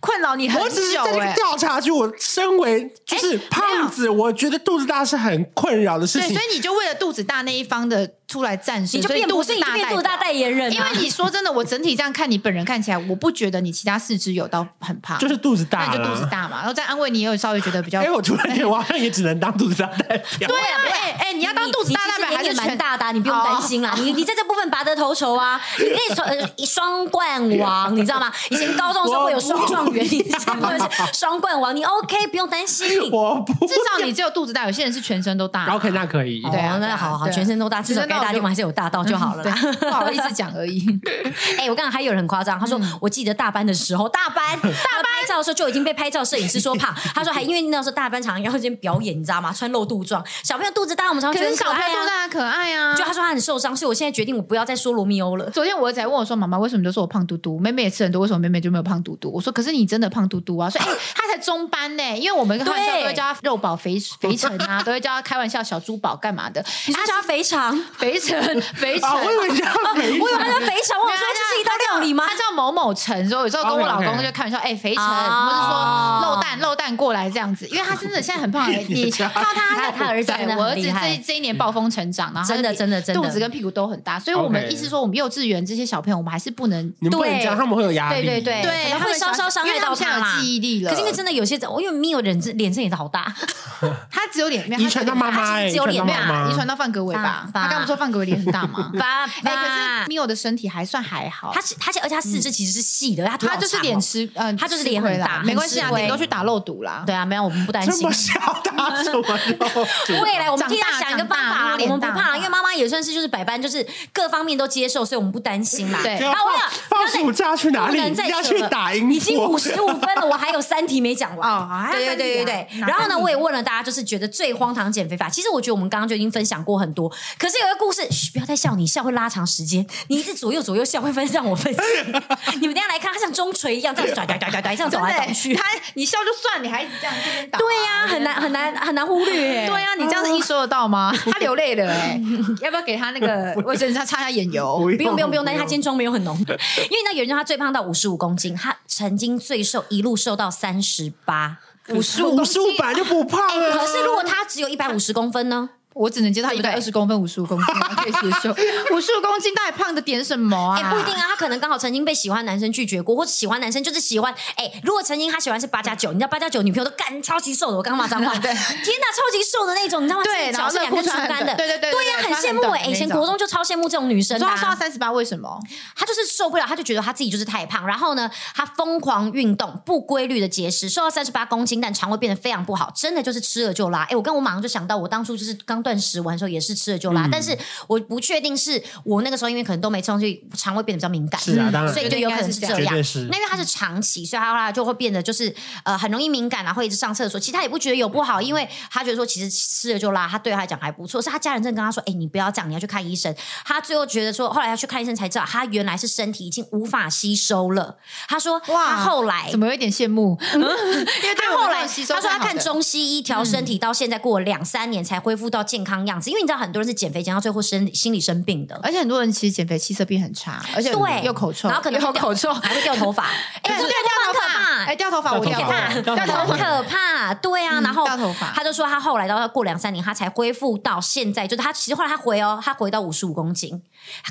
Speaker 4: 困扰
Speaker 2: 欸
Speaker 4: 你很
Speaker 3: 我只是
Speaker 4: 久
Speaker 3: 在这
Speaker 4: 哎、
Speaker 3: 个调查局，我身为
Speaker 2: 哎
Speaker 3: 就是胖子，我觉得肚子大是很困扰的事
Speaker 4: 对，
Speaker 3: 情
Speaker 4: 所。以你就为了肚子大那一方的出来战胜，
Speaker 2: 你就
Speaker 4: 所以
Speaker 2: 变
Speaker 4: 肚
Speaker 2: 不
Speaker 4: 子
Speaker 2: 是
Speaker 4: 大
Speaker 2: 变
Speaker 4: 代
Speaker 2: 肚大
Speaker 4: 表
Speaker 2: 代言人、啊，
Speaker 4: 因为你说真的，我整体这样看你本人看起来，我不觉得你其他四肢有到很胖，
Speaker 3: 就是肚子
Speaker 4: 那
Speaker 3: 大
Speaker 4: 你就肚子
Speaker 3: 了。
Speaker 4: 大嘛。然后在安慰你，也有稍微觉得比 较。
Speaker 3: 哎、我突 然觉得我好像也只能当肚子大代表。
Speaker 4: 对啊，哎哎，你要当肚子大代表还
Speaker 2: 你你
Speaker 4: 是
Speaker 2: 其实脸也蛮
Speaker 4: 全哦
Speaker 2: 大的啊、你不用担心啦。你你在这部分拔得头筹啊，你可以双呃双冠王，你知道吗？以前高中的时候会有双状元，你现在会是双冠王，你 OK 不用担心。
Speaker 3: 我不
Speaker 4: 至少你只有肚子大，有些人是全身都大。
Speaker 3: OK，那可以。
Speaker 4: 对啊
Speaker 2: 哦
Speaker 4: 对
Speaker 2: 那
Speaker 4: 啊
Speaker 2: 好好，
Speaker 4: 对啊
Speaker 2: 全身都大，至少
Speaker 4: 全身
Speaker 2: 该
Speaker 4: 都
Speaker 2: 大的地方还是有大到就好了啦。
Speaker 4: 对，不好意思讲而已。
Speaker 2: 哎、我刚刚还有人很夸张，他说、
Speaker 4: 嗯
Speaker 2: 我记得大班的时候，大 班大班拍照的时候就已经被拍照摄影师说胖，他说还因为那时候大班常常要先表演，你知道吗？穿露肚装，小朋友肚子大，我们常
Speaker 4: 可
Speaker 2: 常觉得
Speaker 4: 是
Speaker 2: 很可
Speaker 4: 小朋
Speaker 2: 爱
Speaker 4: 友肚子
Speaker 2: 啊。
Speaker 4: 大可爱啊。
Speaker 2: 就他说他很受伤，所以我现在决定我不要再说罗密欧了。
Speaker 4: 昨天我儿子还问我说：“妈妈，为什么你都说我胖嘟嘟？妹妹也吃很多，为什么妹妹就没有胖嘟嘟？”我说：“可是你真的胖嘟嘟 啊！”所以，哎、她才中班呢、因为我们开玩笑
Speaker 2: 对
Speaker 4: 都会叫她肉宝肥肥成啊，都会叫她开玩笑小猪宝干嘛的？
Speaker 2: 你说叫他肥肠，
Speaker 4: 肥成肥成，
Speaker 3: 啊，我以为这样没
Speaker 2: 我以为他叫肥肠，我想说这是一道料理吗
Speaker 4: 他？叫某某陈，所以有时候跟我老
Speaker 3: OK，OK
Speaker 4: 公就开玩笑，哎、肥陈，
Speaker 2: 哦
Speaker 4: 或是说肉蛋肉蛋过来这样子，因为他真的现在很胖， 你看到
Speaker 2: 他
Speaker 4: 他
Speaker 2: 他儿子真的
Speaker 4: 对
Speaker 2: 很
Speaker 4: 我儿子
Speaker 2: 厉害
Speaker 4: 这这一年暴风成长，然后他
Speaker 2: 真的真的真的
Speaker 4: 肚子跟屁股都很大，所以我们
Speaker 3: OK
Speaker 4: 意思说，我们幼稚园这些小朋友，我们还是不能
Speaker 3: 你们不能
Speaker 2: 对
Speaker 3: 讲，他们会有压力。
Speaker 4: 对对对
Speaker 2: 对
Speaker 4: 他们
Speaker 2: 会稍稍伤害
Speaker 4: 因为他们现在
Speaker 2: 到他
Speaker 4: 有
Speaker 2: 啦
Speaker 4: 记忆力了，
Speaker 2: 可是因为真的有些，因为米有脸脸上也是好 大，
Speaker 4: 他只有脸面，
Speaker 3: 遗传到妈妈、
Speaker 4: 他
Speaker 3: 欸，
Speaker 4: 其实只有
Speaker 3: 遗传
Speaker 4: 脸面
Speaker 3: 到妈
Speaker 4: 啊，
Speaker 3: 妈
Speaker 4: 遗传到范格伟吧
Speaker 2: 爸？爸？
Speaker 4: 他刚不说范格伟脸很大吗
Speaker 2: 爸
Speaker 4: 哎，
Speaker 2: 爸
Speaker 4: 可是，Mio 的身体还算还好，
Speaker 2: 他是他是而且他四肢其实是细的，他
Speaker 4: 嗯他
Speaker 2: 他
Speaker 4: 就是脸吃，嗯，
Speaker 2: 他就是
Speaker 4: 吃
Speaker 2: 脸
Speaker 4: 亏
Speaker 2: 很
Speaker 4: 啦
Speaker 2: 大
Speaker 4: 没关系啊，
Speaker 2: 很吃亏
Speaker 4: 顶多去打肉毒啦。
Speaker 2: 对啊，没有我们不担
Speaker 3: 这
Speaker 2: 心
Speaker 3: 么。小
Speaker 2: 哎
Speaker 3: 大什么肉毒？
Speaker 2: 未 来我们
Speaker 4: 长
Speaker 2: 替他
Speaker 4: 大
Speaker 2: 想一个方
Speaker 4: 长大
Speaker 2: 法啦，我
Speaker 4: 如果脸
Speaker 2: 们不
Speaker 4: 大的
Speaker 2: 怕啦，
Speaker 4: 话
Speaker 2: 因为妈妈也算是就是百般就是各方面都接受，所以我们不担心啦。
Speaker 4: 对
Speaker 3: 要
Speaker 2: 好，我想
Speaker 3: 放放暑假去哪
Speaker 2: 不
Speaker 3: 里
Speaker 2: 能？再
Speaker 3: 要
Speaker 2: 扯
Speaker 3: 去
Speaker 2: 了
Speaker 3: 打英国。
Speaker 2: 已经五十五分了，我还有三题没讲完。
Speaker 4: 哦还有
Speaker 2: 对
Speaker 4: 三
Speaker 2: 对
Speaker 4: 题
Speaker 2: 对
Speaker 4: 啊
Speaker 2: 对对。
Speaker 4: 哪
Speaker 2: 然后
Speaker 4: 三
Speaker 2: 呢，
Speaker 4: 题
Speaker 2: 我也问了大家，就是觉得最荒唐减肥法。其实我觉得我们刚刚就已经分享过很多，可是有一个故事，嘘，不要再笑，你笑会拉长时间，你一直左右左右笑会分让我分心。你们等一下来看，它像钟锤一样这样转转转转转，这 样走
Speaker 4: 真的
Speaker 2: 来
Speaker 4: 欸
Speaker 2: 走去。
Speaker 4: 他你笑就算，你还一直这样这边打，
Speaker 2: 对呀、很难很难啊很难忽略、
Speaker 4: 对呀，你这样
Speaker 2: 嗯
Speaker 4: 子一说得到吗？他流泪了 哎，要不要给他那个？我觉得他擦一下眼油。
Speaker 2: 不用不用不用担心，他今天妆没有很浓，因为呢，有人说他最胖到五十五公斤，他曾经最瘦一路瘦到三十八。
Speaker 3: 五十五，五十五本来就不胖啊。
Speaker 2: 哎可是如果他只有一百五十公分呢？
Speaker 4: 我只能接到一百二十公分，五十五公斤我可以接 受。五十五公斤到底胖的点什么啊？
Speaker 2: 哎、不一定啊，他可能刚好曾经被喜欢男生拒绝过，或者喜欢男生就是喜欢。哎、如果曾经他喜欢是八加九，你知道八加九女朋友都干超级瘦的，我刚刚骂脏 话，天哪，超级瘦的那种，你知道吗？
Speaker 4: 对
Speaker 2: 自己
Speaker 4: 然后
Speaker 2: 脚是
Speaker 4: 热
Speaker 2: 两
Speaker 4: 裤
Speaker 2: 根竹
Speaker 4: 穿很
Speaker 2: 竿的，
Speaker 4: 短对对对
Speaker 2: 对呀、
Speaker 4: 对
Speaker 2: 很
Speaker 4: 穿
Speaker 2: 羡
Speaker 4: 很
Speaker 2: 慕
Speaker 4: 短
Speaker 2: 哎、
Speaker 4: 的
Speaker 2: 以前
Speaker 4: 那种
Speaker 2: 国中就超羡慕这种女生的
Speaker 4: 说
Speaker 2: 啊、
Speaker 4: 他瘦到三十八，为什么？
Speaker 2: 他就是受不了，他就觉得他自己就是太胖，然后呢，他疯狂运动，不规律的节食，瘦到三十八公斤，但肠胃变得非常不好，真的就是吃了就拉。哎，我跟我马上就想到，我当初就是刚断食完的时候也是吃了就拉，
Speaker 3: 嗯
Speaker 2: 但是我不确定是我那个时候因为可能都没吃东西，肠胃变得比较敏感，
Speaker 3: 是啊当然
Speaker 2: 所以就有可能是这
Speaker 4: 绝
Speaker 2: 样
Speaker 3: 对是。
Speaker 2: 那因为他是长期，所以他后来就会变得就是呃很容易敏感啊，会一直上厕所。其实他也不觉得有不好，因为他觉得说其实吃了就拉，他对他来讲还不错。是他家人真的跟他说，哎、你不要这样，你要去看医生。他最后觉得说，后来他去看医生才知道，他原来是身体已经无法吸收了。他说，
Speaker 4: 哇
Speaker 2: 哇，他后来嗯
Speaker 4: 怎。么有一点羡慕？ 因为对
Speaker 2: 他
Speaker 4: 我们
Speaker 2: 后
Speaker 4: 这
Speaker 2: 来
Speaker 4: 种吸收
Speaker 2: 他说他
Speaker 4: 太好
Speaker 2: 看
Speaker 4: 的嗯
Speaker 2: 中西医调身体，到现在过了两三年才恢复到健康样子。因为你知道很多人是减肥减到最后身心理生病的，
Speaker 4: 而且很多人其实减肥气色变很差，而且
Speaker 2: 对，
Speaker 4: 又口臭，
Speaker 2: 然后可能
Speaker 4: 又
Speaker 2: 会掉
Speaker 4: 口臭，
Speaker 2: 还会掉头发。哎，
Speaker 4: 哎，
Speaker 2: 可是
Speaker 4: 对，掉头发，哎，掉头发，我
Speaker 3: 掉
Speaker 4: 掉
Speaker 3: 头
Speaker 4: 头
Speaker 3: 发
Speaker 4: 发，掉头
Speaker 2: 很
Speaker 4: 发。
Speaker 2: 可怕，对啊。然后
Speaker 4: 掉头发
Speaker 2: 他就说他后来到他过两三年，他才恢复到现在，就是他其实后来他回哦，他回到五十五公斤，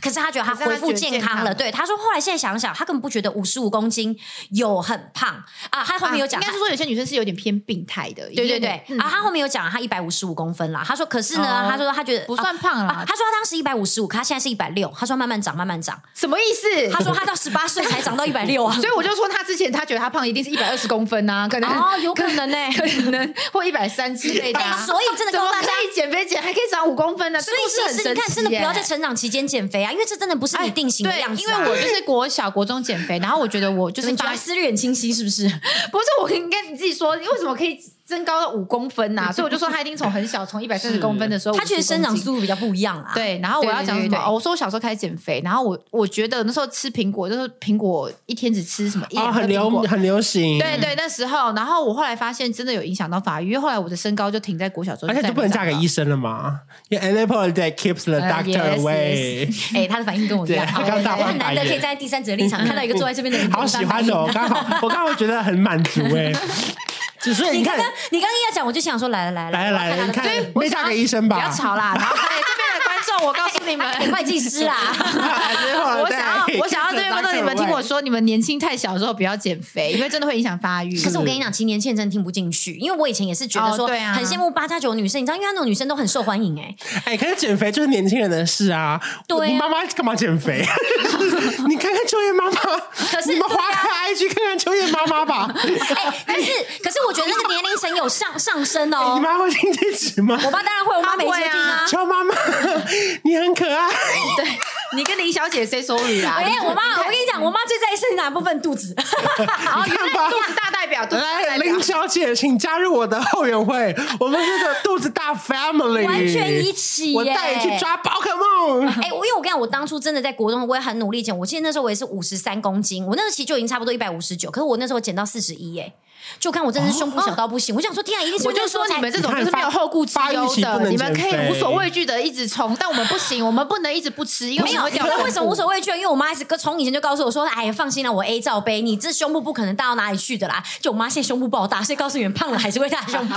Speaker 2: 可是他觉得他
Speaker 4: 可是他
Speaker 2: 恢复
Speaker 4: 觉得
Speaker 2: 健
Speaker 4: 健
Speaker 2: 康
Speaker 4: 康
Speaker 2: 了。
Speaker 4: 了
Speaker 2: 对，他说后来现在想想，他根本不觉得五十五公斤有很胖啊。他后面有讲
Speaker 4: 应该
Speaker 2: 他
Speaker 4: 是。说有些女生是有点偏病态的，嗯
Speaker 2: 对对对
Speaker 4: 有点
Speaker 2: 啊，他后面有讲他一百五十五公分啦。他说，可是呢，
Speaker 4: 哦
Speaker 2: 他说他觉得
Speaker 4: 不算胖
Speaker 2: 啊
Speaker 4: 啦
Speaker 2: 他，说他当时一百五十五，可他现在是一百六。他说慢慢长，慢慢长。
Speaker 4: 什么意思？
Speaker 2: 他说他到十八岁才长到一百六啊。
Speaker 4: 所以我就说他之前他觉得他胖一定是一百二十公分呐、啊，可能
Speaker 2: 哦，有可能呢、欸。
Speaker 4: 可能 或一百三之类的、啊
Speaker 2: 哎 所以真的
Speaker 4: 怎么
Speaker 2: 告诉大家
Speaker 4: 可以减肥减还可以长五公分呢、
Speaker 2: 所以
Speaker 4: 这故事
Speaker 2: 其实
Speaker 4: 很
Speaker 2: 你看，
Speaker 4: 神
Speaker 2: 真的
Speaker 4: 奇
Speaker 2: 不要
Speaker 4: 耶
Speaker 2: 在成长期间减肥啊，因为这真的不是你定型的
Speaker 4: 对
Speaker 2: 样，子、
Speaker 4: 因
Speaker 2: 啊
Speaker 4: 为我就是国小、国中减肥，然后我觉得我就是发
Speaker 2: 思虑很清晰，是不是？
Speaker 4: 不是我应该你自己说，你为什么可以增高到五公分 呐、所以我就说他一定从很小，从一百三十公分的时 候，
Speaker 2: 他觉得生长
Speaker 4: 50公斤。
Speaker 2: 速度比较不一样啊。，
Speaker 4: 对，然后我要讲什
Speaker 2: 对对
Speaker 4: 么？
Speaker 2: 对对
Speaker 4: 哦，我说我小时候开始减肥，然后我我觉得那时候吃苹果，就是苹果一天只吃什么一
Speaker 3: 啊，
Speaker 4: 两
Speaker 3: 很
Speaker 4: 个苹
Speaker 3: 流
Speaker 4: 果。
Speaker 3: 很流行，
Speaker 4: 对，对，那时候，然后我后来发现真的有影响到发育，因为后来我的身高就停在国小之后，
Speaker 3: 而且
Speaker 4: 就
Speaker 3: 就不能嫁给医
Speaker 4: 生。
Speaker 3: 生了嘛，因为 an apple that keeps the
Speaker 4: 呃
Speaker 3: doctor
Speaker 4: ，yes，
Speaker 3: away。
Speaker 2: 哎、他的反应跟我一样，
Speaker 3: 对
Speaker 2: 好
Speaker 3: 刚大
Speaker 2: 我
Speaker 3: 翻
Speaker 2: 很难
Speaker 3: 白眼
Speaker 2: 得可以在第三者 立场看到一个坐在这边的人，
Speaker 3: 好喜欢
Speaker 2: 你。
Speaker 3: 哦，刚好我刚好觉得很满足哎，只是你
Speaker 2: 你
Speaker 3: 看
Speaker 2: 刚刚，你刚刚一要讲，我就想说，来了来了
Speaker 3: 来了来了，你
Speaker 2: 看他的反
Speaker 3: 看
Speaker 2: 应
Speaker 3: 没嫁给医生
Speaker 4: 不要
Speaker 3: 吧？
Speaker 4: 吵啦！然后哎，这边的观众，我告诉你们，
Speaker 2: 会计师啦，
Speaker 3: 我
Speaker 4: 啊我想要，我想要这边观众你们听我说，你们年轻太小的时候不要减肥，因为真的会影响 发育。
Speaker 2: 可是我跟你讲，其实年轻人真的听不进去，因为我以前也是觉得说
Speaker 4: 哦对啊
Speaker 2: 很羡慕八加九女生，你知道，因为那种女生都很受欢迎哎、
Speaker 3: 哎、可是减肥就是年轻人的事啊！
Speaker 2: 对啊
Speaker 3: 你妈妈干嘛减肥？ 你看看秋叶妈妈，
Speaker 2: 可是
Speaker 3: 你
Speaker 4: 啊
Speaker 3: 们划开 IG 看看秋叶妈妈 吧。
Speaker 2: 哎、但是可是我觉得那个年龄层有上上升
Speaker 3: 哎你
Speaker 2: 哦。
Speaker 3: 妈会听这集吗？
Speaker 2: 我妈当然会，我妈每次听啊。
Speaker 3: 秋妈妈，你很可爱。
Speaker 4: 你跟林小姐 say sorry 啦。
Speaker 2: 哎、我妈，我跟你讲，我妈最在意是哪部分肚子。
Speaker 4: 好，原
Speaker 3: 看吧
Speaker 4: 来肚子大代表，肚子大
Speaker 3: 来，
Speaker 4: 代表
Speaker 3: 林。小姐，请加入我的后援会，我们是个肚子大 family，
Speaker 2: 完全一起耶
Speaker 3: 我带你去抓宝可梦。
Speaker 2: 哎、我因为我跟你讲，我当初真的在国中，我也很努力减。我记得那时候我也是五十三公斤，我那时候其实就已经差不多一百五十九，可是我那时候减到四十一，哎，就看我真的是胸部小到不行。我想说，天啊，一定是
Speaker 4: 哦我就
Speaker 2: 那时候
Speaker 4: 说你们这种
Speaker 3: 你看
Speaker 4: 就是没有后顾之
Speaker 3: 发育
Speaker 4: 忧
Speaker 3: 期不能
Speaker 4: 的，你们可
Speaker 3: 减肥
Speaker 4: 以无所畏惧的一直冲，但我们不行，我们不能一直不吃，因为
Speaker 2: 没有，
Speaker 4: 我们会
Speaker 2: 你知
Speaker 4: 掉
Speaker 2: 道
Speaker 4: 臀
Speaker 2: 为什么
Speaker 4: 部
Speaker 2: 无所畏惧？因为我妈一直从以前就告诉我说：“哎呀，放心啦，我 A 罩杯，你这胸部不可能大到哪里去的啦。”就我妈现在胸部爆大，所以告诉你们，胖了还是会大胸 部。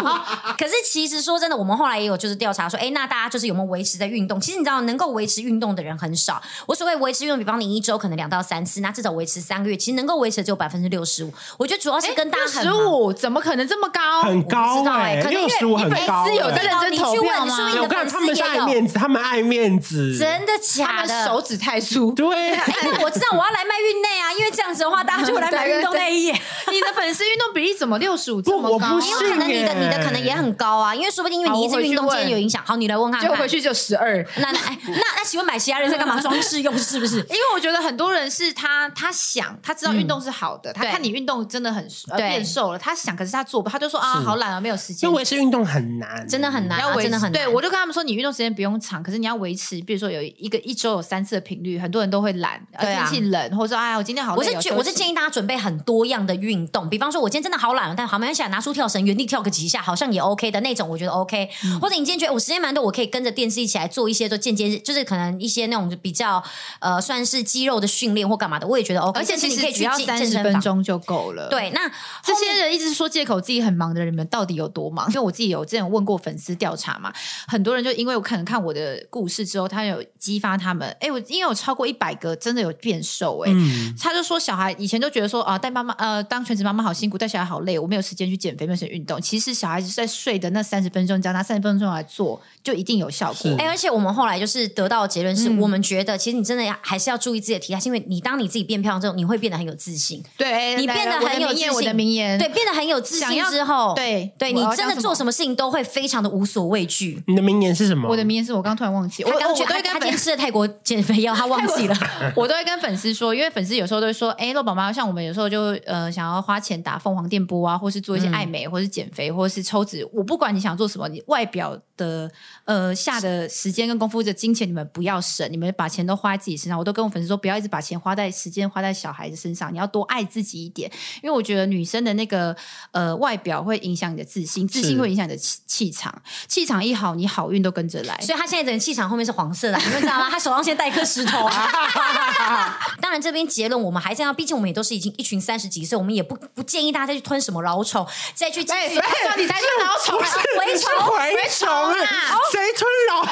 Speaker 2: 可是其实说真的，我们后来也有就是调查说，哎，那大家就是有没有维持在运动？其实你知道，能够维持运动的人很少。我所谓维持运动，比方你一周可能两到三次，那至少维持三个月，其实能够维持的只有百分之六十五。我觉得主要是跟大家很
Speaker 4: 哎十五怎么可能这么高？
Speaker 3: 很高
Speaker 2: 知道
Speaker 3: 哎、
Speaker 2: 哎可能因为
Speaker 3: 六十五很高、
Speaker 4: 你粉丝有
Speaker 3: 哎
Speaker 4: 在认真投票
Speaker 2: 你去问，
Speaker 4: 吗
Speaker 2: 说不定你
Speaker 3: 我
Speaker 2: 的
Speaker 3: 看
Speaker 2: 粉
Speaker 3: 他们
Speaker 2: 丝
Speaker 3: 是
Speaker 2: 也
Speaker 3: 爱
Speaker 2: 有。
Speaker 3: 面子，他们爱面子，
Speaker 2: 真的
Speaker 4: 他
Speaker 2: 假
Speaker 4: 们
Speaker 2: 的？
Speaker 4: 手指太粗。
Speaker 3: 对。
Speaker 2: 哎，那我知道我要来卖运内啊，因为这样子的话，大家就会 来买运动内衣。
Speaker 4: 你的粉丝运动比例怎么六十五这
Speaker 3: 我
Speaker 4: 么高
Speaker 3: 不？
Speaker 2: 因为可能你的
Speaker 3: 是耶
Speaker 2: 你的可能也很高啊，因为说不定因为你一直运动
Speaker 4: 好我回去问
Speaker 2: 今天有影响。好，你来问看
Speaker 4: 就
Speaker 2: 看
Speaker 4: 回。去就十二。
Speaker 2: 那那哎那那，请问买其他人在干嘛？装饰用是不 是？
Speaker 4: 因为我觉得很多人是他，他想，他
Speaker 3: 嗯
Speaker 4: 知道运动是好的，他
Speaker 2: 对
Speaker 4: 看你运动真的很呃
Speaker 2: 对
Speaker 4: 变瘦了，他想，可是他做不，他就说啊，好懒啊，没有时间
Speaker 3: 因为。维持运动很难，
Speaker 2: 真的很难
Speaker 4: 你
Speaker 2: 啊，
Speaker 4: 维
Speaker 2: 真的
Speaker 4: 持，
Speaker 2: 很难。
Speaker 4: 对我就跟他们说，你运动时间不用长，可是你要维持，比如说有一个一周有三次的频率，很多人都会懒，呃
Speaker 2: 对啊
Speaker 4: 天气冷，或者说哎呀，我今天好累
Speaker 2: 我
Speaker 4: 哦，
Speaker 2: 是觉我是建
Speaker 4: 议
Speaker 2: 议大家准备很多样的运动，比方说，我今天真的好懒哦，但好没关系啊，拿出跳绳，原地跳个几下，好像也 OK 的那种，我觉得 OK。或者
Speaker 4: 嗯
Speaker 2: 你今天觉得我时间蛮多，我可以跟着电视一起来做一些做间接，就是可能一些那种比较呃算是肌肉的训练或干嘛的，我也觉得 OK。
Speaker 4: 而且
Speaker 2: 甚
Speaker 4: 哦
Speaker 2: 至你
Speaker 4: 其实
Speaker 2: 可以
Speaker 4: 只
Speaker 2: 去
Speaker 4: 要
Speaker 2: 健
Speaker 4: 三
Speaker 2: 健
Speaker 4: 十
Speaker 2: 身
Speaker 4: 分
Speaker 2: 房。
Speaker 4: 钟就够了。。
Speaker 2: 对，那
Speaker 4: 这些人一直说借口自己很忙的人，你们到底有多忙？因为我自己有之前有问过粉丝调查嘛，很多人就因为我可能看我的故事之后，他有激发他们，哎，我因为有超过一百个真的有变瘦、哎、
Speaker 3: 嗯，
Speaker 4: 他就说小孩以前就觉得说啊、带妈妈呃当全职妈妈好辛苦，带小孩好累，我没有时间去减肥，没有时间运动。其实小孩子在睡的那三十分钟，你只要拿三十分钟来做，就一定有效果。
Speaker 2: 哎、而且我们后来就是得到的结论是，
Speaker 4: 嗯
Speaker 2: 我们觉得其实你真的要还是要注意自己的体态，是因为你当你自己变漂亮之后，你会变得很有自信，
Speaker 4: 对，哎
Speaker 2: 你
Speaker 4: 来
Speaker 2: 变得
Speaker 4: 来我的
Speaker 2: 很有
Speaker 4: 名言
Speaker 2: 自
Speaker 4: 我的
Speaker 2: 信
Speaker 4: 名言
Speaker 2: 对，变得很有自
Speaker 4: 想
Speaker 2: 信
Speaker 4: 要
Speaker 2: 之后，
Speaker 4: 对
Speaker 2: 对
Speaker 4: 我
Speaker 2: 你
Speaker 4: 要
Speaker 2: 真
Speaker 4: 讲
Speaker 2: 的
Speaker 4: 什
Speaker 2: 做
Speaker 4: 么
Speaker 2: 什么事情都会非常的无所畏惧。
Speaker 3: 你的名言是什么？
Speaker 4: 我的名言是我刚突然忘记，我
Speaker 2: 他刚
Speaker 4: 我
Speaker 2: 去，
Speaker 4: 我都
Speaker 2: 他
Speaker 4: 会跟
Speaker 2: 他
Speaker 4: 粉
Speaker 2: 今天吃了泰国减肥药，他忘记 了。
Speaker 4: 我都会跟粉丝说，因为粉丝有时候都会说，哎、肉宝妈，像我们有时候就呃想要花钱打凤凰电波啊，或是做一些爱美，或是减肥，啊或是抽脂，我不管你想做什么，你外表的呃下的时间跟功夫的金钱，你们不要省，你们把钱都花在自己身上。我都跟我粉丝说，不要一直把钱花在时间花在小孩子身上，你要多爱自己一点，因为我觉得女生的那个呃外表会影响你的自信，自信
Speaker 3: 是
Speaker 4: 会影响你的气气场，气场一好，你好运都跟着来。
Speaker 2: 所以他现在整个气场后面是黄色的，啊你们知道吗？他手上先带一颗石头啊。 当然，这边结论我们还是要，毕竟我们也都是已经一群三十几岁，我们也不不建议大家再去吞什么老丑，再去继续
Speaker 4: 哎哎你才是老
Speaker 2: 啊
Speaker 4: 丑
Speaker 3: 不是
Speaker 2: 蛔
Speaker 3: 是
Speaker 2: 虫
Speaker 3: 蛔虫
Speaker 2: 啊
Speaker 3: 哎，谁吞老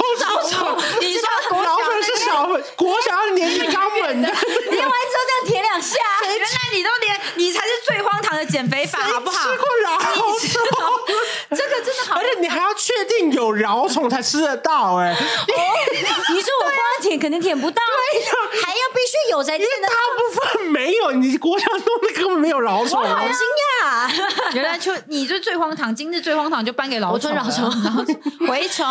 Speaker 3: 虫？
Speaker 4: 你说国
Speaker 3: 老
Speaker 4: 小
Speaker 3: 粉是小国小的年纪刚稳 的，
Speaker 2: 你练完之后这样舔两下。啊
Speaker 4: 原来你都连你才是最荒唐的减肥法，好不好
Speaker 3: 吃？过老虫，
Speaker 4: 这个真的好
Speaker 3: 而。且你还要确定有老虫才吃得到 哎，
Speaker 2: 你说我
Speaker 3: 啊
Speaker 2: 光舔可能舔不到，还要必须有才
Speaker 3: 因
Speaker 2: 舔
Speaker 3: 为
Speaker 2: 得
Speaker 3: 大部分没有，你国小弄的根本没有老 虫
Speaker 2: 到。好
Speaker 3: 啊。
Speaker 2: 惊讶！啊
Speaker 4: 原来就你就最荒唐，今日最荒唐就颁给老虫了，
Speaker 2: 我吞老虫
Speaker 4: 然后 蛔虫。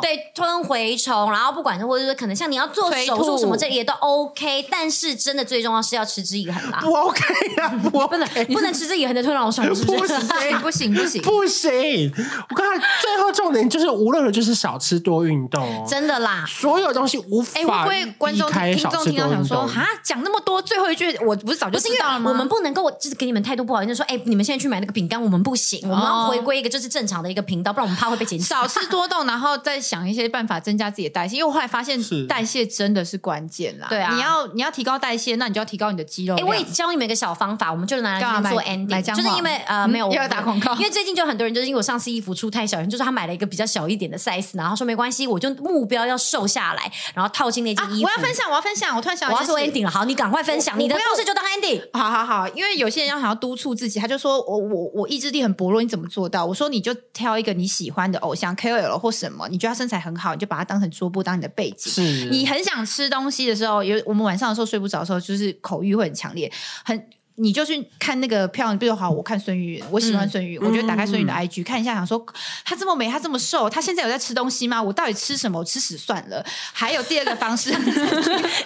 Speaker 2: 对，吞蛔虫，然后不管是或者说可能像你要做手术什么，这也都 OK，但是真的最重要是要持之以恒啦，
Speaker 3: 不 OK 啊，不 OK，
Speaker 2: 不能持之以恒的吞老虫，是不
Speaker 3: 不
Speaker 2: 是
Speaker 3: 行？
Speaker 4: 不行不 行，
Speaker 3: 不行！我刚才最后重点就是，无论如何就是少吃多运动哦。
Speaker 2: 真的啦，
Speaker 3: 所有东西无
Speaker 4: 哎，会
Speaker 3: 法
Speaker 4: 不会观众
Speaker 3: 避开
Speaker 4: 听
Speaker 3: 少
Speaker 4: 众
Speaker 3: 吃
Speaker 4: 听到
Speaker 3: 多
Speaker 4: 想
Speaker 3: 运
Speaker 4: 说
Speaker 3: 动。
Speaker 4: 啊，讲那么多，最后一句我不是早就
Speaker 2: 不是
Speaker 4: 知
Speaker 2: 因为
Speaker 4: 道了吗？
Speaker 2: 我们不能够就是给你们太多不好意思说，哎，你们现现在去买那个饼干，我们不行，我们要
Speaker 4: 哦
Speaker 2: 回归一个就是正常的一个频道，不然我们怕会被检举。
Speaker 4: 少吃多动，然后再想一些办法增加自己的代谢，因为我后来发现
Speaker 3: 是
Speaker 4: 代谢真的是关键啦。
Speaker 2: 对啊
Speaker 4: 你要你要提高代谢，那你就要提高你的肌肉
Speaker 2: 哎、
Speaker 4: 量。
Speaker 2: 我也教你们一个小方法，我们就拿来
Speaker 4: 哦干嘛
Speaker 2: 做
Speaker 4: 买买
Speaker 2: ending，
Speaker 4: 姜
Speaker 2: 就是
Speaker 4: 黄
Speaker 2: 因为呃
Speaker 4: 嗯
Speaker 2: 没有
Speaker 4: 又要打广告
Speaker 2: 因为最近就很多人就是因为我上次衣服出太小，就是他买了一个比较小一点的 size，然后说没关系，我就目标要瘦下来，然后套进那件
Speaker 4: 啊，
Speaker 2: 衣服。
Speaker 4: 我要分享，我要分享，我突然想
Speaker 2: 我
Speaker 4: 到
Speaker 2: 要
Speaker 4: 一件
Speaker 2: 做
Speaker 4: 事
Speaker 2: ending 了，好，你赶快分享
Speaker 4: 我
Speaker 2: 你的
Speaker 4: 我不要
Speaker 2: 故事，就当 ending。
Speaker 4: 好好好，因为有些人要想要督促自己，他就说我我我意志力很薄弱，你怎么做到？我说你就挑一个你喜欢的偶像 KOL 或什么，你觉得他身材很好，你就把他当成桌布当你的背景。
Speaker 3: 是
Speaker 4: 你很想吃东西的时候，有我们晚上的时候睡不着的时候，就是口欲会很强烈，很。你就去看那个漂亮，比如好，我看孙玉云，我喜欢孙玉云，我就打开孙玉云的 IG 看一下，想说她这么美，她这么瘦，她现在有在吃东西吗？我到底吃什么？我吃屎算了。还有第二个方式，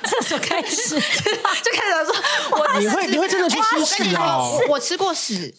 Speaker 2: 厕所开始，
Speaker 4: 就开始说，我
Speaker 3: 你会你会真的去吃屎哦？
Speaker 4: 我吃过 屎，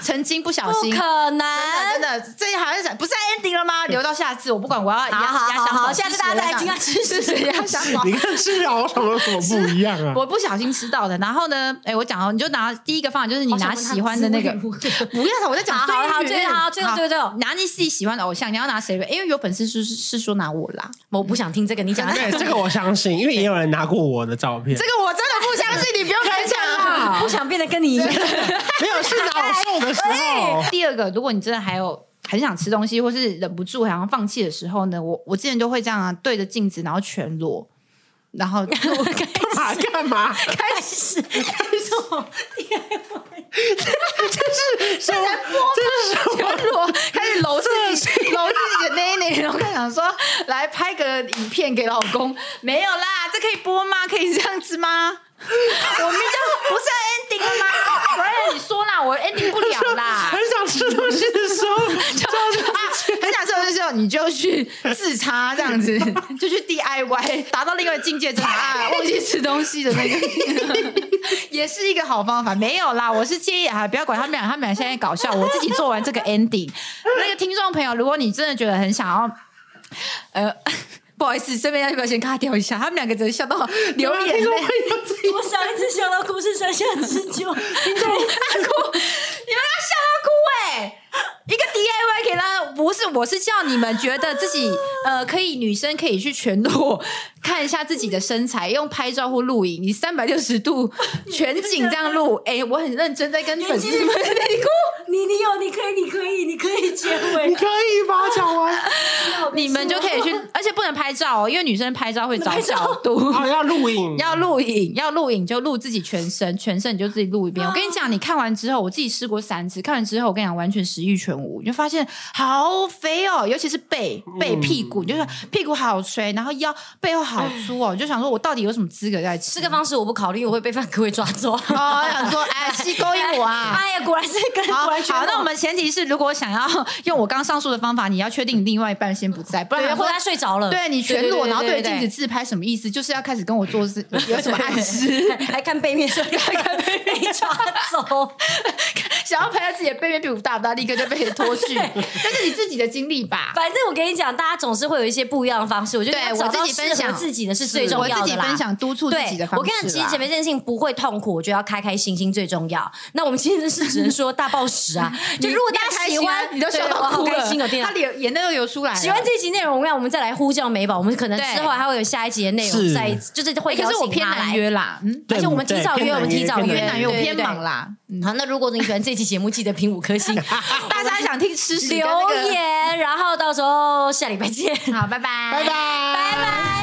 Speaker 4: 曾经不小
Speaker 2: 不
Speaker 4: 心。
Speaker 2: 可能。
Speaker 4: 真的，真的这好像是不是 ending 了吗？留到下次，我不管，我要压
Speaker 2: 好好
Speaker 4: 压
Speaker 2: 好
Speaker 4: 箱
Speaker 2: 好，
Speaker 4: 宝。
Speaker 2: 下次大家再来听啊 下去。
Speaker 4: 吃屎压箱 宝。
Speaker 3: 你看吃饶什么什么不一样 啊？
Speaker 4: 我不小心吃到的，然后呢，哎，我讲哦，你就拿第一个方法，就是你拿喜欢的那个， 不要，我在讲
Speaker 2: 好好好
Speaker 4: 最
Speaker 2: 最后好最后最后最后
Speaker 4: 拿你自己喜欢的偶像，你要拿谁？因为有粉丝是是是说拿我啦，
Speaker 2: 我不想听这个，你讲啊的
Speaker 3: 对，这个我相信，因为也有人拿过我的照片
Speaker 4: 这，个我真的不相信，你不用勉强
Speaker 2: 不想变得跟你一样。
Speaker 3: 没有是 拿
Speaker 4: 哎
Speaker 3: 我瘦的时候。
Speaker 4: 第二个，如果你真的还有很想吃东西，或是忍不住想要放弃的时候呢，我我之前就会这样、啊、对着镜子，然后全裸，然 后
Speaker 3: 干嘛干 嘛？
Speaker 2: 开始，
Speaker 4: 现在播全裸，开始揉自 己揉自己的内内，然后开始想说来拍个影片给老公，没有啦，这可以播吗？可以这样子吗？ 我们就不是要 ending 了吗？我跟你说啦，我 ending 不了 啦。
Speaker 3: 很想吃东西的时 候，
Speaker 4: 啊，很想吃东西的时候，你就去自插这样子，就去 DIY，达到另外境界，真的啊，忘记吃东西的那个，也是一个好方法。没有啦，我是建议啊，不要管他们俩，他们俩现在搞笑，我自己做完这个 ending。那个听众朋友，如果你真的觉得很想要，呃。 不好意思，这边要不要先咔掉一下？他们两个只是笑到流眼
Speaker 3: 啊听众
Speaker 4: 泪
Speaker 3: 朋。友自己
Speaker 2: 我上一次笑到哭是山下之 久，
Speaker 4: 你们要笑到哭哎、一个 DIY 可以让他不是，我是叫你们觉得自己呃可以，女生可以去全裸看一下自己的身材，用拍照或录影，你三百六十度全景这样录。哎、我很认真在 跟粉丝们
Speaker 2: 你你有，你可以，你可以，你可以结
Speaker 3: 你
Speaker 2: 尾。
Speaker 3: 可以吧？讲完，
Speaker 4: 你们就可以去，而且不能拍照哦，因为女生拍照会找角度。
Speaker 3: 好要录影，
Speaker 4: 要录影，要录影就录自己全身，全身你就自己录一遍。我跟你讲，你看完之后，我自己试过三次，看完之后我跟你讲，完全食欲全无，你就发现好肥哦，尤其是背
Speaker 2: 嗯
Speaker 4: 背屁股，你就是屁股好垂，然后腰背后好粗哦，你就想说我到底有什么资格在吃
Speaker 2: 这？
Speaker 4: 哦
Speaker 2: 个方式我不考虑，我会被犯规抓走。
Speaker 4: 哦，我想说，哎，吸勾引我 啊！
Speaker 2: 哎呀，果然是跟
Speaker 4: 好
Speaker 2: 果然全
Speaker 4: 好，那
Speaker 2: 裸
Speaker 4: 我们前提是，如果想要用我刚上述的方法，你要确定你另外一半先不在，不然
Speaker 2: 对，
Speaker 4: 想
Speaker 2: 或
Speaker 4: 说
Speaker 2: 者他睡着了，
Speaker 4: 对你全裸，然后对着镜子
Speaker 2: 子
Speaker 4: 自拍，什么意思？就是要开始跟我做事，有什么暗示？
Speaker 2: 还看背面，还看背面抓 走。
Speaker 4: 想要拍到自己的背面屁股大不大，立刻就被拖去。 但是你自己的经历吧，
Speaker 2: 反正我跟你讲，大家总是会有一些不一样的方式。我觉得
Speaker 4: 对
Speaker 2: 要找到
Speaker 4: 我自己分
Speaker 2: 适合
Speaker 4: 享
Speaker 2: 自己的是最重要的啦。
Speaker 4: 我自己分享督促自己
Speaker 2: 对，
Speaker 4: 的方式啦
Speaker 2: 我跟你讲，其实减肥这件事情不会痛苦，我觉得要开开心心最重要。那我们今天是只能说大暴食 啊，就如果大家喜欢，
Speaker 4: 啊你都笑
Speaker 2: 对
Speaker 4: 到
Speaker 2: 我
Speaker 4: 哭
Speaker 2: 好
Speaker 4: 了，
Speaker 2: 开心哦，天啊
Speaker 4: 他！流眼泪都流出来了。
Speaker 2: 喜欢这集内容，我让我们再来呼叫美宝，我们可能
Speaker 4: 对
Speaker 2: 之后还会有下一集的内容
Speaker 3: 是
Speaker 2: 再，就是会
Speaker 4: 哎可
Speaker 2: 邀
Speaker 4: 是我
Speaker 2: 请
Speaker 4: 偏
Speaker 2: 他
Speaker 4: 难
Speaker 2: 来。
Speaker 4: 约啦，嗯，
Speaker 3: 对
Speaker 2: 而且我们提早
Speaker 3: 对
Speaker 2: 约，我们提早约，
Speaker 4: 偏难约，我
Speaker 2: 对
Speaker 4: 偏忙。啦。
Speaker 2: 对嗯对好，那如果你喜欢这期节目，记得评五颗 星，
Speaker 4: 大家想听吃屎跟那
Speaker 2: 留
Speaker 4: 个，
Speaker 2: 言，然后到时候下礼拜见，
Speaker 4: 好，拜拜，
Speaker 3: 拜拜，
Speaker 2: 拜拜。